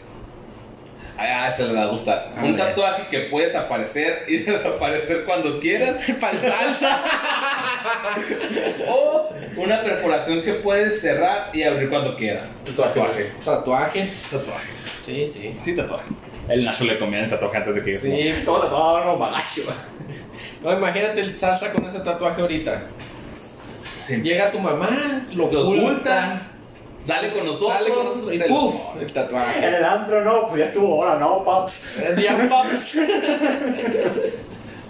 Speaker 4: Ah, esa le va a gustar.
Speaker 3: A
Speaker 4: Un
Speaker 3: ver.
Speaker 4: tatuaje que puedes aparecer y [laughs] desaparecer cuando
Speaker 3: [laughs]
Speaker 4: quieras.
Speaker 3: Pan salsa.
Speaker 4: O una perforación que puedes cerrar y abrir cuando quieras.
Speaker 1: Tatuaje.
Speaker 2: Tatuaje.
Speaker 4: Tatuaje.
Speaker 2: Sí, sí.
Speaker 4: Sí, tatuaje. El Nacho le comía el tatuaje antes de que yo.
Speaker 2: Sí.
Speaker 1: Todo tatuado, no, bagacho.
Speaker 2: No, imagínate el salsa con ese tatuaje ahorita.
Speaker 4: Sí.
Speaker 2: Llega su mamá, lo
Speaker 4: Lo
Speaker 2: oculta,
Speaker 4: oculta. Sale con nosotros.
Speaker 2: sale con nosotros
Speaker 4: se
Speaker 2: y
Speaker 4: lo-
Speaker 2: ¡puf! El tatuaje.
Speaker 1: En el antro, no, pues ya estuvo ahora, no, paps.
Speaker 3: Ya, paps.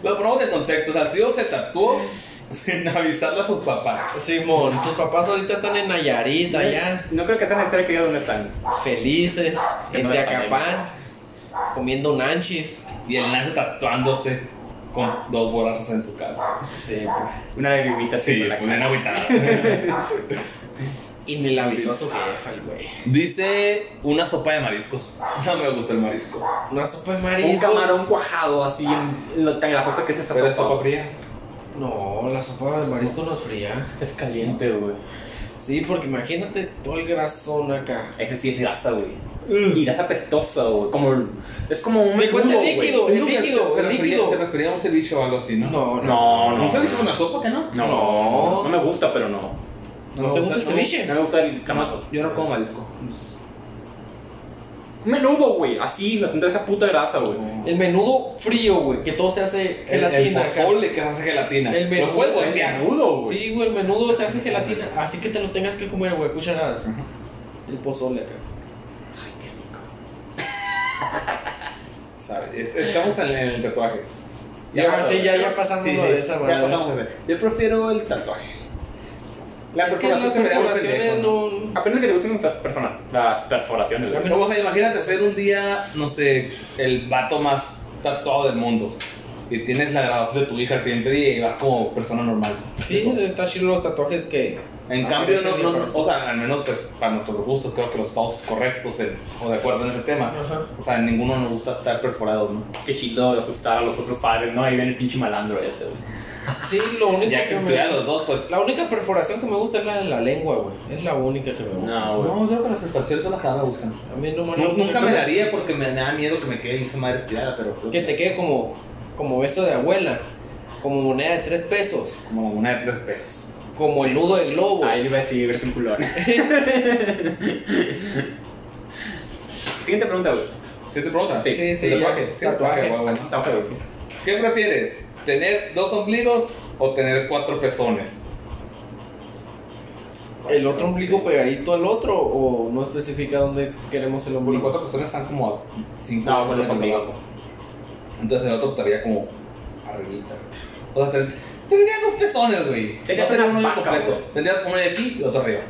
Speaker 4: Lo ponemos en contexto. O sea, Ciro se tatuó [laughs] sin avisarle a sus papás.
Speaker 2: Simón, sus papás ahorita están en Nayarit, allá,
Speaker 1: No creo que sea necesario que diga dónde están.
Speaker 2: felices,
Speaker 1: Que
Speaker 2: en
Speaker 1: no haya
Speaker 2: Teacapán, comiendo un anchis.
Speaker 4: Y el Nacho tatuándose con dos borrachos en su casa.
Speaker 2: Sí, pues.
Speaker 1: Una lagrimita
Speaker 4: Sí, pues,
Speaker 1: chica, la-
Speaker 4: pueden [laughs] agüitar.
Speaker 2: y me la avisó a su jefa, el güey.
Speaker 4: Dice una sopa de mariscos. [laughs] No me gusta el marisco.
Speaker 2: Una sopa de
Speaker 1: Un
Speaker 2: mariscos.
Speaker 1: camarón cuajado así, en, en lo tan grasoso que es esa sopa.
Speaker 4: fría?
Speaker 2: No, la sopa de mariscos no es fría.
Speaker 1: Es caliente, güey.
Speaker 2: Sí, porque imagínate todo el grasón acá.
Speaker 1: Ese sí es grasa, güey. Y grasa pestosa, güey. Como, es como un
Speaker 2: Te
Speaker 1: menudo,
Speaker 2: cuento el
Speaker 1: güey.
Speaker 2: líquido, el líquido,
Speaker 4: se,
Speaker 2: el
Speaker 4: refería,
Speaker 2: líquido.
Speaker 4: se refería a un ceviche o algo así, ¿no?
Speaker 2: No,
Speaker 1: No, no.
Speaker 4: ¿Un ceviche es una sopa que no?
Speaker 1: No,
Speaker 2: No.
Speaker 1: no me gusta, pero no.
Speaker 2: ¿No te gusta el
Speaker 1: No
Speaker 2: ceviche?
Speaker 1: me gusta el clamato.
Speaker 4: Yo no como marisco.
Speaker 1: Un menudo, güey. Así, la punta de esa puta grasa, güey.
Speaker 2: El menudo frío, güey, que todo se hace
Speaker 4: El,
Speaker 2: gelatina
Speaker 4: el
Speaker 2: acá.
Speaker 4: pozole que se hace gelatina.
Speaker 2: El menudo,
Speaker 4: Lo puedes
Speaker 2: el
Speaker 4: voltear.
Speaker 1: Menudo, güey.
Speaker 2: Sí, güey, el menudo se hace gelatina. Así que te lo tengas que comer, güey, cucharadas. El pozole acá.
Speaker 4: ¿Sabes? Est- Estamos en el, en el tatuaje.
Speaker 2: Ya, sí, ya, ya pasamos lo de esa
Speaker 4: Ya
Speaker 2: manera.
Speaker 4: pasamos ese. Yo prefiero el tatuaje. La
Speaker 2: Es que las
Speaker 4: perforación se me da muy
Speaker 2: perforaciones
Speaker 4: pendejo,
Speaker 2: no...
Speaker 1: Apenas que te gustan esas personas, las perforaciones, güey.
Speaker 4: Pero, o sea, imagínate ser un día, no sé, el vato más tatuado del mundo. y tienes la grabación de tu hija al siguiente día y vas como persona normal.
Speaker 3: Sí, está chido los tatuajes que.
Speaker 4: En
Speaker 3: Ah,
Speaker 4: cambio,
Speaker 3: ese
Speaker 4: no,
Speaker 3: es mi
Speaker 4: no- no-
Speaker 3: corazón.
Speaker 4: o sea, al menos pues, para nuestros gustos creo que los estamos correctos en- o de acuerdo en ese tema.
Speaker 3: Ajá.
Speaker 4: O sea, ninguno nos gusta estar perforados, ¿no?
Speaker 1: Qué chido asustar a los otros padres, ¿no? Ahí ven el pinche malandro ese, güey.
Speaker 3: Sí, lo único
Speaker 4: Ya que
Speaker 3: me-
Speaker 4: estudian los dos, pues...
Speaker 3: La única perforación que me gusta es la de la lengua, güey. Es la única que me gusta.
Speaker 1: No, güey.
Speaker 4: No, creo que las espaciales son las que más me gustan.
Speaker 3: A mí no
Speaker 4: Nu-
Speaker 3: me no-
Speaker 4: Nunca me
Speaker 3: que-
Speaker 4: daría porque me da miedo que me quede esa madre estirada, pero... creo
Speaker 3: Que te quede como, como beso de abuela, como moneda de tres pesos,
Speaker 4: Como una de tres pesos.
Speaker 3: como el nudo de globo.
Speaker 1: Ahí le iba a decir versión culón. [laughs] Siguiente pregunta, güey.
Speaker 4: ¿Sí te pregunta?
Speaker 1: Sí.
Speaker 3: sí, sí,
Speaker 4: Tatuaje,
Speaker 3: ya,
Speaker 4: sí,
Speaker 3: tatuaje.
Speaker 4: tatuaje, guau.
Speaker 1: Está feo, güey.
Speaker 4: ¿Qué prefieres? ¿Tener dos ombligos o tener cuatro pezones?
Speaker 3: ¿El otro ombligo pegadito al otro o no especifica dónde queremos el
Speaker 4: Los
Speaker 3: ombligo?
Speaker 4: cuatro pezones están como a 5
Speaker 1: No, con los ombligos.
Speaker 4: Entonces el otro estaría como arribita. O sea, ten- tendrías dos pezones, güey.
Speaker 1: Serías
Speaker 4: sería
Speaker 1: una
Speaker 4: uno
Speaker 1: vaca, güey.
Speaker 4: Tendrías uno de aquí y otro arriba.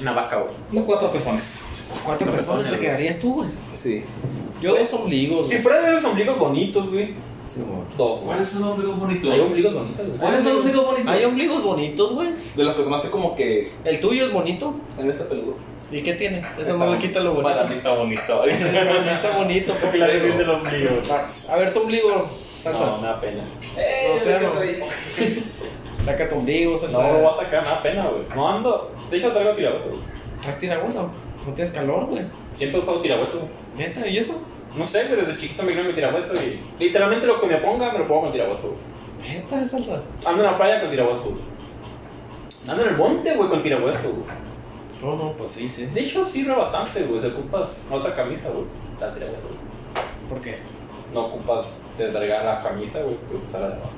Speaker 1: Una vaca, güey.
Speaker 4: Los cuatro pezones.
Speaker 3: ¿Cuántas
Speaker 1: Los
Speaker 3: personas
Speaker 1: pezones,
Speaker 3: te
Speaker 1: güey.
Speaker 3: quedarías tú, güey?
Speaker 4: Sí.
Speaker 3: Yo dos ombligos,
Speaker 1: Si
Speaker 3: güey.
Speaker 1: fueran esos ombligos bonitos, güey.
Speaker 3: Sí, amor.
Speaker 4: Dos, güey.
Speaker 9: ¿Cuáles son los ombligos bonitos?
Speaker 1: Hay ombligos bonitos, güey.
Speaker 4: ¿Cuáles son los ombligos bonitos?
Speaker 3: Hay ombligos bonitos, güey.
Speaker 4: De los que son así como que
Speaker 3: ¿El tuyo es bonito?
Speaker 4: en esta peludo.
Speaker 3: ¿Y qué tiene? Eso
Speaker 4: Está
Speaker 3: no le
Speaker 4: bonito.
Speaker 3: quita lo bonito.
Speaker 1: Para mí está bonito.
Speaker 3: Está bonito, porque
Speaker 1: Claro, bien del ombligo.
Speaker 3: A ver tu ombligo, Salsa.
Speaker 1: No, me da pena.
Speaker 4: Eh,
Speaker 3: No
Speaker 4: yo
Speaker 3: sé,
Speaker 4: sé que
Speaker 3: no.
Speaker 4: traí-
Speaker 3: Saca tu ombligo,
Speaker 1: No
Speaker 3: Salsa.
Speaker 1: lo voy a sacar, me da pena, güey. No ando. De hecho, traigo tirahueso, güey.
Speaker 3: ¿Has tirahueso? No tienes calor, güey.
Speaker 1: Siempre he usado tirahueso, güey.
Speaker 3: Neta, ¿y eso?
Speaker 1: No sé, güey, desde chiquito me mi tirahueso y literalmente lo que me ponga me lo pongo con tirahueso. güey.
Speaker 3: Neta, Salsa.
Speaker 1: Ando en la playa con tirahueso. güey. Ando en el monte, güey, con tirahueso. güey.
Speaker 3: No, no, pues sí, sí.
Speaker 1: De hecho, sirve bastante, güey. Si ocupas otra camisa, güey, está el tirahueso. güey.
Speaker 3: ¿Por qué?
Speaker 1: No ocupas desvergar la camisa, güey, pues usarla de abajo.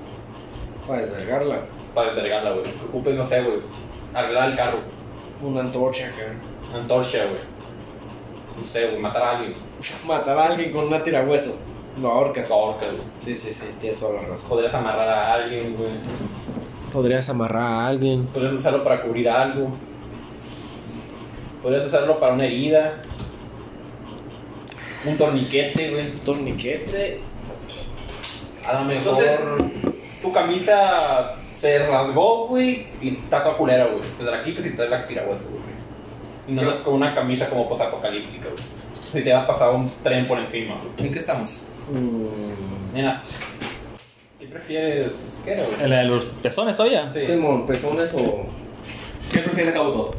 Speaker 3: Para desvergarla.
Speaker 1: Para desvergarla, güey. Que Ocupes, no sé, güey, arreglar el carro, güey.
Speaker 3: Una antorcha, cabrón.
Speaker 1: una antorcha, güey. No sé, güey, matar a alguien.
Speaker 3: Matar a alguien con una tirahueso. Lo ahorcas.
Speaker 1: Lo ahorcas, güey. Pues,
Speaker 3: Sí, sí, sí, tienes toda la razón.
Speaker 1: Podrías amarrar a alguien, güey.
Speaker 10: Podrías amarrar a alguien.
Speaker 1: Podrías usarlo para cubrir algo. Podrías usarlo para una herida. Un torniquete, güey.
Speaker 3: Torniquete. A lo
Speaker 1: Entonces- Tu camisa se rasgó, güey, y está toda culera, güey. Te la quitas y traes la tirahueso, güey. Y no es con una camisa como posapocalíptica, güey. Si te va a pasar un tren por encima, güey.
Speaker 4: ¿En qué estamos?
Speaker 3: Mm,
Speaker 1: Nenas, ¿qué prefieres? ¿Qué era, güey?
Speaker 11: ¿La de los pezones, oye?
Speaker 1: Sí.
Speaker 3: Simón, pezones o
Speaker 4: ¿Qué prefieres acabo todo?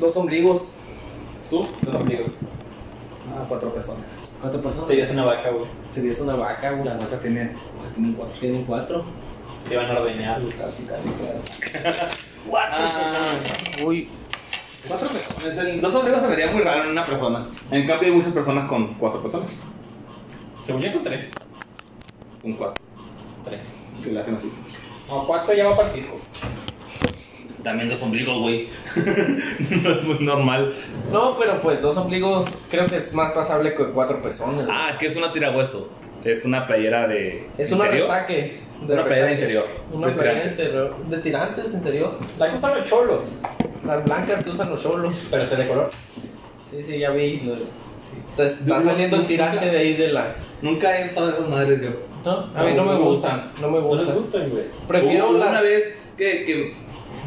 Speaker 3: dos ombligos.
Speaker 1: ¿Tú? Los amigos.
Speaker 4: Ah, cuatro pezones.
Speaker 3: ¿Cuántas personas?
Speaker 1: Serías una vaca, güey.
Speaker 3: Serías una vaca, güey.
Speaker 4: La otra tiene, tienen cuatro.
Speaker 3: Tienen cuatro.
Speaker 1: Te van a ordeñar, güey.
Speaker 4: Casi, casi, claro.
Speaker 3: Ah.
Speaker 10: Uy,
Speaker 4: Cuatro personas. El dos ombligos se vería muy raro en una persona. En cambio, hay muchas personas con cuatro personas.
Speaker 1: Según yo, con tres.
Speaker 4: Con cuatro.
Speaker 1: Tres.
Speaker 4: Que le hacen así.
Speaker 1: No, cuatro ya va para el circo.
Speaker 9: También los ombligos, güey. [laughs] no es muy normal.
Speaker 3: No, pero pues dos ombligos creo que es más pasable que cuatro personas. güey.
Speaker 9: Ah, que es una tirahueso. Es una playera de.
Speaker 3: es una
Speaker 9: interior.
Speaker 3: resaque. de
Speaker 9: Una playera
Speaker 3: resaque.
Speaker 9: interior.
Speaker 3: Una
Speaker 9: de
Speaker 3: playera
Speaker 9: tirantes.
Speaker 3: interior- de tirantes interior.
Speaker 1: La que usan los cholos.
Speaker 3: Las blancas que usan los cholos.
Speaker 1: Pero está de color.
Speaker 3: Sí, sí, ya vi. lo- Te
Speaker 4: Yo
Speaker 3: está
Speaker 4: no-
Speaker 3: saliendo el
Speaker 4: nunca-
Speaker 3: tirante de ahí de la.
Speaker 4: Nunca he usado esas madres yo.
Speaker 3: No, a mí no, me gustan. No me
Speaker 1: No les
Speaker 3: gustan.
Speaker 1: gustan, güey.
Speaker 3: Prefiero
Speaker 4: Hubo
Speaker 3: las.
Speaker 4: una vez que, que-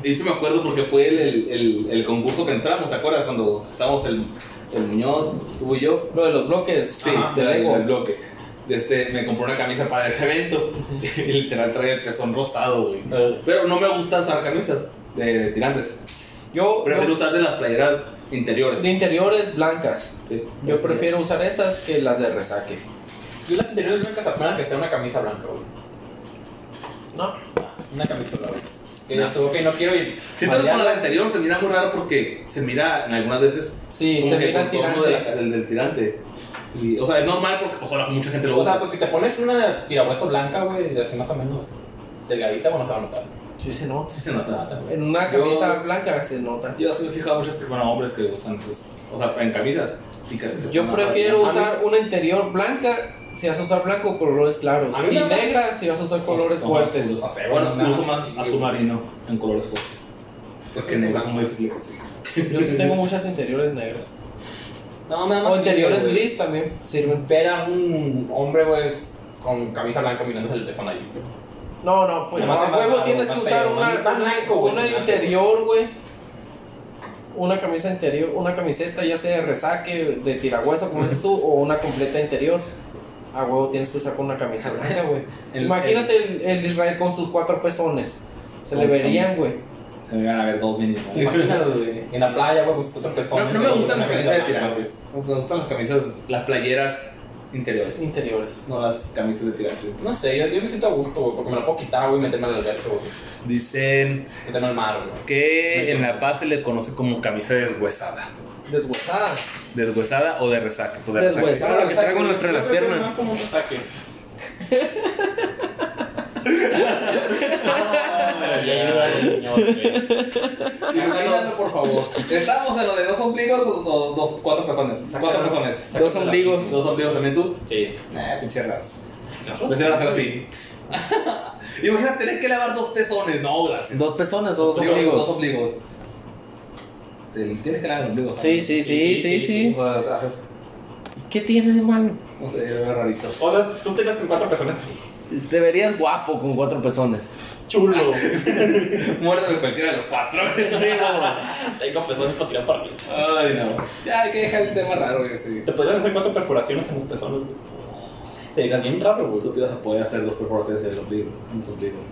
Speaker 4: de hecho me acuerdo porque fue el, el, el- el concurso que entramos, ¿te acuerdas? Cuando estábamos el, el Muñoz, tú y yo.
Speaker 3: Lo de los bloques.
Speaker 4: Sí,
Speaker 3: Ajá,
Speaker 4: del,
Speaker 3: de Lego.
Speaker 4: del bloque. Este, me compré una camisa para ese evento [laughs] y literal traía el pezón rosado, güey.
Speaker 1: Eh.
Speaker 4: Pero no me gusta usar camisas de, de tirantes.
Speaker 3: Yo.
Speaker 4: Prefiero
Speaker 3: yo-
Speaker 4: usar de las playeras interiores.
Speaker 3: de interiores blancas.
Speaker 4: Sí.
Speaker 3: Yo prefiero usar esas que las de resaque.
Speaker 1: Yo las interiores blancas apenas que sea una camisa blanca, güey.
Speaker 3: No.
Speaker 1: Una camisola, güey. Que dices tú, ok, no quiero ir.
Speaker 4: Siento que
Speaker 1: Mariana,
Speaker 4: con la de interior se mira muy raro porque se mira en algunas veces
Speaker 3: Sí,
Speaker 4: como
Speaker 3: se
Speaker 4: que
Speaker 3: mira
Speaker 4: con tono
Speaker 3: tirante.
Speaker 4: de la- del, del tirante. Y, o sea, es normal porque o sea, mucha gente lo
Speaker 1: O
Speaker 4: usa.
Speaker 1: sea, pues si te pones una tirahueso blanca, güey, así más o menos delgadita, bueno, se va a notar.
Speaker 3: Sí, se nota.
Speaker 4: Sí se
Speaker 1: Se
Speaker 4: nota.
Speaker 1: nota, güey.
Speaker 3: En una
Speaker 4: Yo-
Speaker 3: camisa blanca se nota.
Speaker 4: Yo sí me he fijado mucho, bueno, hombres que usan, pues, o sea, en camisas. chicas.
Speaker 3: Yo
Speaker 4: Una
Speaker 3: prefiero
Speaker 4: ropa.
Speaker 3: usar una interior blanca si vas a usar blanco colores claros.
Speaker 1: A mí
Speaker 3: Y
Speaker 1: nada más-
Speaker 3: negra si vas a usar colores
Speaker 4: Son
Speaker 3: fuertes.
Speaker 4: más oscuros. Ah,
Speaker 1: O sea,
Speaker 4: bueno,
Speaker 1: nada
Speaker 4: uso
Speaker 1: más
Speaker 4: más azul marino en colores fuertes. Es que negro es muy difícil de conseguir.
Speaker 3: Yo sí tengo muchas interiores negras.
Speaker 1: No, nada
Speaker 3: O interiores
Speaker 1: güey.
Speaker 3: gris también sirven.
Speaker 1: Ver a un hombre, güey,
Speaker 5: con camisa blanca mirando el pezón ahí.
Speaker 3: No, no, pues
Speaker 5: Nomás
Speaker 3: a
Speaker 5: se va
Speaker 3: huevo
Speaker 5: a-
Speaker 3: tienes
Speaker 5: va
Speaker 3: que
Speaker 5: a
Speaker 3: usar
Speaker 5: feo,
Speaker 3: una,
Speaker 5: no es tan
Speaker 3: una-
Speaker 5: blanco, güey,
Speaker 3: una
Speaker 5: se me hace.
Speaker 3: interior, güey. Una camisa interior, una camiseta ya sea de resaque, de tirahueso, como dices tú, o una completa interior. A huevo tienes que usar con una camisa blanca, güey.
Speaker 4: El-
Speaker 3: Imagínate el, el Israel con sus cuatro pezones. Se le
Speaker 12: Con-
Speaker 3: verían, güey.
Speaker 12: Se me van a ver dos mínimo.
Speaker 5: Imagínalo, güey. En la playa, güey, pues, con sus otros
Speaker 4: No,
Speaker 5: pezones.
Speaker 4: no me gustan las
Speaker 5: Una
Speaker 4: camisas de
Speaker 5: camisa blanca.
Speaker 4: tirantes. No, Me gustan las camisas, las playeras interiores.
Speaker 3: Interiores.
Speaker 12: No las camisas de tirantes.
Speaker 5: No sé, yo, yo me siento a gusto, güey, porque me lo puedo quitar, güey, y meterme al alberto, güey.
Speaker 4: Dicen
Speaker 5: Meterme al mar, güey.
Speaker 4: que en La Paz se le conoce como camisa deshuesada.
Speaker 3: Desguazada.
Speaker 4: Deshuesada o de resaca. pues, de resaca.
Speaker 3: Deshuesada.
Speaker 2: Ahora lo que traigo entre las
Speaker 5: Yo creo que
Speaker 2: piernas.
Speaker 5: es más como un saque.
Speaker 1: Ay, ayuda al señor, güey.
Speaker 5: Imagínalo, por favor.
Speaker 4: Estamos en lo de dos ombligos o o dos, cuatro personas. Cuatro personas.
Speaker 5: Dos ombligos.
Speaker 4: Dos ombligos también tú.
Speaker 5: Sí.
Speaker 4: Nah, pinche raros. Entonces van a hacer así. [laughs] Imagínate tener que lavar dos pezones. No, gracias.
Speaker 2: Dos personas o dos
Speaker 4: Digo, Dos
Speaker 2: amigos.
Speaker 4: ombligos. Te- Tienes que lavar los ombligos.
Speaker 2: Sí, sí, sí, sí, sí. ¿Qué tiene de malo?
Speaker 4: No sé, es rarito. [laughs]
Speaker 5: O sea, tú te quedas con cuatro personas.
Speaker 2: Te verías guapo con cuatro personas.
Speaker 5: Chulo.
Speaker 4: Muérdeme cualquiera de los cuatro.
Speaker 5: Tengo pezones para tirar para mí.
Speaker 4: Ay, no. Ya hay que dejar el tema raro ese.
Speaker 5: Te podrían hacer cuatro perforaciones en los pezones, güey. Te dirías bien raro, güey.
Speaker 12: Tú te ibas a poder hacer dos perforaciones en el ombligo. En los ombligos.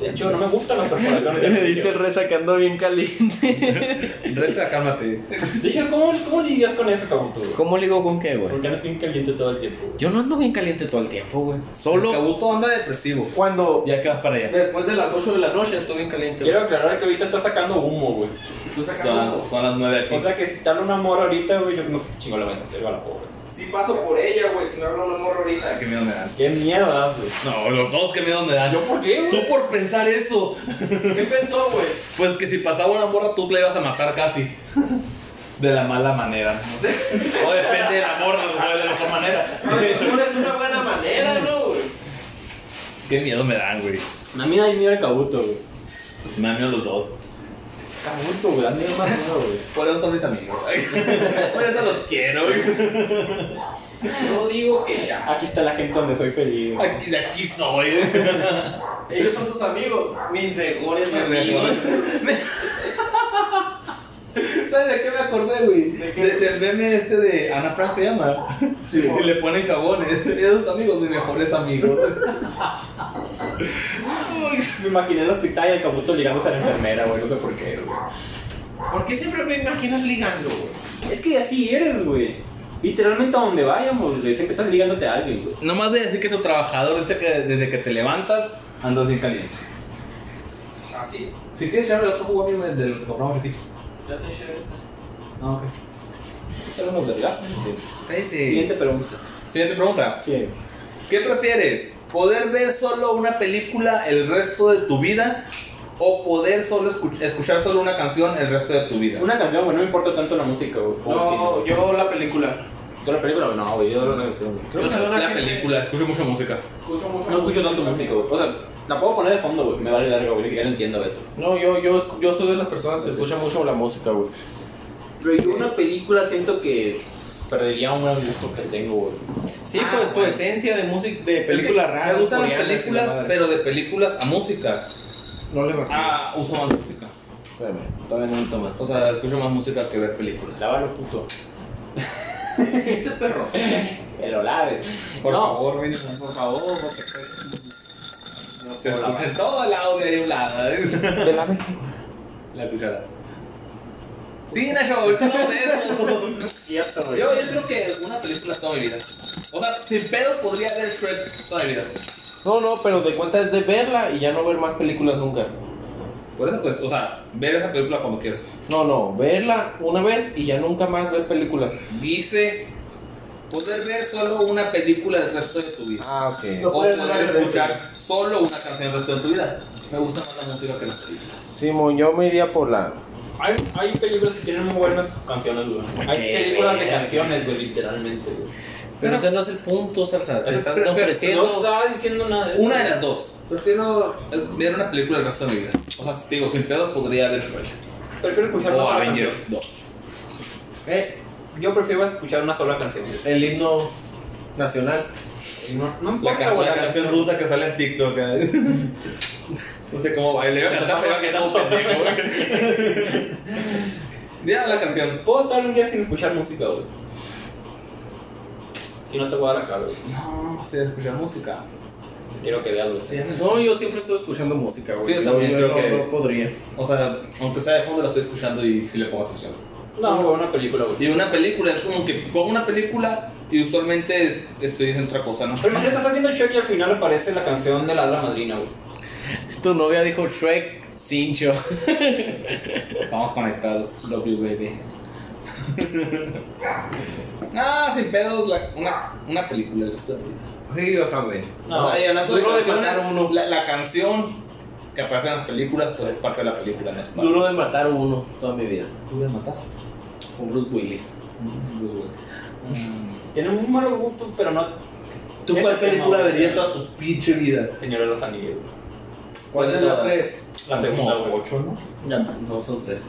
Speaker 5: De hecho, no me gustan las
Speaker 3: [laughs]
Speaker 5: perforaciones.
Speaker 2: re sacando bien caliente.
Speaker 4: Reza, cálmate.
Speaker 5: Dije, ¿cómo, cómo lidias con eso, cabuto, güey?
Speaker 2: ¿Cómo ligo con qué, güey?
Speaker 5: Porque no estoy caliente todo el tiempo, güey.
Speaker 2: Yo no ando bien caliente todo el tiempo, güey.
Speaker 4: El
Speaker 2: Solo.
Speaker 4: cabuto anda depresivo.
Speaker 3: Cuando
Speaker 4: Ya que vas para allá.
Speaker 3: después de las 8 de la noche estoy bien caliente.
Speaker 5: Quiero aclarar que ahorita está sacando humo, güey.
Speaker 3: Tú sacas algo.
Speaker 4: Son, son las nueve aquí.
Speaker 5: O sea que si te habla una morra ahorita, güey, yo no sé qué chingo la voy a hacer, a la pobre.
Speaker 3: Si paso por ella, güey, si me habla una morra
Speaker 4: Ah,
Speaker 3: ahorita.
Speaker 4: qué miedo me dan.
Speaker 5: Qué mierda, güey.
Speaker 4: No, los dos qué miedo me dan.
Speaker 5: ¿Yo por qué, güey?
Speaker 4: Tú por pensar eso.
Speaker 3: ¿Qué pensó, güey?
Speaker 4: Pues que si pasaba una morra, tú la ibas a matar casi. De la mala manera. O depende de la morra, güey, de la mejor manera.
Speaker 3: es una buena manera, ¿no, güey?
Speaker 4: Qué miedo me dan, güey.
Speaker 1: A mí me da miedo el cabuto, güey.
Speaker 4: Me dan miedo los dos.
Speaker 1: Cabuto, güey, da miedo más miedo, güey.
Speaker 4: Por eso son mis amigos. Por eso los quiero, güey.
Speaker 3: No digo que ya.
Speaker 1: Aquí está la gente donde soy feliz, güey.
Speaker 4: Aquí, de aquí soy.
Speaker 3: Ellos son tus amigos. Mis mejores amigos.
Speaker 4: ¿Sabes de qué me acordé, güey? De- del meme este de Ana Frank se llama. [laughs] Y le ponen jabones. [laughs] Esos amigos, mis mejores [laughs] amigos.
Speaker 1: Me imaginé el hospital y el cabuto ligamos a la enfermera, güey. No sé por qué, güey.
Speaker 3: ¿Por qué siempre me imaginas ligando, güey?
Speaker 1: Es que así eres, güey. Literalmente a donde vayamos, güey. Siempre estás ligándote a alguien, güey.
Speaker 4: Nomás voy a decir que tu trabajador dice que desde que te levantas andas bien caliente.
Speaker 3: Así.
Speaker 4: Si quieres echarme el otro jugo a mí, me- de lo que compramos aquí.
Speaker 3: Ya te llevé.
Speaker 4: Ah, ok.
Speaker 1: Echar unos vergazos.
Speaker 4: Cállate.
Speaker 1: Siguiente pregunta.
Speaker 4: Siguiente pregunta.
Speaker 1: Sí.
Speaker 4: ¿Qué prefieres? ¿Poder ver solo una película el resto de tu vida? ¿O poder solo escu- escuchar solo una canción el resto de tu vida?
Speaker 1: Una canción, güey. No me importa tanto la música, güey. Puedo
Speaker 3: No,
Speaker 1: decirlo.
Speaker 3: yo la película.
Speaker 1: ¿Tú la película? güey? No, güey. Yo la canción, güey.
Speaker 3: Creo que soy una gente-
Speaker 4: escucho mucha música.
Speaker 3: Escucho mucho
Speaker 1: No escucho tanto música, güey. O sea, la puedo poner de fondo, güey. Me vale verga, güey. Ni siquiera entiendo eso.
Speaker 3: No, yo, yo, escu- yo soy de las personas que escuchan mucho la música, güey.
Speaker 1: Pero yo una película siento que pues, perdería un gran gusto que tengo, güey.
Speaker 3: Sí,
Speaker 4: Ah,
Speaker 3: pues tu
Speaker 4: güey.
Speaker 3: esencia de música, de películas raras.
Speaker 4: Me gustan las
Speaker 3: coreanas y la
Speaker 4: películas,
Speaker 3: madre.
Speaker 4: pero de películas a música.
Speaker 3: No le va
Speaker 4: Ah, uso más música.
Speaker 2: Espérame, todavía no me tomas.
Speaker 4: O sea, escucho más música que ver películas.
Speaker 1: Lávalo,
Speaker 4: [laughs]
Speaker 1: puto.
Speaker 3: este perro.
Speaker 1: Pero laves.
Speaker 4: Por
Speaker 1: no,
Speaker 4: favor, ven, por favor, porque se escucha en todo el audio de un
Speaker 3: [laughs]
Speaker 4: lado.
Speaker 2: Te la
Speaker 4: La cuchara. Sí, Nacho, ahorita hablamos de eso.
Speaker 1: cierto,
Speaker 4: Yo,
Speaker 1: güey.
Speaker 4: yo creo que una película toda mi vida. O sea, sin pedo podría ver Shrek toda mi vida.
Speaker 3: No, no, pero de cuenta es de verla y ya no ver más películas nunca.
Speaker 4: Por eso, pues, o sea, ver esa película cuando quieras.
Speaker 3: No, no, verla una vez y ya nunca más ver películas.
Speaker 4: Dice poder ver solo una película el resto de tu vida.
Speaker 2: Ah, ok.
Speaker 4: O poder escuchar solo una canción el resto de tu vida. Me gusta más la música que las películas.
Speaker 2: Simón, yo me iría por la.
Speaker 5: Hay, hay películas que tienen muy buenas canciones, güey. Hay películas de canciones, güey, literalmente, güey.
Speaker 2: Pero ese no es el punto, salsa. Te
Speaker 3: [laughs]
Speaker 2: están
Speaker 4: pero-
Speaker 5: No
Speaker 2: ofreciendo.
Speaker 5: estaba diciendo nada de eso.
Speaker 4: Una de las dos. Prefiero es- ver una película el resto de mi vida. O sea, si te digo, sin pedo podría ver Shrek.
Speaker 5: Prefiero escuchar una
Speaker 4: O
Speaker 5: sola
Speaker 4: Oh, Avengers 2.
Speaker 3: Eh,
Speaker 5: canción. Yo prefiero escuchar una sola canción, güey.
Speaker 3: el Eh, himno nacional.
Speaker 1: No
Speaker 4: La,
Speaker 1: importa,
Speaker 4: can-
Speaker 1: güey.
Speaker 4: la canción rusa que sale en TikTok. ¿eh? [laughs] no sé cómo baila. Le voy a cantar, pero que no, pendejo, güey. [laughs] Ya la canción.
Speaker 1: Puedo estar un día sin escuchar música, güey. Si no te voy a dar la clave, güey.
Speaker 4: No, sí, escuchar música.
Speaker 1: Quiero que veas, güey.
Speaker 3: No, yo siempre estoy escuchando música, güey.
Speaker 4: Sí, yo también creo
Speaker 3: no-
Speaker 4: que-
Speaker 3: no podría.
Speaker 4: O sea, aunque sea de fondo, la estoy escuchando y sí le pongo atención.
Speaker 1: No, güey, una película, güey.
Speaker 4: Y una película, es como que pongo una película y usualmente es- estoy en otra cosa, ¿no?
Speaker 1: Pero imagínate, estás viendo Chucky y al final aparece la canción de la Hada madrina, güey.
Speaker 5: Tu novia dijo Shrek, cincho.
Speaker 2: Estamos conectados. Love you, baby.
Speaker 4: [laughs] Ah, sin pedos, la- una, una película la estoy viendo.
Speaker 3: Sí, déjame.
Speaker 1: No, eh,
Speaker 4: o sea, y hablando de,
Speaker 3: Duro de
Speaker 4: canciones,
Speaker 3: matar uno.
Speaker 4: La, la canción que aparece en las películas, pues es parte de la película, no es parte.
Speaker 3: Duro de matar uno toda mi vida.
Speaker 2: Duro de matar.
Speaker 3: Con Bruce Willis.
Speaker 2: Los güeyes.
Speaker 1: Tiene muy malos gustos, pero no.
Speaker 4: ¿Tú
Speaker 1: cuál película verías
Speaker 4: toda tu pinche vida?
Speaker 1: Señor de los Anillos, güey.
Speaker 3: ¿Cuál de las tres?
Speaker 1: La segunda, güey.
Speaker 4: ¿no?
Speaker 3: Ya, no, son tres.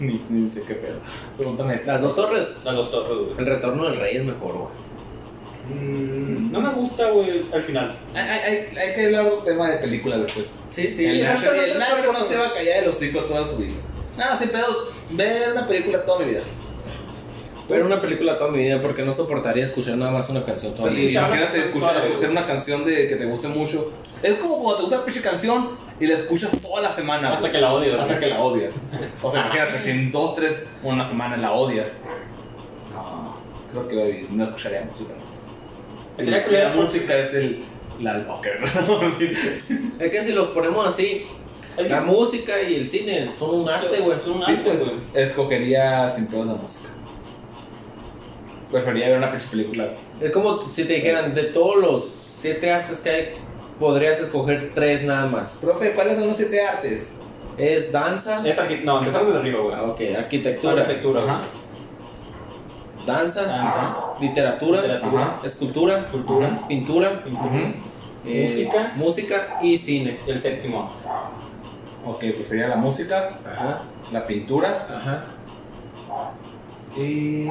Speaker 2: Ni, ni sé qué pedo. Pregúntame esta.
Speaker 3: Las dos torres.
Speaker 1: La de los torres, güey.
Speaker 3: El retorno del rey es mejor, güey.
Speaker 1: Mm, No me gusta, güey, al final.
Speaker 4: Hay, hay, hay que hablar de otro tema de películas pues. después.
Speaker 3: Sí,
Speaker 4: el
Speaker 1: esas
Speaker 4: Nacho,
Speaker 1: son
Speaker 4: el
Speaker 1: otras
Speaker 4: Nacho
Speaker 1: cosas,
Speaker 4: no se
Speaker 1: güey.
Speaker 4: va a callar de los cinco toda su vida. Nada, sin pedos, ver una película toda mi vida.
Speaker 3: Ver una película toda mi vida porque no soportaría escuchar nada más una canción toda
Speaker 4: Sí,
Speaker 3: mi vida.
Speaker 4: imagínate
Speaker 1: sí,
Speaker 4: escuchar,
Speaker 1: padre,
Speaker 4: escuchar una canción de que te guste mucho. Es como cuando te gusta la pinche canción y la escuchas toda la semana.
Speaker 1: Hasta
Speaker 4: Ah, güey.
Speaker 1: que la odio,
Speaker 4: Hasta que la odias. O sea, imagínate, si en dos, tres, una semana la odias. No, creo que baby, no escucharía música.
Speaker 1: Sería
Speaker 4: la
Speaker 1: culero,
Speaker 4: música es el. La alboca,
Speaker 3: Es que si los ponemos así,
Speaker 1: Es que
Speaker 3: la
Speaker 1: es-
Speaker 3: música y el cine son un arte, güey.
Speaker 1: Es un
Speaker 4: Sí,
Speaker 1: arte,
Speaker 4: pues,
Speaker 1: güey.
Speaker 4: [laughs] Escogería sin pedos la música. Preferiría ver una pinche película.
Speaker 3: Es como si te dijeran, de todos los siete artes que hay, podrías escoger tres nada más.
Speaker 4: Profe, ¿cuáles son los siete artes?
Speaker 3: Es danza,
Speaker 1: Es arqui- No, empezamos desde arriba, güey.
Speaker 3: ah, ok, arquitectura,
Speaker 1: Arquitectura,
Speaker 4: Ajá.
Speaker 1: ajá.
Speaker 3: danza,
Speaker 1: Danza.
Speaker 3: literatura,
Speaker 1: Literatura.
Speaker 3: ajá, escultura,
Speaker 1: Cultura.
Speaker 3: pintura,
Speaker 1: pintura.
Speaker 3: eh,
Speaker 1: Música.
Speaker 3: música y cine.
Speaker 1: Y el séptimo arte.
Speaker 4: Ok, preferiría la música,
Speaker 3: Ajá,
Speaker 4: la pintura.
Speaker 3: ajá.
Speaker 4: Y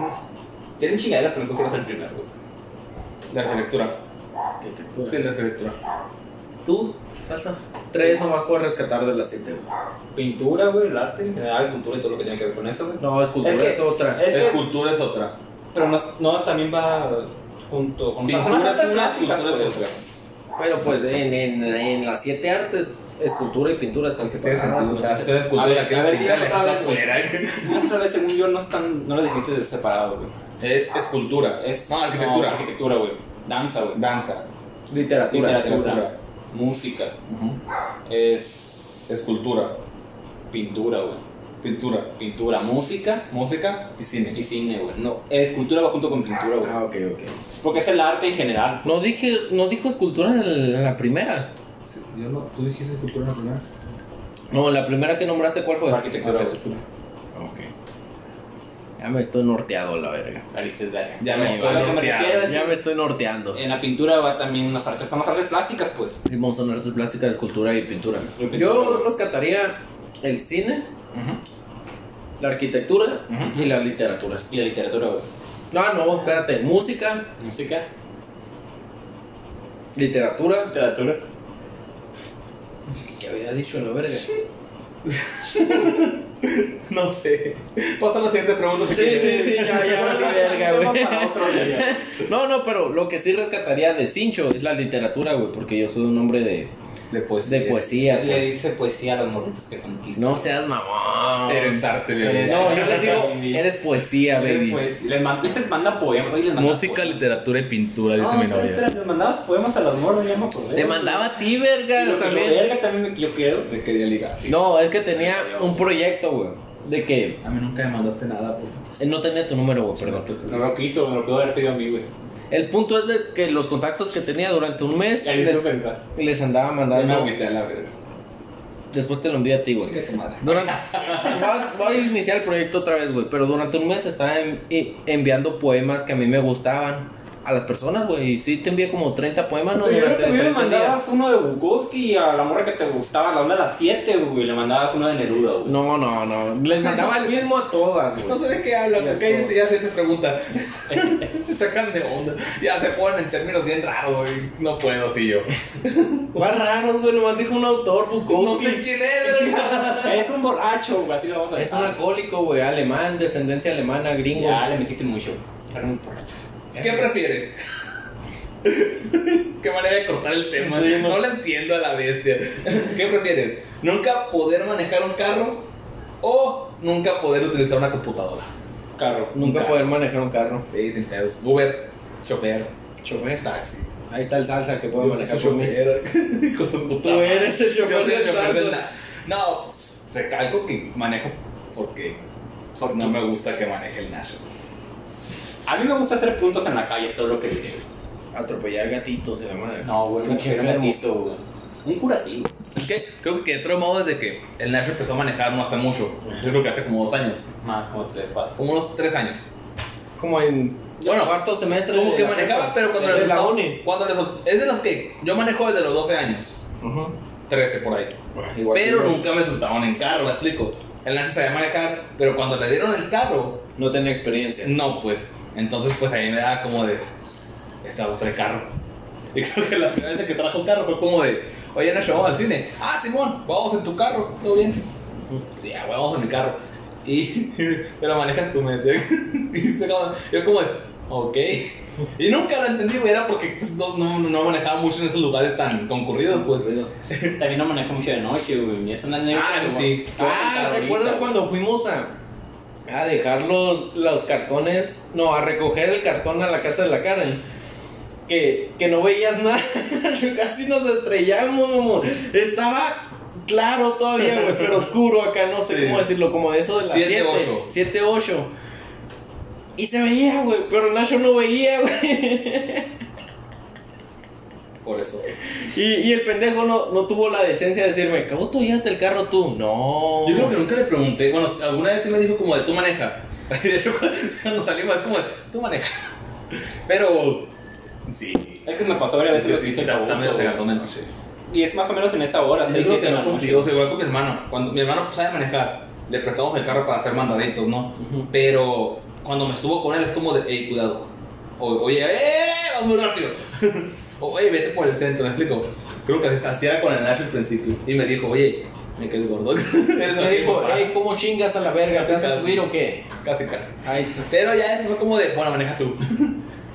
Speaker 1: Tienen chingaderas, pero escogerás el primero, güey.
Speaker 4: la arquitectura.
Speaker 3: Arquitectura.
Speaker 4: Sí, la arquitectura.
Speaker 3: ¿Tú, salsa? Tres nomás puedes rescatar de las siete, güey.
Speaker 1: Pintura, güey, el arte en general, escultura y todo lo que tiene que ver con eso, güey.
Speaker 3: No, escultura es,
Speaker 1: que-
Speaker 3: otra.
Speaker 1: Es que-
Speaker 4: Escultura es otra.
Speaker 1: Pero no, no, también va junto con con las
Speaker 4: Pintura es una,
Speaker 1: artes plásticas,
Speaker 4: escultura es
Speaker 1: güey.
Speaker 4: otra.
Speaker 3: Pero pues en, en, en las siete artes, escultura y pintura están separadas.
Speaker 4: O sea, hacer
Speaker 1: A
Speaker 4: escultura,
Speaker 1: ver,
Speaker 4: que
Speaker 1: a ver,
Speaker 4: pintar
Speaker 1: dígalo
Speaker 4: la
Speaker 1: otra
Speaker 4: gente
Speaker 1: vez,
Speaker 4: culera.
Speaker 1: Otra vez, según yo, no, están, no lo dijiste de separado, güey.
Speaker 4: Es escultura.
Speaker 1: Es,
Speaker 4: No, arquitectura.
Speaker 1: no, arquitectura, güey. Danza, güey.
Speaker 4: Danza.
Speaker 3: Literatura.
Speaker 1: Literatura.
Speaker 4: Literatura.
Speaker 1: Música.
Speaker 4: Ujú.
Speaker 1: Es
Speaker 4: Escultura.
Speaker 1: pintura, güey.
Speaker 4: Pintura.
Speaker 1: Pintura, música
Speaker 4: Música y
Speaker 1: y
Speaker 4: cine.
Speaker 1: cine, güey. No, escultura va junto con pintura, güey.
Speaker 3: Ah, ok, ok.
Speaker 1: Porque es el arte en general.
Speaker 5: No dije, no dijo escultura en la- en la primera.
Speaker 4: Sí, yo no- ¿Tú dijiste escultura en la primera? Ah,
Speaker 5: No, la primera que nombraste, ¿cuál fue?
Speaker 1: Arquitectura, güey.
Speaker 4: Arquitectura.
Speaker 5: Ok. Ya me estoy norteado, la verga.
Speaker 1: La lista es larga.
Speaker 4: Ya me
Speaker 1: A
Speaker 4: estoy
Speaker 1: lo que me
Speaker 4: norteando.
Speaker 1: refiero es
Speaker 5: Ya me
Speaker 1: que
Speaker 5: estoy norteando.
Speaker 1: en la pintura va también las artes, son las artes plásticas, pues.
Speaker 5: Simón son artes plásticas, escultura y pintura.
Speaker 3: Yo rescataría el cine, la arquitectura y la literatura.
Speaker 1: Y la literatura, güey.
Speaker 3: No, no, espérate. Música,
Speaker 1: Música,
Speaker 3: literatura.
Speaker 1: literatura.
Speaker 3: ¿Qué había dicho la verga? Sí,
Speaker 4: No sé. Pasa a la siguiente pregunta. si quieres.
Speaker 3: sí, ya, ya, vale
Speaker 5: [laughs]
Speaker 3: verga, güey.
Speaker 5: No, no, pero lo que sí rescataría de Cincho es la literatura, güey, porque yo soy un hombre de,
Speaker 4: De poesía.
Speaker 5: de poesía.
Speaker 1: Le
Speaker 5: güey.
Speaker 1: dice poesía a los morritos que conquistan.
Speaker 5: No seas mamón.
Speaker 4: Eres arte, bebé.
Speaker 5: No, yo
Speaker 1: [laughs]
Speaker 5: les digo,
Speaker 1: Baby.
Speaker 5: eres poesía,
Speaker 1: Les, pues,
Speaker 5: baby.
Speaker 1: les, manda, les manda poemas. oye, les manda poemas.
Speaker 4: literatura y pintura,
Speaker 1: No, espera, espera, les mandabas poemas a los morros, ya me acordé.
Speaker 5: Te mandaba a ti,
Speaker 1: Y lo
Speaker 5: verga,
Speaker 1: que lo
Speaker 5: también.
Speaker 1: verga también me- yo quiero.
Speaker 4: Te quería ligar.
Speaker 5: No, es que tenía un proyecto, güey, de que
Speaker 2: A mí nunca me mandaste nada, puta.
Speaker 5: eh, no tenía tu número, güey, perdón.
Speaker 1: No lo quiso, me lo pudo haber pedido a mí, güey.
Speaker 5: El punto es de que los contactos que tenía durante un mes
Speaker 1: Ya me hizo
Speaker 3: Pues,
Speaker 5: les,
Speaker 1: pensar.
Speaker 5: les andaba
Speaker 4: Ya me
Speaker 5: mandando.
Speaker 4: agüité a la verga.
Speaker 5: Después te lo envío a ti, güey.
Speaker 4: Chinga tu madre.
Speaker 5: Durante, va- voy a iniciar el proyecto otra vez, güey. Pero durante un mes estaba en- i- enviando poemas que a mí me gustaban
Speaker 3: a las personas, güey. Y sí te envía como 30 poemas, ¿no?
Speaker 1: Pero yo creo que a mí le
Speaker 3: diferentes días.
Speaker 1: mandabas uno de Bukowski y a la morra que te gustaba, la onda de las 7, güey. Le mandabas uno de Neruda,
Speaker 3: [laughs]
Speaker 1: güey.
Speaker 3: No, no, no. Les mandaba el mismo a todas,
Speaker 4: No
Speaker 3: güey.
Speaker 4: sé de qué hablan, porque ahí sí ya se te [laughs] pregunta. Se sacan de onda. Ya se ponen en términos bien raros, güey. No puedo así yo.
Speaker 3: Más raros, güey. Nomás dijo un autor,
Speaker 4: No
Speaker 3: Bukowski.
Speaker 4: sé quién es, verga.
Speaker 1: Es un borracho, güey. Así lo vamos a
Speaker 3: Es
Speaker 1: decir.
Speaker 3: un alcohólico, güey. Alemán, descendencia alemana, gringo.
Speaker 1: Ya le metiste mucho. Era un borracho.
Speaker 4: ¿Qué prefieres? [laughs] Qué manera de cortar el tema. No la entiendo a la bestia. ¿Qué prefieres? ¿Nunca poder manejar un carro o nunca poder utilizar una computadora?
Speaker 1: Carro.
Speaker 3: Nunca
Speaker 1: puede.
Speaker 3: poder manejar un carro.
Speaker 4: Sí, sin pedos. Uber, chofer,
Speaker 3: Chofer.
Speaker 4: taxi.
Speaker 3: Ahí está el salsa que puede
Speaker 4: Yo soy
Speaker 3: manejar por
Speaker 4: [laughs]
Speaker 3: mí.
Speaker 4: chofer. Con su puta
Speaker 3: Tú
Speaker 4: madre.
Speaker 3: eres el
Speaker 4: Yo
Speaker 3: chofer
Speaker 4: soy
Speaker 3: del
Speaker 4: el chofer del
Speaker 3: salsa.
Speaker 4: na- No, pues, recalco que manejo porque no me gusta que maneje el Nacho.
Speaker 1: A mí me gusta hacer puntos en la calle, todo lo que diré.
Speaker 3: Atropellar gatitos y la madre.
Speaker 1: No, güey,
Speaker 3: Pinche
Speaker 1: me
Speaker 3: enfermo.
Speaker 1: metiste, güey. Un cura sí, güey.
Speaker 4: ¿Qué? Creo que otro modo desde que el Nacho empezó a manejar no hace mucho. Yo creo que hace como dos años.
Speaker 1: Más como 3, 4.
Speaker 4: Como unos tres años.
Speaker 3: Como en
Speaker 4: Bueno,
Speaker 3: cuarto semestre.
Speaker 4: Como
Speaker 3: de
Speaker 4: que
Speaker 3: la
Speaker 4: manejaba,
Speaker 3: prepa.
Speaker 4: pero cuando
Speaker 3: de
Speaker 4: le
Speaker 3: la
Speaker 4: soltaba-
Speaker 3: uni.
Speaker 4: Cuando le sol- Es de los que yo manejo desde los 12 años. 13 por ahí.
Speaker 3: Igual
Speaker 4: pero
Speaker 3: que yo.
Speaker 4: nunca me soltaban en carro, me explico. El Nacho sabía manejar, pero cuando le dieron el carro,
Speaker 3: No tenía experiencia.
Speaker 4: no, pues. Entonces, pues ahí me daba como de. Esta otra el carro. [laughs] Y creo que la primera vez que trajo un carro fue como de. Oye, Nacho, vamos al cine. Ah, Simón, vamos en tu carro, todo bien. Sí, ah, güey, vamos en mi carro. Y. [laughs] Pero manejas tú, me decía. [laughs] Y se acaba- yo como de. Ok. Y nunca lo entendí, güey, era porque pues, no, no, no manejaba mucho en esos lugares tan concurridos, pues.
Speaker 1: También no manejo mucho de noche, güey. Es una anécdota
Speaker 4: Ah,
Speaker 1: como-
Speaker 4: sí.
Speaker 1: que voy a contar
Speaker 3: Ah, ¿te
Speaker 1: ahorita,
Speaker 3: acuerdas
Speaker 1: güey.
Speaker 3: cuando fuimos a, a dejar los, los cartones? No, a recoger el cartón a la casa de la Karen. Que, que no veías nada. [laughs] Yo Casi nos estrellamos, mamón. Estaba claro todavía, güey, pero oscuro acá. No sé
Speaker 4: Sí.
Speaker 3: cómo decirlo, como de eso de las
Speaker 4: Siete,
Speaker 3: 7,
Speaker 4: ocho.
Speaker 3: 7, 8. Y se veía, güey, pero Nacho no veía, güey.
Speaker 4: Por eso.
Speaker 3: Y, y el pendejo no, no tuvo la decencia de decirme, ¿cómo tú llevaste el carro tú? No.
Speaker 4: Yo creo que nunca le pregunté. Bueno, alguna vez sí me dijo como de tú maneja. [laughs] De hecho, cuando salimos es como de tú maneja. Pero. Sí.
Speaker 1: Es que me pasó varias veces
Speaker 4: Es que
Speaker 1: lo que
Speaker 4: sí,
Speaker 1: hice
Speaker 4: sí, está-
Speaker 1: con
Speaker 4: está medio
Speaker 1: otro, güey.
Speaker 4: cegatón de noche.
Speaker 1: Y es más o menos en esa hora,
Speaker 4: Yo
Speaker 1: seis,
Speaker 4: creo
Speaker 1: siete de
Speaker 4: que
Speaker 1: la
Speaker 4: no
Speaker 1: noche.
Speaker 4: cumplidos, igual con mi hermano. Cuando mi hermano sabe manejar, le prestamos el carro para hacer mandaditos, ¿no? Pero cuando me subo con él es como de, hey, cuidado. O, oye, eh, vas muy rápido. [laughs] o, oye, vete por el centro, ¿me explico? Creo que así- así era con el Nash al principio. Y me dijo, oye, me quedes gordo. [laughs]
Speaker 3: Me dijo, "Ey, ¿cómo chingas a la verga? ¿Te vas a subir o qué?
Speaker 4: Casi, casi.
Speaker 3: Ay,
Speaker 4: Pero ya fue como de, bueno, maneja tú. [laughs]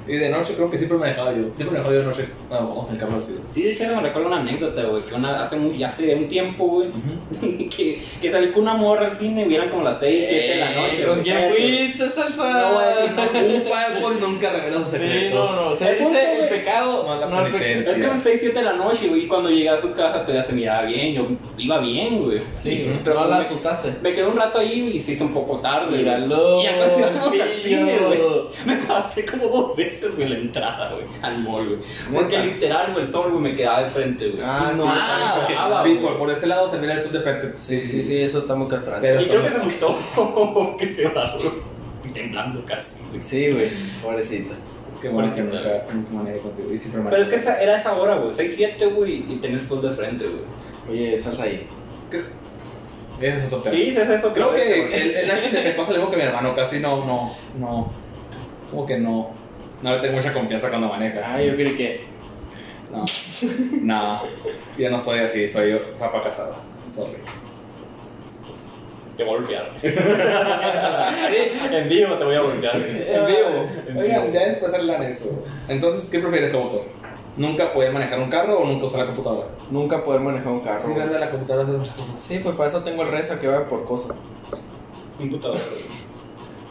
Speaker 4: y de noche creo que siempre manejaba yo. Siempre manejaba yo de noche. Bueno, vamos en el carro al cielo.
Speaker 1: Sí, de hecho me recuerdo una anécdota, güey, que una, hace, muy, hace un tiempo, güey, [laughs] que, que salí con una morra al cine y eran como las 6, 7 de la noche.
Speaker 3: Eh, ¿Con
Speaker 1: güey.
Speaker 3: quién fuiste, salsa?
Speaker 4: No voy a decir, no, un fanboy nunca revela su
Speaker 3: Sí,
Speaker 4: secreto.
Speaker 3: no, no. Se
Speaker 1: El punto,
Speaker 3: dice el
Speaker 1: güey.
Speaker 4: No,
Speaker 3: pecado.
Speaker 4: la
Speaker 3: No, el [laughs] pecado.
Speaker 4: penitencia.
Speaker 1: Es que eran 6, 7 de la noche, güey, y cuando llegué a su casa todavía se miraba bien, yo iba bien, güey.
Speaker 3: Sí,
Speaker 1: Ujú.
Speaker 3: pero no la
Speaker 1: me-
Speaker 3: asustaste.
Speaker 1: Me quedé un rato ahí y se hizo un poco tarde.
Speaker 3: Míralo,
Speaker 1: Y ya
Speaker 3: [laughs]
Speaker 1: cuando íbamos al
Speaker 3: pillo.
Speaker 1: cine, güey. Me pasé como dos veces, güey, la entrada, güey, al mall, güey. Porque
Speaker 3: Neta.
Speaker 1: literal, güey, el sol, güey, me quedaba de frente, güey.
Speaker 3: Ah,
Speaker 1: Y
Speaker 3: sí,
Speaker 1: no
Speaker 4: Ah, ok.
Speaker 1: alcanzaba,
Speaker 4: sí,
Speaker 1: güey.
Speaker 4: por, por ese lado se mira el sur de frente.
Speaker 3: Sí, sí, sí, eso está muy castrante.
Speaker 4: Pero
Speaker 1: Y creo que se
Speaker 4: está-
Speaker 1: asustó que se bajó. Temblando casi, güey.
Speaker 3: Sí, güey, pobrecita.
Speaker 12: Qué bueno que nunca, nunca manejé contigo. Y siempre
Speaker 1: Pero es que
Speaker 12: manejé.
Speaker 1: esa- era esa hora, güey. 6-7, güey, y tener full de frente, güey.
Speaker 3: Oye, salsa ahí.
Speaker 4: Ese es otro tema.
Speaker 1: Sí, es eso.
Speaker 4: Creo que el, el Nash le pasa lo mismo que mi hermano. Casi no, no, no. Como que no. No le tengo mucha confianza cuando maneja.
Speaker 3: Ah, yo creo que.
Speaker 4: No. No. Yo no soy así, soy yo, papá casado. Sorry.
Speaker 1: Te voy a golpear. en vivo te voy a golpear.
Speaker 4: En
Speaker 1: En
Speaker 4: vivo. Ah, Oigan,
Speaker 1: vivo.
Speaker 4: ya después hablan eso. Entonces, ¿qué prefieres, Jaboto? ¿Nunca poder manejar un carro o nunca usar la computadora?
Speaker 3: Nunca poder manejar un carro.
Speaker 4: Sí,
Speaker 3: güey.
Speaker 4: verdad, la computadora hace muchas cosas.
Speaker 3: Sí, pues para eso tengo el rezo que va por cosas.
Speaker 1: Computadora.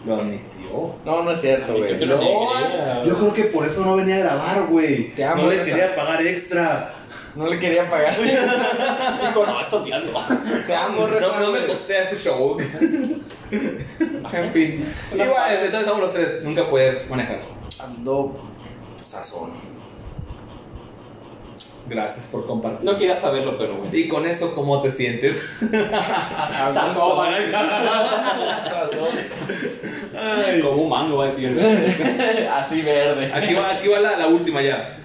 Speaker 4: Lo admitió.
Speaker 3: No, ah, no es cierto,
Speaker 1: Yo
Speaker 3: güey.
Speaker 1: creo que no te
Speaker 4: No,
Speaker 1: creía.
Speaker 4: yo creo que por eso no venía a grabar, güey.
Speaker 3: Te amo,
Speaker 4: No le
Speaker 3: Rosa.
Speaker 4: quería pagar extra.
Speaker 3: No le quería pagar. [laughs]
Speaker 1: Dijo, no, estos días no.
Speaker 3: Te amo, rezo. güey.
Speaker 4: costé este [laughs] show. en fin. Igual, entonces estamos los tres. Nunca poder manejar.
Speaker 3: Ando. Sazón.
Speaker 12: Gracias por compartir.
Speaker 1: No quería saberlo, pero bueno.
Speaker 4: Y con eso, ¿cómo te sientes?
Speaker 5: Ah,
Speaker 4: Ay.
Speaker 1: Como un mango va a decir.
Speaker 2: Así verde.
Speaker 4: Aquí va, aquí va la, la última ya.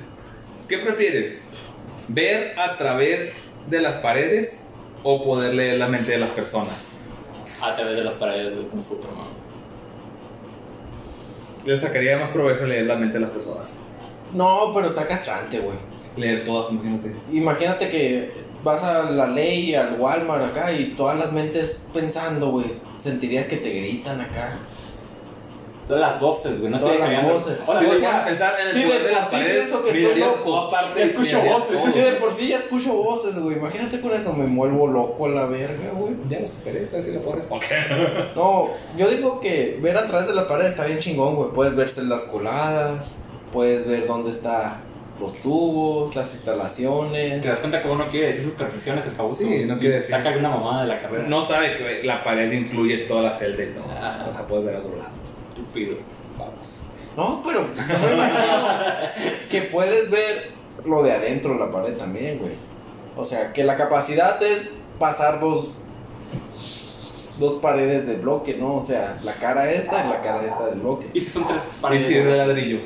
Speaker 4: ¿Qué prefieres? ¿Ver a través de las paredes o poder leer la mente de las personas?
Speaker 1: A través de las paredes de un Superman.
Speaker 4: Le sacaría más provecho leer la mente de las personas.
Speaker 3: No, pero está castrante, güey.
Speaker 4: Leer todas, imagínate.
Speaker 3: Imagínate que vas a la ley, al Walmart acá y todas las mentes pensando, güey. Sentirías que te gritan acá.
Speaker 1: Todas las voces, güey. No
Speaker 3: Todas
Speaker 1: te
Speaker 3: las
Speaker 1: dejarían-
Speaker 3: voces.
Speaker 1: O sea,
Speaker 4: si
Speaker 1: o
Speaker 4: te
Speaker 1: sea,
Speaker 4: pones a pensar en el
Speaker 3: sí,
Speaker 4: poder
Speaker 3: de-
Speaker 4: de las
Speaker 3: sí,
Speaker 4: paredes,
Speaker 3: eso que estoy
Speaker 4: mirarías
Speaker 3: loco.
Speaker 4: todo, aparte,
Speaker 1: Escucho
Speaker 4: mirarías
Speaker 1: voces.
Speaker 4: todo.
Speaker 3: Yo de por sí ya escucho voces, güey. Imagínate con eso me muevo loco a la verga, güey.
Speaker 12: Ya lo superé, entonces sí lo puedo hacer.
Speaker 3: No, yo digo que ver a través de la pared está bien chingón, güey. Puedes verse las coladas, puedes ver dónde están los tubos, las instalaciones.
Speaker 1: Te das cuenta que uno quiere decir sus profesiones el cabuto.
Speaker 4: Sí, no quiere decir.
Speaker 1: Saca alguna mamada de la carrera.
Speaker 4: No sabe que la pared incluye toda la celda y todo.
Speaker 1: Ah.
Speaker 4: O sea, puedes ver a otro lado.
Speaker 1: estúpido.
Speaker 4: Vamos.
Speaker 3: No, pero yo me imagino que puedes ver lo de adentro de la pared también, güey. O sea, que la capacidad es pasar dos dos paredes de bloque, ¿no? O sea, la cara esta y la cara esta del bloque.
Speaker 1: Y si son tres
Speaker 4: Y
Speaker 1: paredes.
Speaker 4: si es de ladrillo,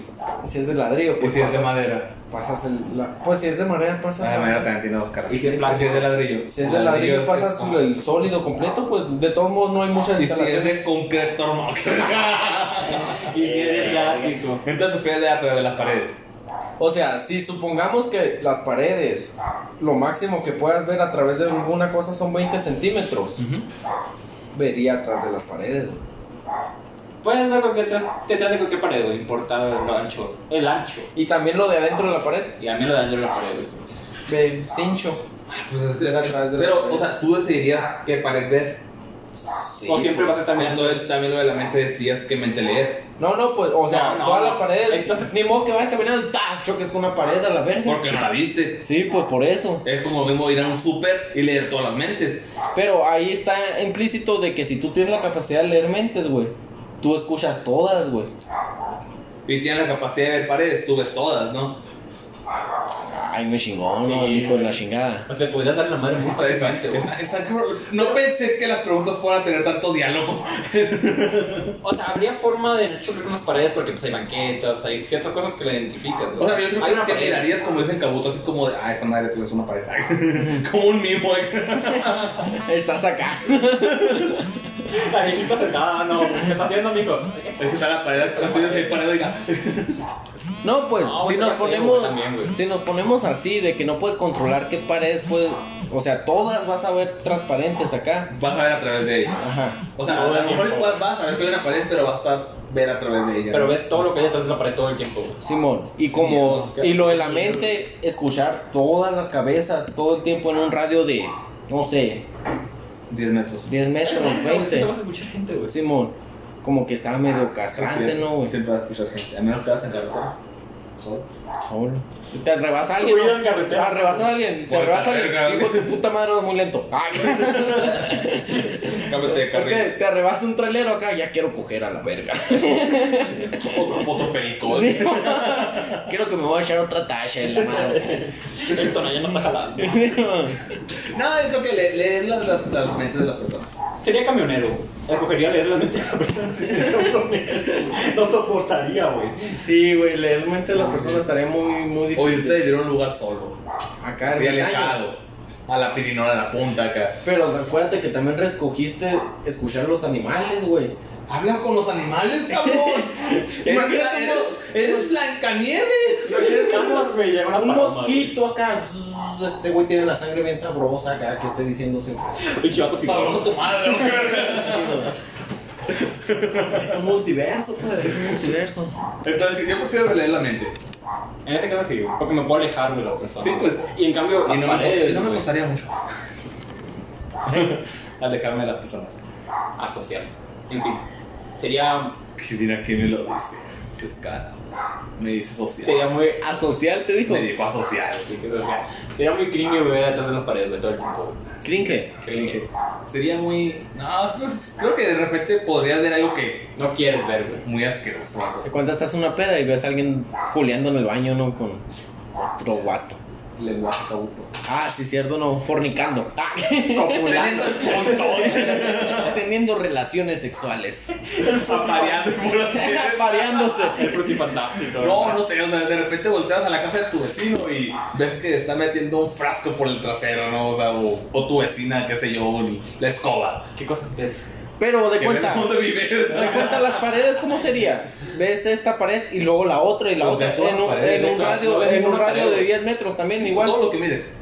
Speaker 3: Si es de ladrillo,
Speaker 4: y
Speaker 3: pues
Speaker 4: si es de
Speaker 3: pasas-
Speaker 4: madera.
Speaker 3: pasas el la- pues si es de madera pasas
Speaker 4: La madera también tiene dos caras.
Speaker 1: Y si es
Speaker 4: si es de
Speaker 1: plástico.
Speaker 4: ladrillo.
Speaker 3: Si es de ladrillo,
Speaker 4: es-
Speaker 3: pasas
Speaker 4: es como-
Speaker 3: el sólido completo, pues de todos modos no hay mucha
Speaker 4: Y si es
Speaker 3: instalación.
Speaker 4: de concreto, [laughs] hermano.
Speaker 1: Y si es de plástico.
Speaker 4: Entonces prefieres de atrás de las paredes.
Speaker 3: O sea, si supongamos que las paredes, lo máximo que puedas ver a través de alguna cosa son 20 centímetros, vería atrás de las paredes. güey.
Speaker 1: Pueden andar cualquier- detrás, detrás de cualquier pared, güey. Importa el ancho. El ancho.
Speaker 3: Y también lo de adentro de la pared,
Speaker 1: Y a mí lo de adentro de la pared, güey.
Speaker 3: de cincho.
Speaker 4: Pues es,
Speaker 3: Es atrás de las
Speaker 4: pero,
Speaker 3: paredes.
Speaker 4: o sea, tú decidirías qué pared ver.
Speaker 1: o siempre vas a estar mirando.
Speaker 4: Entonces también lo de la mente decías que mente leer.
Speaker 3: No, no, pues, o sea,
Speaker 1: No, no,
Speaker 3: todas
Speaker 1: no.
Speaker 3: las paredes.
Speaker 1: Entonces-
Speaker 3: ni modo que vayas caminando y ¡tas! choques con una pared a la verga.
Speaker 4: Porque no la viste.
Speaker 3: Sí, pues por eso.
Speaker 4: Es como lo mismo ir a un súper y leer todas las mentes.
Speaker 3: Pero ahí está implícito de que si tú tienes la capacidad de leer mentes, güey, tú escuchas todas, güey.
Speaker 4: Y tienes la capacidad de ver paredes, tú ves todas, ¿no?
Speaker 3: Ay, me chingón,
Speaker 1: Sí,
Speaker 3: no, hijo de la
Speaker 1: güey.
Speaker 3: chingada.
Speaker 1: O sea, podrías dar la madre muy
Speaker 4: Está- está-
Speaker 1: fácilmente, güey.
Speaker 4: está- está cabrón. no pensé que las preguntas fueran a tener tanto diálogo.
Speaker 1: O sea, habría forma de chocar con las paredes porque pues, hay banquetas, hay ciertas cosas que la identificas,
Speaker 4: O
Speaker 1: güey.
Speaker 4: sea, [laughs] yo creo
Speaker 1: hay
Speaker 4: que
Speaker 1: una
Speaker 4: te
Speaker 1: pared.
Speaker 4: mirarías como dicen cabuto, así como de, ah, esta madre pues, es una pared. [laughs] como un mimo. eh.
Speaker 3: Estás acá.
Speaker 1: La viejita sentada, no. ¿Qué está haciendo, mijo?
Speaker 4: Es que está la pared, cuando tienes ahí pared, oiga.
Speaker 3: No, pues,
Speaker 1: No,
Speaker 3: si
Speaker 1: ese
Speaker 3: nos
Speaker 1: está feo,
Speaker 3: ponemos
Speaker 1: güey, también, güey.
Speaker 3: si nos ponemos así de que no puedes controlar qué paredes puedes, o sea, todas vas a ver transparentes acá.
Speaker 4: Vas a ver a través de ella.
Speaker 3: Ajá.
Speaker 4: O sea,
Speaker 1: Todo
Speaker 4: a
Speaker 1: el
Speaker 4: lo mejor
Speaker 1: tiempo.
Speaker 4: igual vas a ver que hay una pared, pero vas a ver a través de ella.
Speaker 1: Pero ves todo lo que hay detrás de la pared todo el tiempo, güey.
Speaker 3: Simón, y como y lo de la mente escuchar todas las cabezas todo el tiempo en un radio de no sé,
Speaker 4: 10 metros.
Speaker 3: 10 metros,
Speaker 1: Güey, siempre
Speaker 3: 20.
Speaker 1: vas a escuchar gente, güey.
Speaker 3: Simón, como que está medio
Speaker 4: Ah, Sí,
Speaker 3: castrante, ¿no, güey?
Speaker 4: Siempre vas a escuchar gente. A menos que vas en carretera. Solo.
Speaker 3: Solo. Te arrebas a alguien.
Speaker 1: Huido en
Speaker 3: ¿no? Te
Speaker 1: carretera.
Speaker 3: arrebas a alguien. Te
Speaker 4: Por
Speaker 3: arrebas a
Speaker 4: carretera.
Speaker 3: alguien. Hijo de tu puta madre, vas muy [laughs] lento. Ay.
Speaker 4: Cámbiate de
Speaker 3: ¿Por qué?
Speaker 4: carril.
Speaker 3: Te arrebas un trailero acá. Ya quiero coger a la verga.
Speaker 4: Otro, otro perico.
Speaker 3: Sí. quiero que me voy a echar otra talla en la madre.
Speaker 1: El tono ya no está jalando.
Speaker 4: No, es lo que le- lees las, las, las mentes de las personas.
Speaker 1: Sería camionero. Escogería leer las mentes de la persona que sea camionero. No soportaría, güey.
Speaker 3: Sí, güey, realmente la persona estaría muy, muy
Speaker 4: O irte a vivir a un lugar solo.
Speaker 3: Acá
Speaker 4: Así
Speaker 3: ermitaño.
Speaker 4: alejado. A la pirinola, a la punta acá.
Speaker 3: Pero acuérdate que también recogiste escuchar los animales, güey.
Speaker 4: Habla con los animales, cabrón. [laughs]
Speaker 3: Imagínate
Speaker 4: eres, eres Blancanieves.
Speaker 1: Estamos, güey, llega una
Speaker 3: Un
Speaker 1: paloma,
Speaker 3: mosquito acá. zzz, Este güey tiene la sangre bien sabrosa acá que esté diciendo siempre.
Speaker 1: güey. Pinche vato sin
Speaker 4: Sabroso tu madre, ¿no?
Speaker 3: Es un multiverso, padre. Es un multiverso.
Speaker 4: Entonces, yo prefiero leer la mente.
Speaker 1: En este caso sí, güey, porque me puedo alejar de las personas.
Speaker 4: Sí, pues.
Speaker 1: Y en cambio,
Speaker 4: Y
Speaker 1: las
Speaker 4: no, me,
Speaker 1: paredes,
Speaker 4: y no me
Speaker 1: güey,
Speaker 4: costaría mucho. [laughs] Alejarme de las personas.
Speaker 1: asociar. En fin, sería,
Speaker 4: Que mira quién me lo dice. Pescado. Me dice social.
Speaker 1: sería muy... ah,
Speaker 2: Asocial te dijo.
Speaker 4: Me dijo asocial.
Speaker 1: Sería muy cringe, güey, detrás de las paredes, güey, todo el tiempo. güey.
Speaker 2: Cringe.
Speaker 1: Cringe.
Speaker 4: Sería muy. No, creo, creo que de repente podría haber algo que.
Speaker 1: No quieres ver, güey.
Speaker 4: Muy asqueroso. o algo así.
Speaker 2: Cuando estás en una peda y ves a alguien culeando en el baño, ¿no? Con otro guato.
Speaker 12: lenguaje cabuto.
Speaker 2: Ah, sí, cierto, no. Fornicando. [laughs] Ah,
Speaker 4: Teniendo
Speaker 2: copulando.
Speaker 4: un [laughs] montón.
Speaker 2: Teniendo relaciones
Speaker 3: [laughs]
Speaker 2: sexuales.
Speaker 4: Apareando y volando.
Speaker 2: Pareándose.
Speaker 1: El frutifantástico.
Speaker 4: No, no sé, o sea, de repente volteas a la casa de tu vecino y ves que está metiendo un frasco por el trasero, ¿no? O sea, o, o tu vecina, qué sé yo, un- la escoba.
Speaker 5: ¿Qué cosas ves?
Speaker 2: Pero de
Speaker 4: Que ves
Speaker 2: cuenta.
Speaker 4: dónde vives.
Speaker 2: De cuenta las paredes, ¿cómo sería? Ves esta pared y luego la otra y la
Speaker 4: Pues
Speaker 2: otra.
Speaker 4: ves todas
Speaker 2: En
Speaker 4: las
Speaker 2: un,
Speaker 4: paredes,
Speaker 2: en
Speaker 4: ves
Speaker 2: un
Speaker 4: todas- no
Speaker 2: radio,
Speaker 4: ves
Speaker 2: en un
Speaker 4: ninguna
Speaker 2: radio
Speaker 4: pared,
Speaker 2: de
Speaker 4: güey.
Speaker 2: 10 metros también, igual.
Speaker 4: Todo lo que mires,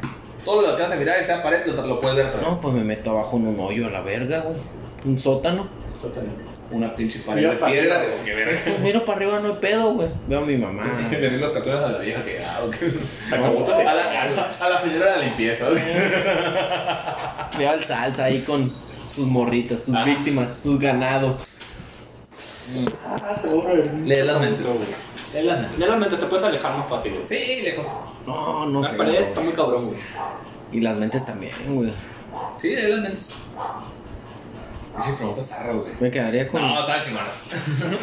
Speaker 4: todo lo que alcanzas a mirar, esa pared lo, lo puedes ver atrás.
Speaker 2: No, pues me meto abajo en un hoyo a la verga, güey. Un sótano.
Speaker 12: Una pinche pared.
Speaker 4: De
Speaker 12: de piedra.
Speaker 4: piedra de que ver. [laughs]
Speaker 2: Pues miro para arriba, no hay pedo, güey. Veo a mi mamá.
Speaker 4: Le vi las capturas a la vieja que ah, ok.
Speaker 1: Cabuto se-
Speaker 4: a, la, a la- a la señora de la limpieza. ok.
Speaker 2: Veo al salsa ahí con sus morritas,
Speaker 3: Ah.
Speaker 2: sus víctimas, sus ganado.
Speaker 4: Lees las mentes.
Speaker 1: De la- de la mente te puedes alejar más fácil, güey.
Speaker 4: Sí, lejos.
Speaker 2: No,
Speaker 3: Ah,
Speaker 2: no
Speaker 1: Las
Speaker 2: sé.
Speaker 1: paredes
Speaker 2: güey.
Speaker 1: están muy cabrón, güey.
Speaker 2: Y las mentes también, güey.
Speaker 4: Sí, lees las mentes.
Speaker 12: Pinche preguntas zarras, güey.
Speaker 2: Me quedaría con,
Speaker 4: No, está chingona.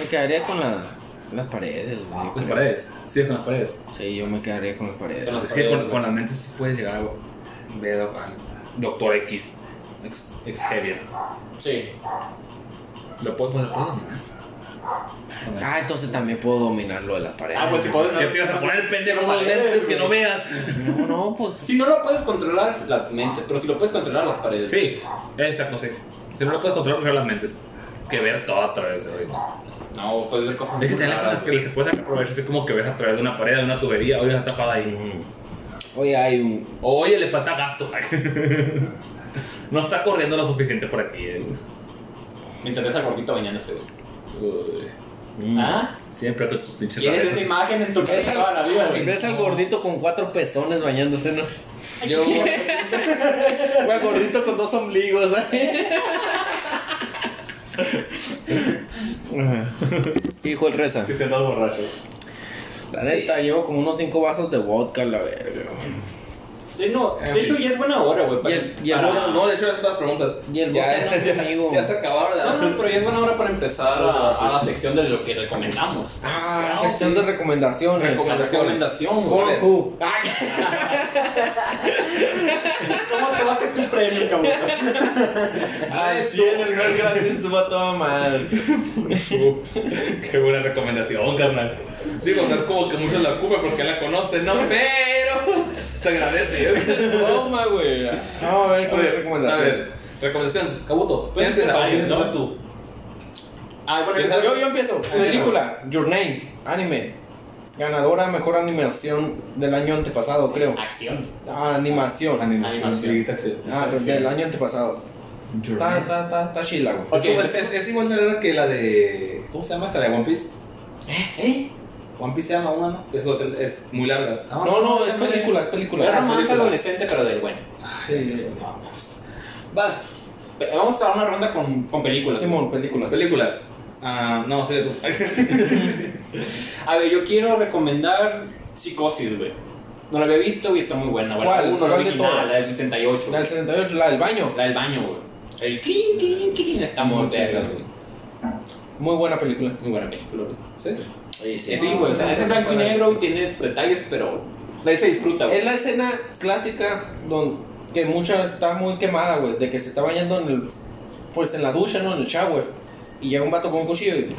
Speaker 2: me quedaría con la- las paredes, güey.
Speaker 12: Las
Speaker 2: yo creo.
Speaker 12: paredes. Sí, con las paredes.
Speaker 2: Sí, yo me quedaría con las paredes.
Speaker 12: Es que con, con las mentes sí puedes llegar a ver al Doctor X. Ex, Xavier.
Speaker 1: Sí.
Speaker 12: Lo puedo
Speaker 4: Pues,
Speaker 12: poner todo, ¿no?
Speaker 2: Ah, entonces también puedo dominar lo de las paredes.
Speaker 1: Ah, pues si puedes.
Speaker 4: ¿Qué te ibas a poner, pendejo, unos
Speaker 1: paredes,
Speaker 4: lentes que
Speaker 1: güey.
Speaker 4: no veas?
Speaker 2: No, no, pues.
Speaker 1: Si no lo puedes controlar, las mentes. Pero si lo puedes controlar, las paredes.
Speaker 12: Sí, exacto, sí. Si no lo puedes controlar, mejor las mentes. Que ver todo a través de [laughs] hoy.
Speaker 1: No, puedes ver cosas
Speaker 12: Es que
Speaker 1: muy
Speaker 12: también
Speaker 1: raras,
Speaker 12: las cosas que se puede sacar provecho, así como que ves a través de una pared, de una tubería, hoy está tapada ahí.
Speaker 2: Oye, hay un.
Speaker 12: Oye, le falta gasto. [laughs] No está corriendo lo suficiente por aquí. eh.
Speaker 1: güey. Me interesa el gordito bañándose, güey.
Speaker 12: Uy,
Speaker 2: Mm.
Speaker 1: ¿Ah?
Speaker 12: Siempre con tus pinches
Speaker 1: ¿Quieres esa
Speaker 12: cabezas.
Speaker 1: imagen en tu casa toda la vida, güey?
Speaker 2: Ves al gordito con cuatro pezones bañándose, ¿no? [laughs]
Speaker 4: Yo,
Speaker 2: O al gordito con dos ombligos, ¿eh? Hijo el reza.
Speaker 12: Que se andas borracho.
Speaker 2: La neta, llevo como unos cinco vasos de vodka, la verga. güey.
Speaker 1: Eh, No, de hecho ya es buena hora, güey.
Speaker 4: y
Speaker 1: para-
Speaker 4: el, y el
Speaker 1: para-
Speaker 4: bote- no, de hecho, esas son las preguntas.
Speaker 2: Y el bote no es mi amigo.
Speaker 4: Ya se acabaron
Speaker 1: No,
Speaker 4: las.
Speaker 1: no, pero ya es buena hora para empezar a, a la sección de lo que recomendamos.
Speaker 2: Ah,
Speaker 1: Claro,
Speaker 2: sección de
Speaker 3: pues,
Speaker 2: recomendaciones.
Speaker 1: Recomendación, recomendación, güey.
Speaker 2: Pornhub. Ah,
Speaker 1: ¿Cómo te va a tu premio, cabrón?
Speaker 3: Ay, sí, en el lugar gratis estuvo a toda madre.
Speaker 12: Qué buena recomendación, carnal.
Speaker 4: Digo, no es como que muchos la ocupen porque la conocen, ¿no? Pero se
Speaker 12: ¿eh?
Speaker 4: agradece.
Speaker 3: Toma, güey. Vamos a ver cuál es la
Speaker 4: a
Speaker 3: recomendación.
Speaker 4: ver, recomendación. Cabuto,
Speaker 1: Puedes
Speaker 4: empieza,
Speaker 1: empezar,
Speaker 4: empieza
Speaker 1: ¿no?
Speaker 4: tú.
Speaker 1: Ah, bueno, yo-
Speaker 3: Yo, yo empiezo. Película, Your Name, anime. Ganadora a mejor animación del año antepasado, creo. Ah,
Speaker 1: Acción.
Speaker 3: Animación.
Speaker 1: Animación.
Speaker 12: Digita acción.
Speaker 3: Ah, pero del año antepasado. Está, está, está, está chila, güey.
Speaker 1: Ok,
Speaker 4: ¿Cómo es, es, es igual de larga que la de. ¿Cómo se llama esta? La de One Piece.
Speaker 1: ¿Eh?
Speaker 4: One Piece se llama una, ¿no? Es, lo que- es muy larga.
Speaker 3: Ah,
Speaker 4: Ah,
Speaker 3: No, no, es película, es
Speaker 1: Era
Speaker 3: película.
Speaker 1: romance adolescente, pero del bueno.
Speaker 3: Sí,
Speaker 1: Vas. Pe- Vamos a dar una ronda con, con películas.
Speaker 3: Simón, película.
Speaker 4: Películas. Ah, no, soy de tú. [laughs]
Speaker 1: A ver, yo quiero recomendar Psicosis, güey. No la había visto y está muy buena. güey.
Speaker 2: ¿Cuál?
Speaker 1: Uno, la
Speaker 2: ¿Cuál de
Speaker 1: original,
Speaker 2: todas?
Speaker 1: La del 68.
Speaker 2: La del 78, la del baño.
Speaker 1: La del baño, güey. El crin, crin, crin está muy verga, güey.
Speaker 3: Muy buena película.
Speaker 1: Muy buena película, güey.
Speaker 4: ¿Sí?
Speaker 1: Eh, Sí, güey. O sea, es en blanco y negro, tiene sus detalles, pero ahí se disfruta, güey.
Speaker 3: Es la escena clásica donde que mucha está muy quemada, güey, de que se está bañando en el pues en la ducha, no en el shower. Y llega un vato con un cuchillo y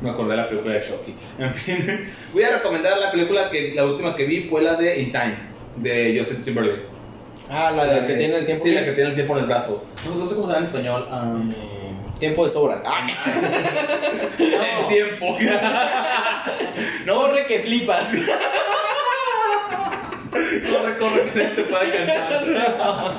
Speaker 12: Me acordé de la película de Shocky.
Speaker 4: En fin, [laughs] voy a recomendar la película que la última que vi fue la de In Time de Joseph Timberlake.
Speaker 3: ah, la, de- que tiene el tiempo
Speaker 4: Sí, la
Speaker 3: que-
Speaker 4: que tiene el tiempo en el brazo. No, no sé cómo se llama en español.
Speaker 3: tiempo de sobra. Ah,
Speaker 4: El
Speaker 3: [laughs]
Speaker 4: tiempo.
Speaker 2: Corre que flipas.
Speaker 4: corre, corre, que no te puede alcanzar.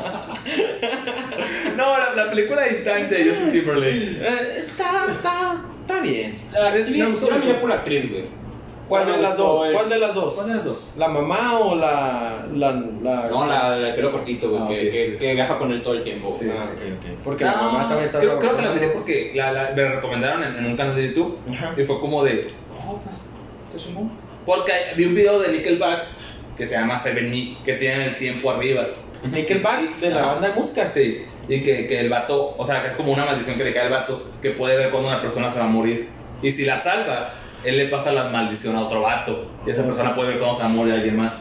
Speaker 4: No, la, la película de In Time de Joseph Timberlake.
Speaker 3: eh, está, está, está bien.
Speaker 1: La
Speaker 4: No,
Speaker 1: actriz,
Speaker 4: no,
Speaker 1: yo la
Speaker 4: no,
Speaker 1: miré
Speaker 4: no.
Speaker 1: por la actriz, güey.
Speaker 3: ¿Cuál
Speaker 1: No
Speaker 3: de
Speaker 1: me
Speaker 3: las
Speaker 1: gustó,
Speaker 3: dos?
Speaker 1: eh.
Speaker 3: ¿Cuál de las dos?
Speaker 4: ¿Cuál de las dos?
Speaker 3: ¿La mamá o la la, la... Ah,
Speaker 1: No, la la de pelo cortito, güey,
Speaker 4: Ah,
Speaker 1: que,
Speaker 4: ok,
Speaker 1: que,
Speaker 4: sí,
Speaker 1: que viaja con él todo el tiempo. güey.
Speaker 3: Ah, ok, ok. Porque la mamá también está
Speaker 4: Ah, creo, creo que la
Speaker 3: sabrosona.
Speaker 4: miré porque la, la- me recomendaron en, en un canal de YouTube
Speaker 3: Ajá.
Speaker 4: y fue como de. "Oh, pues, está chingón". Porque vi un video de Nickelback que se llama Seven Me, que tiene el tiempo arriba.
Speaker 3: Nickelback de la banda de música.
Speaker 4: Sí, y que, que el vato, o sea, que es como una maldición que le cae al vato, que puede ver cuando una persona se va a morir. Y si la salva, él le pasa la maldición a otro vato. Y esa persona puede ver cuando se va a morir alguien más.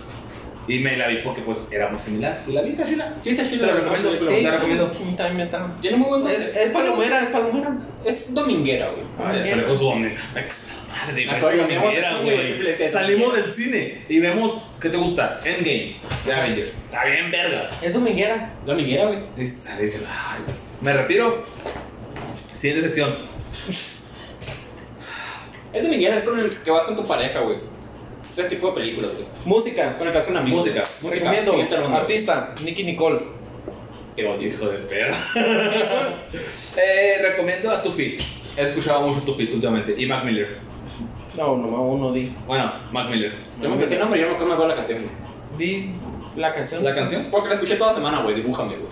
Speaker 4: Y me la vi porque pues era muy similar. Y la vi, está chila.
Speaker 1: Sí, está chido.
Speaker 4: Te la recomiendo,
Speaker 1: película.
Speaker 4: pero te la recomiendo.
Speaker 3: También está.
Speaker 1: Tiene muy buen
Speaker 3: Es,
Speaker 1: concepto.
Speaker 3: es palomera, es palomera.
Speaker 1: Es dominguera, güey.
Speaker 4: Ah, ya sale con su omni. Ay, que está madre,
Speaker 1: Ah,
Speaker 4: güey,
Speaker 1: coño,
Speaker 4: me
Speaker 1: cambiamos de
Speaker 4: viera,
Speaker 1: cine,
Speaker 4: güey.
Speaker 1: simple, simple.
Speaker 4: Salimos del cine y vemos, ¿qué te gusta? Endgame de Avengers. Está bien, vergas.
Speaker 3: Es dominguera.
Speaker 1: Dominguera, güey.
Speaker 4: Y sale y dice, ay, pues, me retiro. Siguiente sección.
Speaker 1: Es dominguera, es con el que vas con tu pareja, güey. Ese tipo de películas, güey.
Speaker 3: Música.
Speaker 1: Con el que vas con amigos.
Speaker 4: Música.
Speaker 1: Música.
Speaker 3: Recomiendo.
Speaker 1: Siguiente ronda.
Speaker 3: Artista, Nicky Nicole.
Speaker 1: Te odio.
Speaker 4: Hijo de perra. [laughs] eh, recomiendo a Tufit. He escuchado mucho Tufit últimamente. Y Mac Miller.
Speaker 3: No, nomás uno di.
Speaker 4: Bueno, Mac Miller.
Speaker 1: Tenemos que decir nombre, yo no creo que me acuerdo la canción, güey.
Speaker 3: Di la canción.
Speaker 4: ¿La canción?
Speaker 1: Porque la escuché toda semana, güey. Dibújame, güey.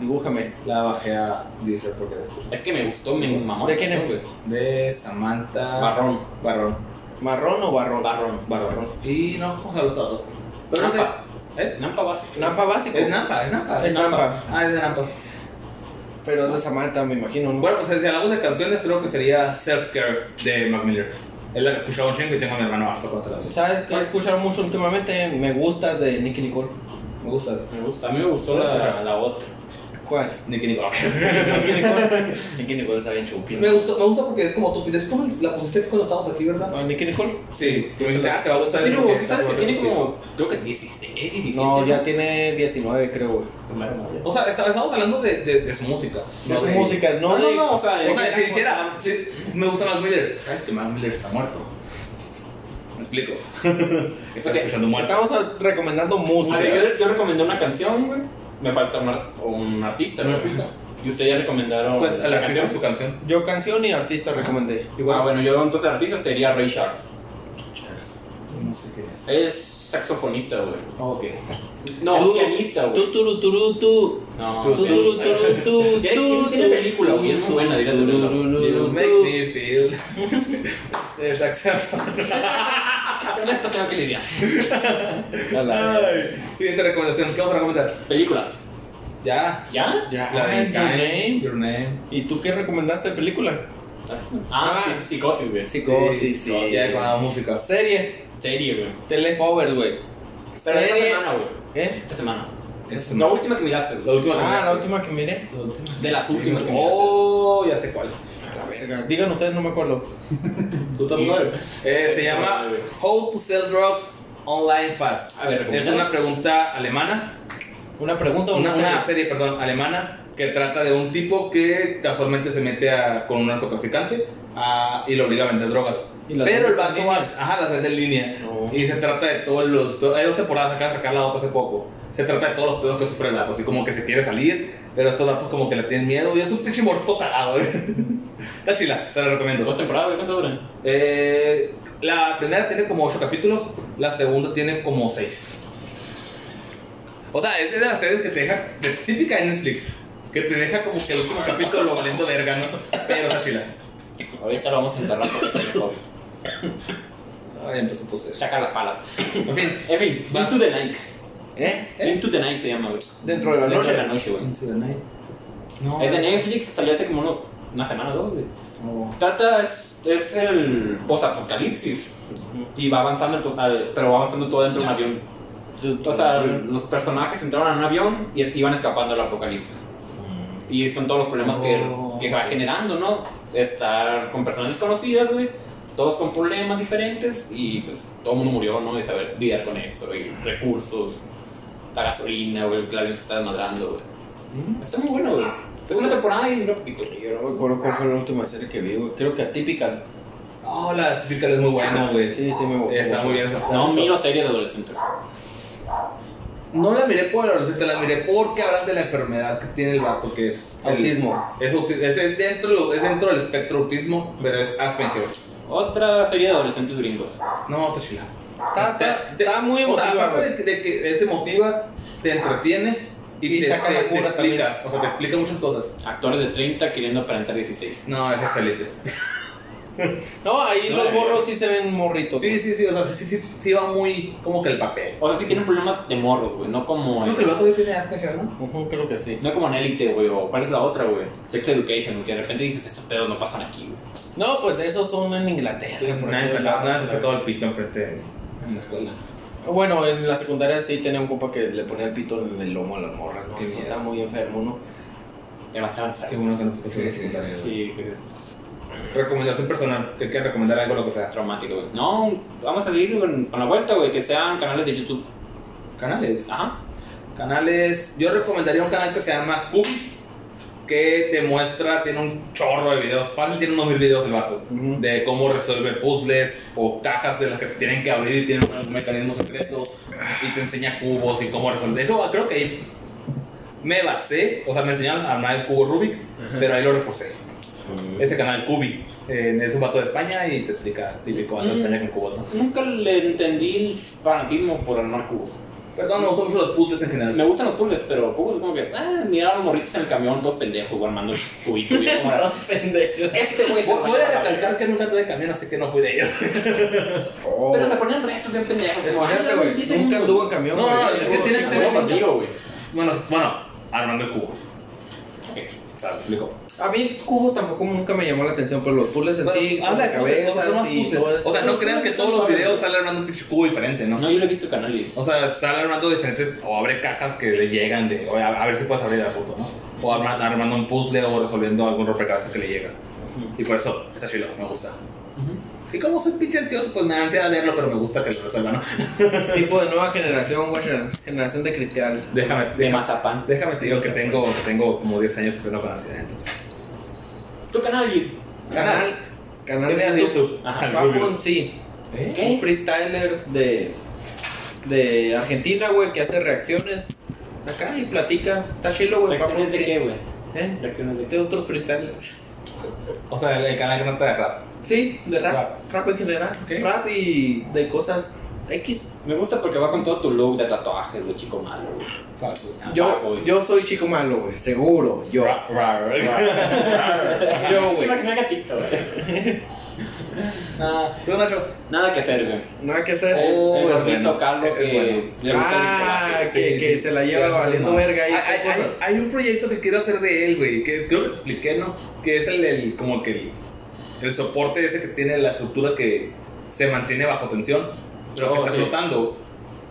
Speaker 3: Dibújame.
Speaker 4: La bajé a Deezer porque la escuché.
Speaker 1: Es que me gustó, me mamó.
Speaker 3: ¿De quién
Speaker 1: la
Speaker 3: es?
Speaker 1: canción, güey.
Speaker 4: De Samantha.
Speaker 1: Barrón.
Speaker 4: Barrón.
Speaker 3: ¿Marrón o barrón?
Speaker 1: Barrón.
Speaker 4: Barrón. Y no, ¿cómo se lo todo? Pero no sé.
Speaker 1: Nampa.
Speaker 4: ¿Eh?
Speaker 1: Nampa básico.
Speaker 3: Nampa básico.
Speaker 4: Es Nampa, es Nampa.
Speaker 3: Es Nampa.
Speaker 4: Ah, es de Nampa.
Speaker 3: Pero es de Samantha, me imagino. ¿no?
Speaker 4: Bueno, pues si hablamos de canciones, creo que sería Self Care de Mac Miller. Es la que he escuchado un chingo y tengo a mi hermano harto con esta canción.
Speaker 3: ¿Sabes que he escuchado mucho últimamente? Me gustas de Nicky Nicole.
Speaker 4: Me gusta eso.
Speaker 1: Me gusta. A mí me gustó la, la otra.
Speaker 3: ¿Cuál?
Speaker 4: Nicki Nicole.
Speaker 3: Nicky Nicole está bien chupina.
Speaker 4: Me gusta, me gusta porque es como tu feed. Es como la pusiste cuando estábamos aquí, ¿verdad?
Speaker 3: ¿A Nicky Nicole?
Speaker 4: Sí, que me encanta, te va a gustar.
Speaker 1: Pero,
Speaker 4: porque
Speaker 1: ¿sí
Speaker 4: está
Speaker 1: sabes que
Speaker 4: por
Speaker 1: tiene
Speaker 4: tu feed.
Speaker 1: como. Creo que 16, 17.
Speaker 3: No, ya tiene 19, creo, güey.
Speaker 4: O sea, está- estamos hablando de, de, de su música.
Speaker 3: De su
Speaker 4: de-
Speaker 3: música, no
Speaker 1: No, no,
Speaker 3: de.
Speaker 1: no, o sea,
Speaker 4: O sea, si dijera, si me gusta Mac Miller, ¿sabes que Mac Miller está muerto? ¿Me explico? está
Speaker 1: O sea,
Speaker 4: escuchando muerto.
Speaker 3: Estamos as- recomendando
Speaker 1: A ver,
Speaker 3: música.
Speaker 1: yo, yo recomendé una canción, güey. Me falta un, ar- o un artista, ¿no? Y ustedes ya recomendaron
Speaker 4: Pues, al
Speaker 1: la
Speaker 4: artista
Speaker 1: canción.
Speaker 4: su canción.
Speaker 3: Yo canción y artista recomendé.
Speaker 1: Ah, bueno, yo entonces el artista sería Ray Charles.
Speaker 4: No sé qué es.
Speaker 1: Es saxofonista, güey.
Speaker 4: Ok.
Speaker 1: No,
Speaker 3: Tú-
Speaker 1: pianista, güey.
Speaker 3: Tú, turu, turu, tú.
Speaker 1: No,
Speaker 3: Tú,
Speaker 1: sí. [laughs]
Speaker 3: turu, turu, tú.
Speaker 1: Tiene-
Speaker 3: tú,
Speaker 1: tiene
Speaker 3: tú,
Speaker 1: película, güey, es muy
Speaker 3: tú,
Speaker 1: buena, dile a tu
Speaker 3: turu,
Speaker 1: amigo.
Speaker 3: turu,
Speaker 4: You
Speaker 3: turu,
Speaker 4: make
Speaker 3: tú.
Speaker 4: me feel. [laughs] Este Jackson.
Speaker 1: Ah, Con esto tengo que lidiar.
Speaker 3: A la-
Speaker 4: Ay, Siguiente recomendación. ¿Qué vamos a recomendar?
Speaker 1: Películas.
Speaker 4: Ya.
Speaker 1: ¿Ya?
Speaker 3: Ya,
Speaker 4: La de
Speaker 3: Your
Speaker 4: Time,
Speaker 3: Name.
Speaker 4: Your Name.
Speaker 3: ¿Y tú qué recomendaste de película?
Speaker 1: Ah,
Speaker 3: Ah.
Speaker 1: sí, psicosis, güey.
Speaker 3: Psicosis, sí.
Speaker 4: Oh, Ya con la música.
Speaker 3: Serie.
Speaker 1: Serie, güey.
Speaker 3: Telefover, güey.
Speaker 1: Pero esta
Speaker 3: Serie.
Speaker 1: semana, güey.
Speaker 3: ¿Eh?
Speaker 1: Esta semana.
Speaker 4: Es
Speaker 1: La última que miraste,
Speaker 4: La
Speaker 1: güey.
Speaker 4: última. que
Speaker 3: Ah,
Speaker 4: me-
Speaker 3: la última que miré.
Speaker 4: La última.
Speaker 1: De las últimas que miraste.
Speaker 4: Oh, ya sé cuál.
Speaker 3: A la verga. Digan ustedes, no me acuerdo.
Speaker 4: ¿Tú tampoco
Speaker 1: Sí.
Speaker 4: eres? Eh, se llama How to Sell Drugs Online Fast.
Speaker 1: A ver,
Speaker 4: Es
Speaker 1: recomienda.
Speaker 4: una pregunta alemana,
Speaker 3: ¿Una pregunta o una,
Speaker 4: una, una serie, perdón, alemana que trata de un tipo que casualmente se mete a- con un narcotraficante a- y lo obliga a vender drogas.
Speaker 3: Y las
Speaker 4: Pero el
Speaker 3: vende en
Speaker 4: vato
Speaker 3: línea.
Speaker 4: as- ajá, las vende en línea.
Speaker 3: No.
Speaker 4: Y se trata de todos los. to- hay dos temporadas, acaban de sacar la otra hace poco. Se trata de todos los pedos que sufre el vato, así como que se quiere salir, pero estos datos como que le tienen miedo. Y es un pinche morto cagado, eh. [laughs] Está chila, te la recomiendo.
Speaker 1: Dos temporadas, güey. ¿Cuánto duran?
Speaker 4: Eh, la primera tiene como 8 capítulos, la segunda tiene como 6. O sea, es de las series que te deja, de- típica de Netflix, que te deja como que el último capítulo valiendo verga, ¿no? Pero está chila.
Speaker 1: Ahorita lo vamos a enterrar porque tiene COVID.
Speaker 4: Ay, empezó entonces.
Speaker 1: Saca las palas.
Speaker 4: En fin,
Speaker 1: En fin,
Speaker 4: Vas.
Speaker 1: Into the Night.
Speaker 3: ¿Eh?
Speaker 1: Into the Night se llama, güey.
Speaker 3: Dentro de la
Speaker 1: Dentro de
Speaker 3: noche.
Speaker 1: la noche, güey.
Speaker 4: Into the Night. No.
Speaker 1: Es de Netflix, salió hace como unos, una semana o dos, güey.
Speaker 4: Oh.
Speaker 1: Trata, es, es el posapocalipsis. Y va avanzando, el to- al- pero va avanzando todo dentro de un avión. O sea, los personajes entraron en un avión y es- iban escapando del apocalipsis. Y son todos los problemas que,
Speaker 4: Oh.
Speaker 1: que va generando, ¿no? Estar con personas desconocidas, güey. Todos con problemas diferentes y pues todo el mundo murió, ¿no? De saber lidiar con eso y recursos, la gasolina, güey, el avión se está desmadrando, güey. Está muy bueno, güey. Es una temporada y dura poquito.
Speaker 3: Yo no me acuerdo cuál fue la última serie que vi, güey. Creo que Atypical.
Speaker 4: Oh, la típica es muy buena, güey.
Speaker 3: Sí, sí, me gustó.
Speaker 4: Está muy bien.
Speaker 1: No miro series de adolescentes.
Speaker 4: No la miré por el adolescente, la miré porque hablan de la enfermedad que tiene el vato, que es el-
Speaker 3: Autismo.
Speaker 4: es, auti- es, es dentro, lo- es dentro del espectro autismo, pero es Asperger.
Speaker 1: Otra serie de adolescentes gringos.
Speaker 4: No, te chila.
Speaker 3: Está, está, está muy
Speaker 4: Este, o sea,
Speaker 3: emotiva,
Speaker 4: aparte
Speaker 3: güey.
Speaker 4: de, que- de que es emotiva, te entretiene y,
Speaker 3: Y
Speaker 4: te,
Speaker 3: saca la
Speaker 4: te- te
Speaker 3: cura
Speaker 4: explica.
Speaker 3: también.
Speaker 4: O sea, te explica muchas cosas.
Speaker 1: Actores de 30 queriendo aparentar 16.
Speaker 4: No, ese es élite.
Speaker 3: No, ahí
Speaker 1: No,
Speaker 3: los
Speaker 1: eh.
Speaker 3: borros sí se ven morritos.
Speaker 4: Sí,
Speaker 3: güey.
Speaker 4: sí, sí, o sea, sí, sí, sí va muy como que el papel.
Speaker 1: O sea, sí tienen problemas de morros, güey. No como.
Speaker 4: Creo que el vato ya tiene Asperger, ¿no?
Speaker 3: Ujú, creo que sí.
Speaker 1: No como en Elite, güey. O cuál es la otra, güey. Sex Education, que de repente dices, estos pedos no pasan aquí, güey.
Speaker 3: No, pues esos son en Inglaterra. por
Speaker 4: Nadie
Speaker 3: aquellos
Speaker 4: sacaba
Speaker 3: lados,
Speaker 4: nada,
Speaker 3: la
Speaker 4: sacaba todo el pito enfrente de mí en la escuela.
Speaker 3: Bueno, en la secundaria sí tenía un compa que le ponía el pito en el lomo a las morras, ¿no?
Speaker 4: Qué
Speaker 3: Eso
Speaker 4: miedo.
Speaker 3: está muy enfermo, ¿no?
Speaker 1: Demasiado enfermo.
Speaker 4: bueno que no fue
Speaker 13: Sí, sí, sí.
Speaker 1: Sí, güey.
Speaker 4: Recomendación personal, que quieran recomendar algo lo que sea.
Speaker 1: traumático, güey. No, vamos a seguir con, con la vuelta, güey, que sean canales de YouTube.
Speaker 4: Canales.
Speaker 1: Ajá.
Speaker 4: Canales. Yo recomendaría un canal que se llama Cook, que te muestra, tiene un chorro de videos. Fácil tiene unos mil videos el vato. De cómo resolver puzzles o cajas de las que te tienen que abrir y tienen un mecanismo secreto. Y te enseña cubos y cómo resolver. Eso creo que ahí me basé. O sea, me enseñaron a armar el cubo Rubik, pero ahí lo reforcé. Ese canal Cubi eh, es un vato de España y te explica típico vato de España con cubos. ¿no?
Speaker 1: Nunca le entendí el fanatismo por armar cubos.
Speaker 4: Perdón, me gustan mucho los puzzles en general.
Speaker 1: Me gustan los puzzles, pero cubos como que, ah, mirar a los morritos en el camión, dos pendejos, güey, armando el cubito. güey,
Speaker 4: [laughs]
Speaker 1: como era. este güey se
Speaker 4: Voy voy
Speaker 1: ponía-
Speaker 4: a recalcar que nunca tuve camión, así que no fui de ellos.
Speaker 3: Oh.
Speaker 1: Pero se ponían retos bien pendejos. como,
Speaker 3: Imagínate,
Speaker 1: ah,
Speaker 3: güey,
Speaker 1: dicen-
Speaker 3: Nunca anduvo en camión.
Speaker 4: No, no,
Speaker 3: güey.
Speaker 4: no, es que tiene que
Speaker 1: Sí,
Speaker 4: tener-
Speaker 1: güey, contigo, güey.
Speaker 4: Bueno, s- bueno, armando el cubo.
Speaker 1: Ok.
Speaker 4: ¿Sabes? Explico.
Speaker 3: A mí el cubo tampoco nunca me llamó la atención, pero los puzzles en
Speaker 4: Bueno,
Speaker 3: sí, con
Speaker 4: habla de puzzles, o sea, son
Speaker 3: cabezas
Speaker 4: más
Speaker 3: y
Speaker 4: puzzles.
Speaker 3: todo eso.
Speaker 4: O sea,
Speaker 3: [laughs]
Speaker 4: no crean que todos los videos sale armando un pinche cubo diferente, ¿no?
Speaker 1: No, yo le he visto canales.
Speaker 4: O sea, sale armando diferentes, o abre cajas que le llegan de, o a, a ver si puedes abrir la foto, ¿no? O arma- armando un puzzle o resolviendo algún rompecabezas que le llega. Y por eso, está chido, me gusta. Y como soy pinche ansioso, pues me da ansiedad verlo, pero me gusta que lo resuelvan, ¿no?
Speaker 3: tipo de nueva generación, güey, generación de cristiano.
Speaker 4: Déjame,
Speaker 1: De
Speaker 4: déjame,
Speaker 1: mazapán.
Speaker 4: déjame te digo que tengo, que tengo como 10 años sufriendo con ansiedad, entonces.
Speaker 1: Tu canal, güey.
Speaker 3: Canal, canal Eh. de YouTube.
Speaker 1: Ajá.
Speaker 3: Papo en sí, un
Speaker 1: ¿Qué?
Speaker 3: freestyler de, de Argentina, güey, que hace reacciones acá y platica. Está chilo, güey, Papo en
Speaker 1: ¿Reacciones de
Speaker 3: sí.
Speaker 1: qué, güey?
Speaker 3: ¿Eh?
Speaker 1: ¿Reacciones de qué?
Speaker 3: De otros freestylers.
Speaker 4: O sea, el, el canal que no está de rap.
Speaker 3: Sí, de rap, rap,
Speaker 4: Rap.
Speaker 3: en general,
Speaker 4: Ok.
Speaker 3: rap y de cosas X.
Speaker 1: Me gusta porque va con todo tu look de tatuajes, güey, chico malo, güey.
Speaker 4: Fuck. ah,
Speaker 1: Papo,
Speaker 3: Yo,
Speaker 1: güey.
Speaker 3: yo soy chico malo, güey, seguro, yo.
Speaker 4: Ra- ra- ra-
Speaker 3: Yo, güey.
Speaker 1: Imagina gatito, güey.
Speaker 4: Ah, Tú, Nacho.
Speaker 1: Nada que hacer, güey.
Speaker 3: Nada que hacer.
Speaker 1: el
Speaker 4: es
Speaker 1: gordito
Speaker 4: bueno,
Speaker 1: calvo
Speaker 4: es
Speaker 1: que
Speaker 4: bueno.
Speaker 1: le gusta
Speaker 3: ah,
Speaker 1: el
Speaker 3: que,
Speaker 4: sí,
Speaker 3: que
Speaker 4: sí.
Speaker 3: se la lleva
Speaker 4: Gracias,
Speaker 3: valiendo
Speaker 4: mamá.
Speaker 3: verga
Speaker 4: Hay,
Speaker 3: y
Speaker 4: hay,
Speaker 3: esas cosas.
Speaker 4: hay- hay un proyecto que quiero hacer de él, güey, que creo que te expliqué, ¿no? Que es el, el- como que el, el soporte ese que tiene la estructura que se mantiene bajo tensión, pero que
Speaker 1: Oh,
Speaker 4: está
Speaker 1: sí.
Speaker 4: flotando.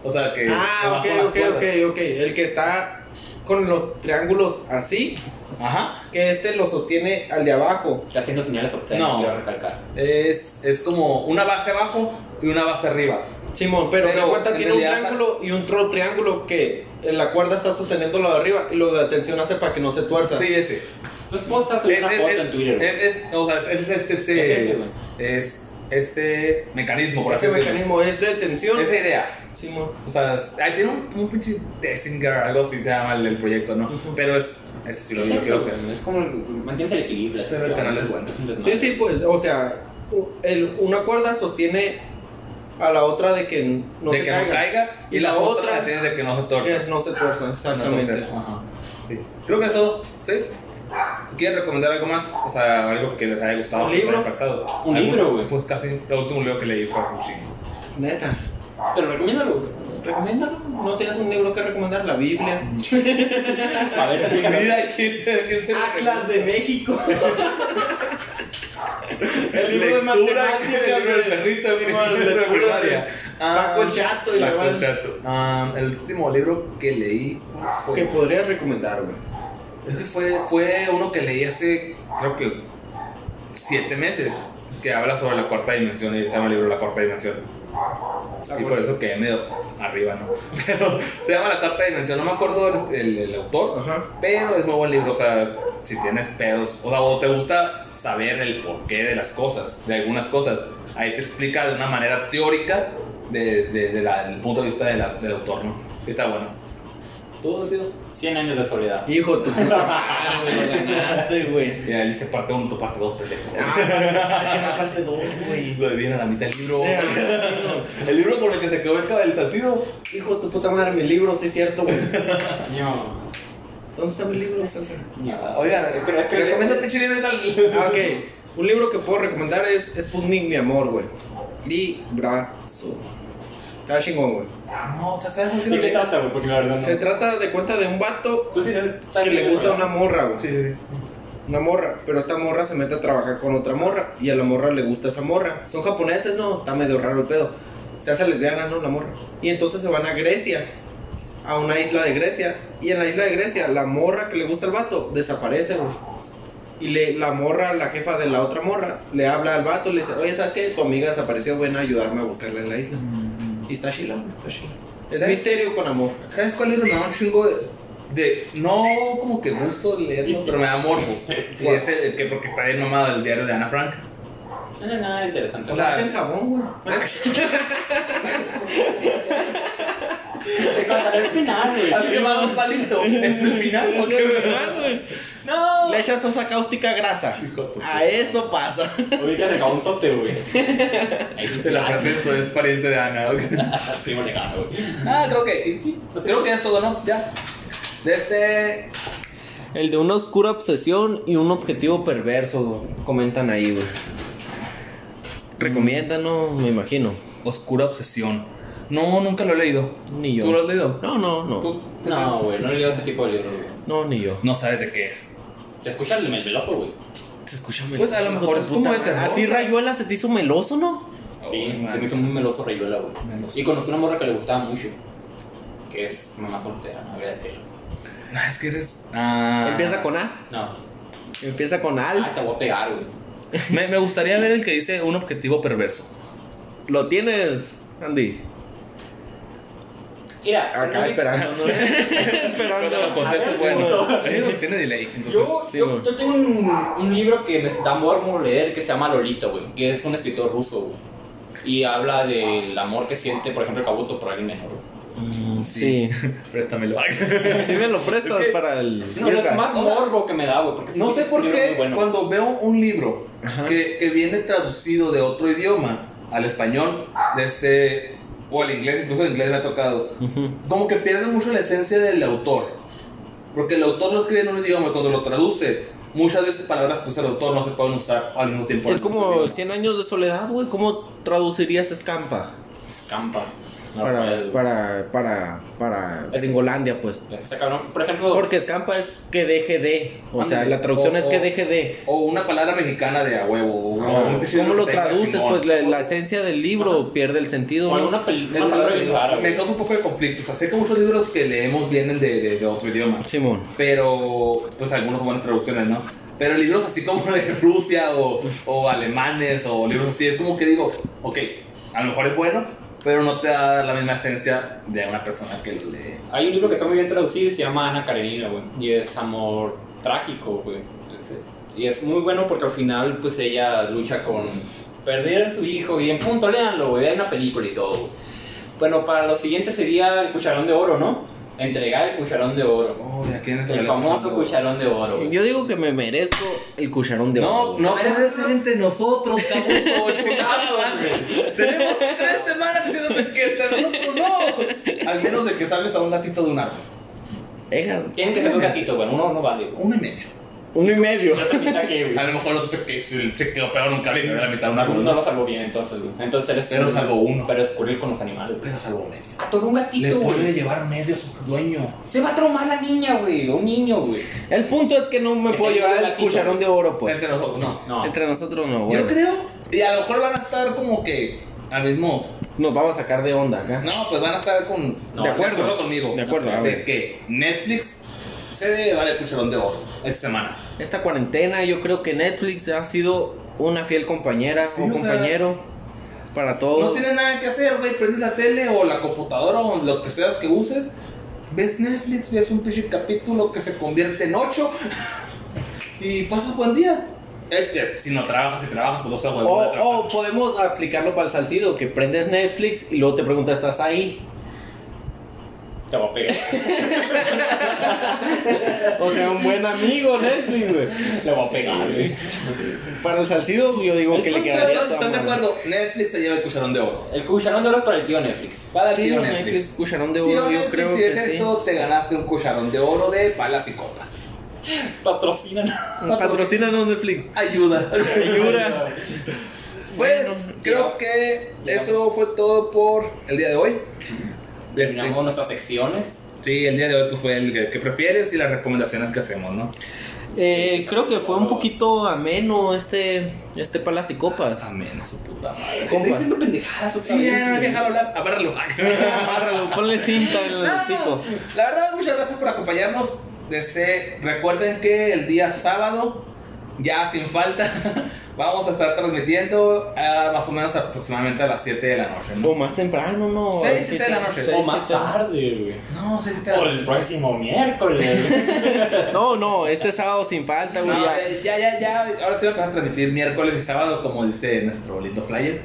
Speaker 4: O sea, que...
Speaker 3: Ah,
Speaker 4: abajo
Speaker 3: ok,
Speaker 4: las
Speaker 3: ok, ok,
Speaker 4: cuerdas.
Speaker 3: ok. El que está con los triángulos así,
Speaker 4: Ajá.
Speaker 3: que este lo sostiene al de abajo.
Speaker 1: Está haciendo señales obscenas,
Speaker 4: No.
Speaker 1: quiero recalcar.
Speaker 4: Es, es como una base abajo y una base arriba.
Speaker 3: Simón, pero,
Speaker 4: Pero,
Speaker 3: de cuenta
Speaker 4: en
Speaker 3: tiene un
Speaker 4: realidad-
Speaker 3: triángulo y un otro triángulo que en la cuerda está sosteniendo lo de arriba y lo de la tensión hace para que no se tuerza.
Speaker 4: Sí, ese.
Speaker 1: Tu esposa
Speaker 4: Es-
Speaker 1: subió una
Speaker 4: es-
Speaker 1: foto
Speaker 4: es-
Speaker 1: en Twitter, güey.
Speaker 4: es- es- o sea, es, es- es-
Speaker 1: Es
Speaker 4: es-
Speaker 1: ese, güey.
Speaker 4: es- ese mecanismo, por así
Speaker 3: Ese
Speaker 4: decirlo.
Speaker 3: mecanismo es de tensión.
Speaker 4: Esa idea.
Speaker 3: Simón.
Speaker 4: O sea, es- ahí tiene un, un pinche Tessinger, algo así se llama el, el proyecto, ¿no? Pero es. Eso sí lo
Speaker 1: Es
Speaker 4: digo, quiero
Speaker 1: eso,
Speaker 4: hacer.
Speaker 1: güey. Es como, mantienes el equilibrio. la
Speaker 4: Pero el
Speaker 1: atención,
Speaker 4: canal es bueno.
Speaker 1: un desmadre.
Speaker 3: Sí, sí, pues, o sea, el- una cuerda sostiene a la otra de que no
Speaker 4: de
Speaker 3: se
Speaker 4: que
Speaker 3: caiga.
Speaker 4: no caiga y, la otra la tiene de que no se
Speaker 3: que
Speaker 4: torce.
Speaker 3: es no se tuerza,
Speaker 4: No torcer,
Speaker 3: exactamente.
Speaker 4: ajá. Sí. Creo que eso, ¿sí? ¿Quieres recomendar algo más? O sea, algo que les haya gustado,
Speaker 3: Un
Speaker 4: que les
Speaker 3: libro.
Speaker 4: haya impactado.
Speaker 1: Un
Speaker 4: ¿Algún-
Speaker 1: libro, güey.
Speaker 4: Pues casi, el último libro que leí fue un chingo.
Speaker 3: Neta.
Speaker 1: Pero recomiéndalo, güey.
Speaker 3: Recomiéndalo. No tienes un libro que recomendar, la Biblia.
Speaker 1: A ver, explícalo.
Speaker 4: Mira, ¿quién, te- quién se lo
Speaker 3: Atlas de México. [laughs] el libro de
Speaker 4: Lectura [laughs] que
Speaker 3: matemáticas.
Speaker 4: el libro del
Speaker 3: güey.
Speaker 4: perrito de
Speaker 3: Simón,
Speaker 4: mi [laughs] libro de
Speaker 3: lectura
Speaker 4: primaria.
Speaker 3: de
Speaker 4: Ah,
Speaker 3: Paco el Chato y la
Speaker 4: Paco el
Speaker 3: madre.
Speaker 4: Chato. Ah, el último libro que leí ¿cuál fue?
Speaker 3: Que podrías recomendar, güey.
Speaker 4: Es que fue, fue uno que leí hace, creo que, siete meses, que habla sobre la cuarta dimensión y se llama el libro La cuarta dimensión. y por eso quedé medio arriba, ¿no? [laughs] Pero se llama La cuarta dimensión, no me acuerdo el, el- el autor,
Speaker 3: Ajá.
Speaker 4: pero es muy buen libro, o sea, si tienes pedos, o sea, o te gusta saber el porqué de las cosas, de algunas cosas, ahí te explica de una manera teórica de, de- de la- del punto de vista de la- del autor, ¿no? Y Está bueno. ¿Tú has sido?
Speaker 1: 100 años de soledad.
Speaker 3: Hijo, de tu puta madre, güey. lo ganaste, güey.
Speaker 4: Y ahí dice parte 1, tu parte 2, pendejo.
Speaker 3: Ah, es que la parte 2, güey.
Speaker 4: Lo debían a la mitad del libro.
Speaker 3: Ya,
Speaker 4: El libro con el que se quedó el, el saltido.
Speaker 3: Hijo, de tu puta madre, mi libro, sí es cierto, güey.
Speaker 1: No.
Speaker 3: ¿Dónde está mi libro, Salsa?
Speaker 1: Ah,
Speaker 4: Oigan,
Speaker 1: Es que- es que-
Speaker 4: recomiendo el pinche libro y tal.
Speaker 3: Ah, ok. Un libro que puedo recomendar es Sputnik, mi amor, güey. Librazo. Está chingón, güey.
Speaker 4: Ah, No, o sea, ¿sabes por qué
Speaker 1: ¿De qué
Speaker 4: leí?
Speaker 1: trata, güey? Porque la verdad no.
Speaker 3: Se trata de cuenta de un vato
Speaker 1: Tú sí sabes. estás
Speaker 3: que le
Speaker 1: bien,
Speaker 3: gusta
Speaker 1: güey.
Speaker 3: una morra, güey.
Speaker 4: Sí, sí, sí.
Speaker 3: Una morra, pero esta morra se mete a trabajar con otra morra y a la morra le gusta esa morra. Son japoneses, no, está medio raro el pedo. se hace lesbiana, ¿no? La morra. Y entonces se van a Grecia, a una isla de Grecia. Y en la isla de Grecia, la morra que le gusta al vato desaparece, güey. Y le, la morra, la jefa de la otra morra, le habla al vato, le dice, oye, ¿sabes qué? Tu amiga desapareció, ven a ayudarme a buscarla en la isla. Y está chila, güey, está chila. Es
Speaker 4: ¿Sabes?
Speaker 3: misterio con amor.
Speaker 4: ¿Sabes cuál era una- un chingo de, de- No como que gusto de leerlo, pero me da morbo. Y es el, el que porque está bien mamado el diario de Ana Frank.
Speaker 1: No era nada interesante.
Speaker 4: O
Speaker 3: O
Speaker 4: sea,
Speaker 3: sea, hacen jabón, güey.
Speaker 4: Ah,
Speaker 1: te contaré el final, güey.
Speaker 4: Has quemado un palito. Es el final. ¿o qué? No.
Speaker 3: Le echas sosa cáustica grasa. A eso pasa.
Speaker 1: Ubícate con un sote, [laughs] güey. Ahí
Speaker 4: Te la presento, es pariente de Ana. ok.
Speaker 1: Primo legado, güey.
Speaker 4: Ah, creo que. Pues creo que ya es todo, ¿no? Ya. De este.
Speaker 2: El de una oscura obsesión y un objetivo perverso, comentan ahí, güey. Recomiendan, no, me imagino.
Speaker 4: Oscura obsesión. No, nunca lo he leído.
Speaker 2: Ni yo.
Speaker 4: ¿Tú lo has leído?
Speaker 2: No, no, no.
Speaker 4: ¿Tú?
Speaker 1: No, güey, no he leído ese tipo de libros, güey.
Speaker 2: No, ni yo.
Speaker 4: No sabes de qué es.
Speaker 1: Te escuchas el melmeloso, güey.
Speaker 2: Escúchame.
Speaker 4: Pues a lo mejor es como de terror.
Speaker 2: A ti Rayuela se te hizo meloso, ¿no?
Speaker 1: Sí,
Speaker 4: man.
Speaker 1: se me hizo muy meloso Rayuela, güey.
Speaker 4: Meloso.
Speaker 1: Y conocí una morra que le gustaba mucho. Que es mamá soltera, agradecerlo.
Speaker 4: Ah, es que eres. Ah.
Speaker 2: Empieza con A.
Speaker 1: No.
Speaker 2: Empieza con
Speaker 1: Ah,
Speaker 2: Al.
Speaker 1: te voy a pegar, güey.
Speaker 4: Me, me gustaría ver el que dice un objetivo perverso.
Speaker 2: Lo tienes, Andy.
Speaker 1: Mira,
Speaker 2: Acá
Speaker 1: no,
Speaker 2: esperando. ¿no?
Speaker 4: Cuando lo
Speaker 2: esperando.
Speaker 4: contesto, bueno. Eh, Tiene delay, entonces.
Speaker 1: Yo,
Speaker 2: Sí,
Speaker 1: yo-
Speaker 2: güey.
Speaker 1: yo tengo un, un libro que me está mormo leer que se llama Lolita, güey, que es un escritor ruso, güey. Y habla del amor que siente, por ejemplo, Kabuto por alguien menor. güey.
Speaker 4: mm,
Speaker 2: Sí.
Speaker 4: Préstamelo.
Speaker 2: [laughs] Sí me lo prestas para el.
Speaker 1: Pero es
Speaker 4: Nunca.
Speaker 1: más morbo que me da, güey, porque
Speaker 4: [laughs] No
Speaker 1: sí,
Speaker 4: sé
Speaker 1: es un
Speaker 4: por
Speaker 1: libro
Speaker 4: qué
Speaker 1: muy bueno.
Speaker 4: cuando veo un libro
Speaker 2: Ajá.
Speaker 4: que, que viene traducido de otro idioma al español, de este, o al inglés, incluso el inglés me ha tocado, como que pierde mucho la esencia del autor. Porque el autor lo escribe en un idioma y cuando lo traduce, muchas veces palabras que usa el autor no se pueden usar al mismo tiempo.
Speaker 2: Es como 100 años de soledad, güey. ¿Cómo traducirías escampa?
Speaker 1: Campa. No,
Speaker 2: para,
Speaker 1: puedes,
Speaker 2: para, para, para
Speaker 1: Es-
Speaker 2: Gringolandia, pues.
Speaker 1: güey. Está cabrón. Por ejemplo,
Speaker 2: Porque escampa es que deje de. Ah, O sea,
Speaker 4: Ándale.
Speaker 2: la traducción
Speaker 4: O-
Speaker 2: es que
Speaker 4: o-
Speaker 2: deje de.
Speaker 4: O una palabra mexicana de a huevo. o un tecillo
Speaker 2: ¿Cómo lo
Speaker 4: norteño,
Speaker 2: traduces?
Speaker 4: Simón.
Speaker 2: Pues la, la esencia del libro pierde el sentido.
Speaker 1: con
Speaker 2: ¿no?
Speaker 1: una, peli-
Speaker 4: Me-
Speaker 1: una palabra bien rara,
Speaker 4: Me
Speaker 1: güey.
Speaker 4: causa un poco de conflicto. O sea, sé que muchos libros que leemos vienen de, de- de otro idioma.
Speaker 2: Simón.
Speaker 4: Pero, pues algunos son buenas traducciones, ¿no? Pero libros así como de Rusia o, o alemanes o libros así, es como que digo, ok, a lo mejor es bueno, pero no te da la misma esencia de una persona que lo lee.
Speaker 1: Hay un libro que está muy bien traducido y se llama Ana Karenina, güey. Y es amor trágico, güey. Y es muy bueno porque al final, pues ella lucha con perder a su hijo y en punto, léanlo, güey. Hay una película y todo, güey. Bueno, para lo siguiente sería el cucharón de oro, ¿no? Entregar el cucharón de oro.
Speaker 4: Oh, ¿y a quién estoy
Speaker 1: El
Speaker 4: hablando?
Speaker 1: famoso cucharón de oro, güey.
Speaker 2: Yo digo que me merezco el cucharón de oro,
Speaker 4: No,
Speaker 2: güey.
Speaker 4: no puedes ser entre nosotros,
Speaker 1: [laughs]
Speaker 4: cabrón. chingada madre. Tenemos tres semanas diciéndote que entre nosotros no. Al menos de que salves a un gatito de un árbol.
Speaker 2: Deja.
Speaker 1: Tienen que ser un gatito, güey. Uno no vale, güey.
Speaker 4: Uno y medio.
Speaker 2: Uno y medio.
Speaker 1: La otra mitad que, güey,
Speaker 4: A lo mejor otro se, que- se- se quedó peor nunca le la mitad de un árbol.
Speaker 1: Ah, pues, No lo salvó bien, entonces, güey. Entonces eres.
Speaker 4: Pero salvó uno.
Speaker 1: Pero es cruel con los animales, güey.
Speaker 4: Pero salvó medio.
Speaker 1: A todo un
Speaker 4: Le
Speaker 1: gatito, güey.
Speaker 4: puede llevar medio a su dueño.
Speaker 1: Se va a traumar la niña, güey. O Un niño, güey.
Speaker 2: El punto es que no me
Speaker 1: Que
Speaker 2: puedo
Speaker 1: te lleve
Speaker 2: llevar
Speaker 1: el
Speaker 2: el
Speaker 1: gatito.
Speaker 2: cucharón de oro, pues.
Speaker 4: Entre nosotros, no.
Speaker 1: No.
Speaker 2: Entre nosotros no,
Speaker 4: Yo
Speaker 2: bueno.
Speaker 4: creo, y a lo mejor van a estar como que al mismo.
Speaker 2: Nos vamos a sacar de onda acá.
Speaker 4: No, pues van a estar con.
Speaker 1: No,
Speaker 4: de
Speaker 1: de
Speaker 4: acuerdo,
Speaker 1: acuerdo.
Speaker 4: conmigo.
Speaker 2: De acuerdo, a
Speaker 4: De
Speaker 2: ver.
Speaker 4: que Netflix se va el cucharón de oro esta semana.
Speaker 2: Esta cuarentena, yo creo que Netflix ha sido una fiel compañera
Speaker 4: Sí,
Speaker 2: o
Speaker 4: o sea,
Speaker 2: compañero para todos.
Speaker 4: No tienes nada que hacer, güey. Prendes la tele o la computadora o lo que sea que uses. Ves Netflix, ves un pinche capítulo que se convierte en ocho [laughs] y pasas buen día. Es que si no trabajas, si trabajas, pues no se
Speaker 2: O, o podemos aplicarlo para el salcido, que prendes Netflix y luego te preguntas, ¿estás ahí?
Speaker 1: Te va a pegar.
Speaker 2: [laughs]
Speaker 1: [laughs]
Speaker 2: O sea, un buen amigo Netflix, güey.
Speaker 1: Le voy a pegar, güey.
Speaker 2: Para el salcido, yo digo que le quedaría. esta
Speaker 4: ¿Están de
Speaker 2: madre.
Speaker 4: acuerdo? Netflix se lleva el cucharón de oro.
Speaker 1: El cucharón de oro es para el tío Netflix.
Speaker 4: Va a dar
Speaker 2: Tío
Speaker 4: tío
Speaker 2: Netflix,
Speaker 4: Netflix.
Speaker 2: cucharón de
Speaker 4: Tío
Speaker 2: oro, yo
Speaker 4: Netflix,
Speaker 2: creo
Speaker 4: si es
Speaker 2: que sí.
Speaker 4: esto, te ganaste un cucharón de oro de palas y copas. Este.
Speaker 1: Patrocina.
Speaker 2: Patrocínanos Netflix.
Speaker 4: [laughs] Ayuda.
Speaker 2: Ayuda.
Speaker 4: Pues
Speaker 2: Bueno,
Speaker 4: creo
Speaker 1: ya.
Speaker 4: que
Speaker 1: Ya.
Speaker 4: eso fue todo por el día de hoy. Este,
Speaker 1: Terminamos nuestras secciones.
Speaker 4: Sí, el día de hoy pues, fue el que prefieres y las recomendaciones que hacemos, ¿no?
Speaker 3: Eh, creo que fue un poquito ameno este, este Palacio Copas.
Speaker 4: Amén, a Ah, su puta madre.
Speaker 3: Compas.
Speaker 1: pendejadas otra
Speaker 4: Sí,
Speaker 1: vez,
Speaker 4: ya, no,
Speaker 1: güey.
Speaker 4: déjalo hablar. Apárralo. [laughs]
Speaker 3: Agárralo, ponle cinta en el
Speaker 4: No,
Speaker 3: hocico.
Speaker 4: La verdad, muchas gracias por acompañarnos. Este, recuerden que el día sábado, ya sin falta, [laughs] vamos a estar transmitiendo ah, más o menos aproximadamente a las 7 de la noche. ¿no?
Speaker 3: O más temprano, ¿no?
Speaker 4: Seis,
Speaker 3: Oh, Sí,
Speaker 4: siete de
Speaker 3: sí,
Speaker 4: la noche, Oh,
Speaker 3: seis,
Speaker 1: O más
Speaker 3: siete.
Speaker 1: tarde, güey.
Speaker 4: No, 6, 7 de
Speaker 1: O
Speaker 4: la noche.
Speaker 1: el próximo miércoles.
Speaker 3: No, no, este sábado sin falta, güey.
Speaker 4: No,
Speaker 3: ya.
Speaker 4: eh, ya, ya, ya. Ahora sí vamos a transmitir miércoles y sábado, como dice nuestro lindo
Speaker 3: [laughs]
Speaker 4: flyer.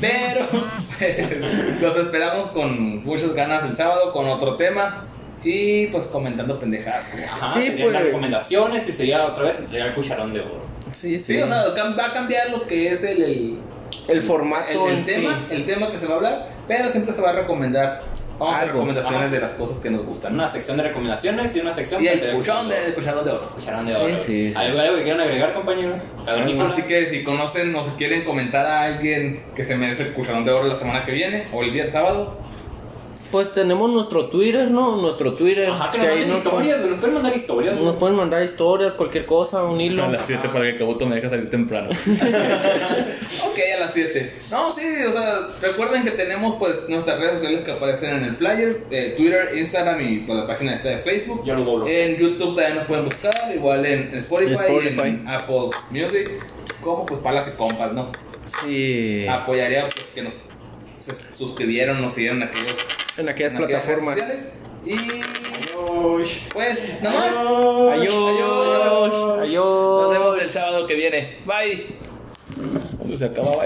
Speaker 4: Pero pues, los esperamos con muchas ganas el sábado, con otro tema y pues comentando pendejadas. como siempre.
Speaker 1: [laughs] Ajá,
Speaker 3: Sí,
Speaker 1: serían
Speaker 3: pues.
Speaker 1: las recomendaciones y sería otra vez entregar el cucharón de oro.
Speaker 3: Sí, sí.
Speaker 4: Sí, o sea, cam- va a cambiar lo que es el, el,
Speaker 3: el formato
Speaker 4: el- el
Speaker 3: en sí.
Speaker 4: tema, el tema que se va a hablar, pero siempre se va a recomendar. Vamos a hacer
Speaker 3: Algo.
Speaker 4: recomendaciones
Speaker 1: Ajá.
Speaker 4: de las cosas que nos gustan.
Speaker 1: Una sección de recomendaciones y una sección
Speaker 4: Y
Speaker 1: de
Speaker 4: el
Speaker 1: entregar
Speaker 4: cuchón de el cucharón de oro.
Speaker 1: cucharón de
Speaker 3: Sí,
Speaker 1: oro.
Speaker 3: sí, sí.
Speaker 1: ¿Algo, algo que quieran agregar, compañero?
Speaker 4: Ah,
Speaker 1: Cavernícola.
Speaker 4: Así que si conocen o si quieren comentar a alguien que se merece el cucharón de oro la semana que viene o el día sábado,
Speaker 3: Pues tenemos nuestro Twitter, ¿no? Nuestro Twitter.
Speaker 1: Ajá, que nos
Speaker 3: ahí
Speaker 1: manden historias, güey. Nos pueden mandar historias,
Speaker 3: Nos
Speaker 1: güey.
Speaker 3: pueden mandar historias, cualquier cosa, un hilo.
Speaker 2: A las 7 para que Kabuto me deje salir temprano.
Speaker 4: [laughs] Ok, a las 7. No, sí, o sea, recuerden que tenemos pues nuestras redes sociales que aparecen en el flyer, eh, Twitter, Instagram y pues, la página esta de Facebook.
Speaker 1: Yo lo doblo.
Speaker 4: En YouTube también nos pueden buscar, igual en Spotify,
Speaker 3: Spotify.
Speaker 4: Y en Apple Music, como pues palas y compas, ¿no?
Speaker 3: Sí.
Speaker 4: Apoyaría pues que nos se suscribieron, nos siguieron en aquellos
Speaker 3: En aquellas
Speaker 4: en aquellas redes
Speaker 3: plataformas.
Speaker 4: sociales. Y pues nada más.
Speaker 3: Adiós.
Speaker 4: Adiós.
Speaker 3: Adiós.
Speaker 4: el sábado que viene. Bye.
Speaker 2: Cuando se acaba, vaya.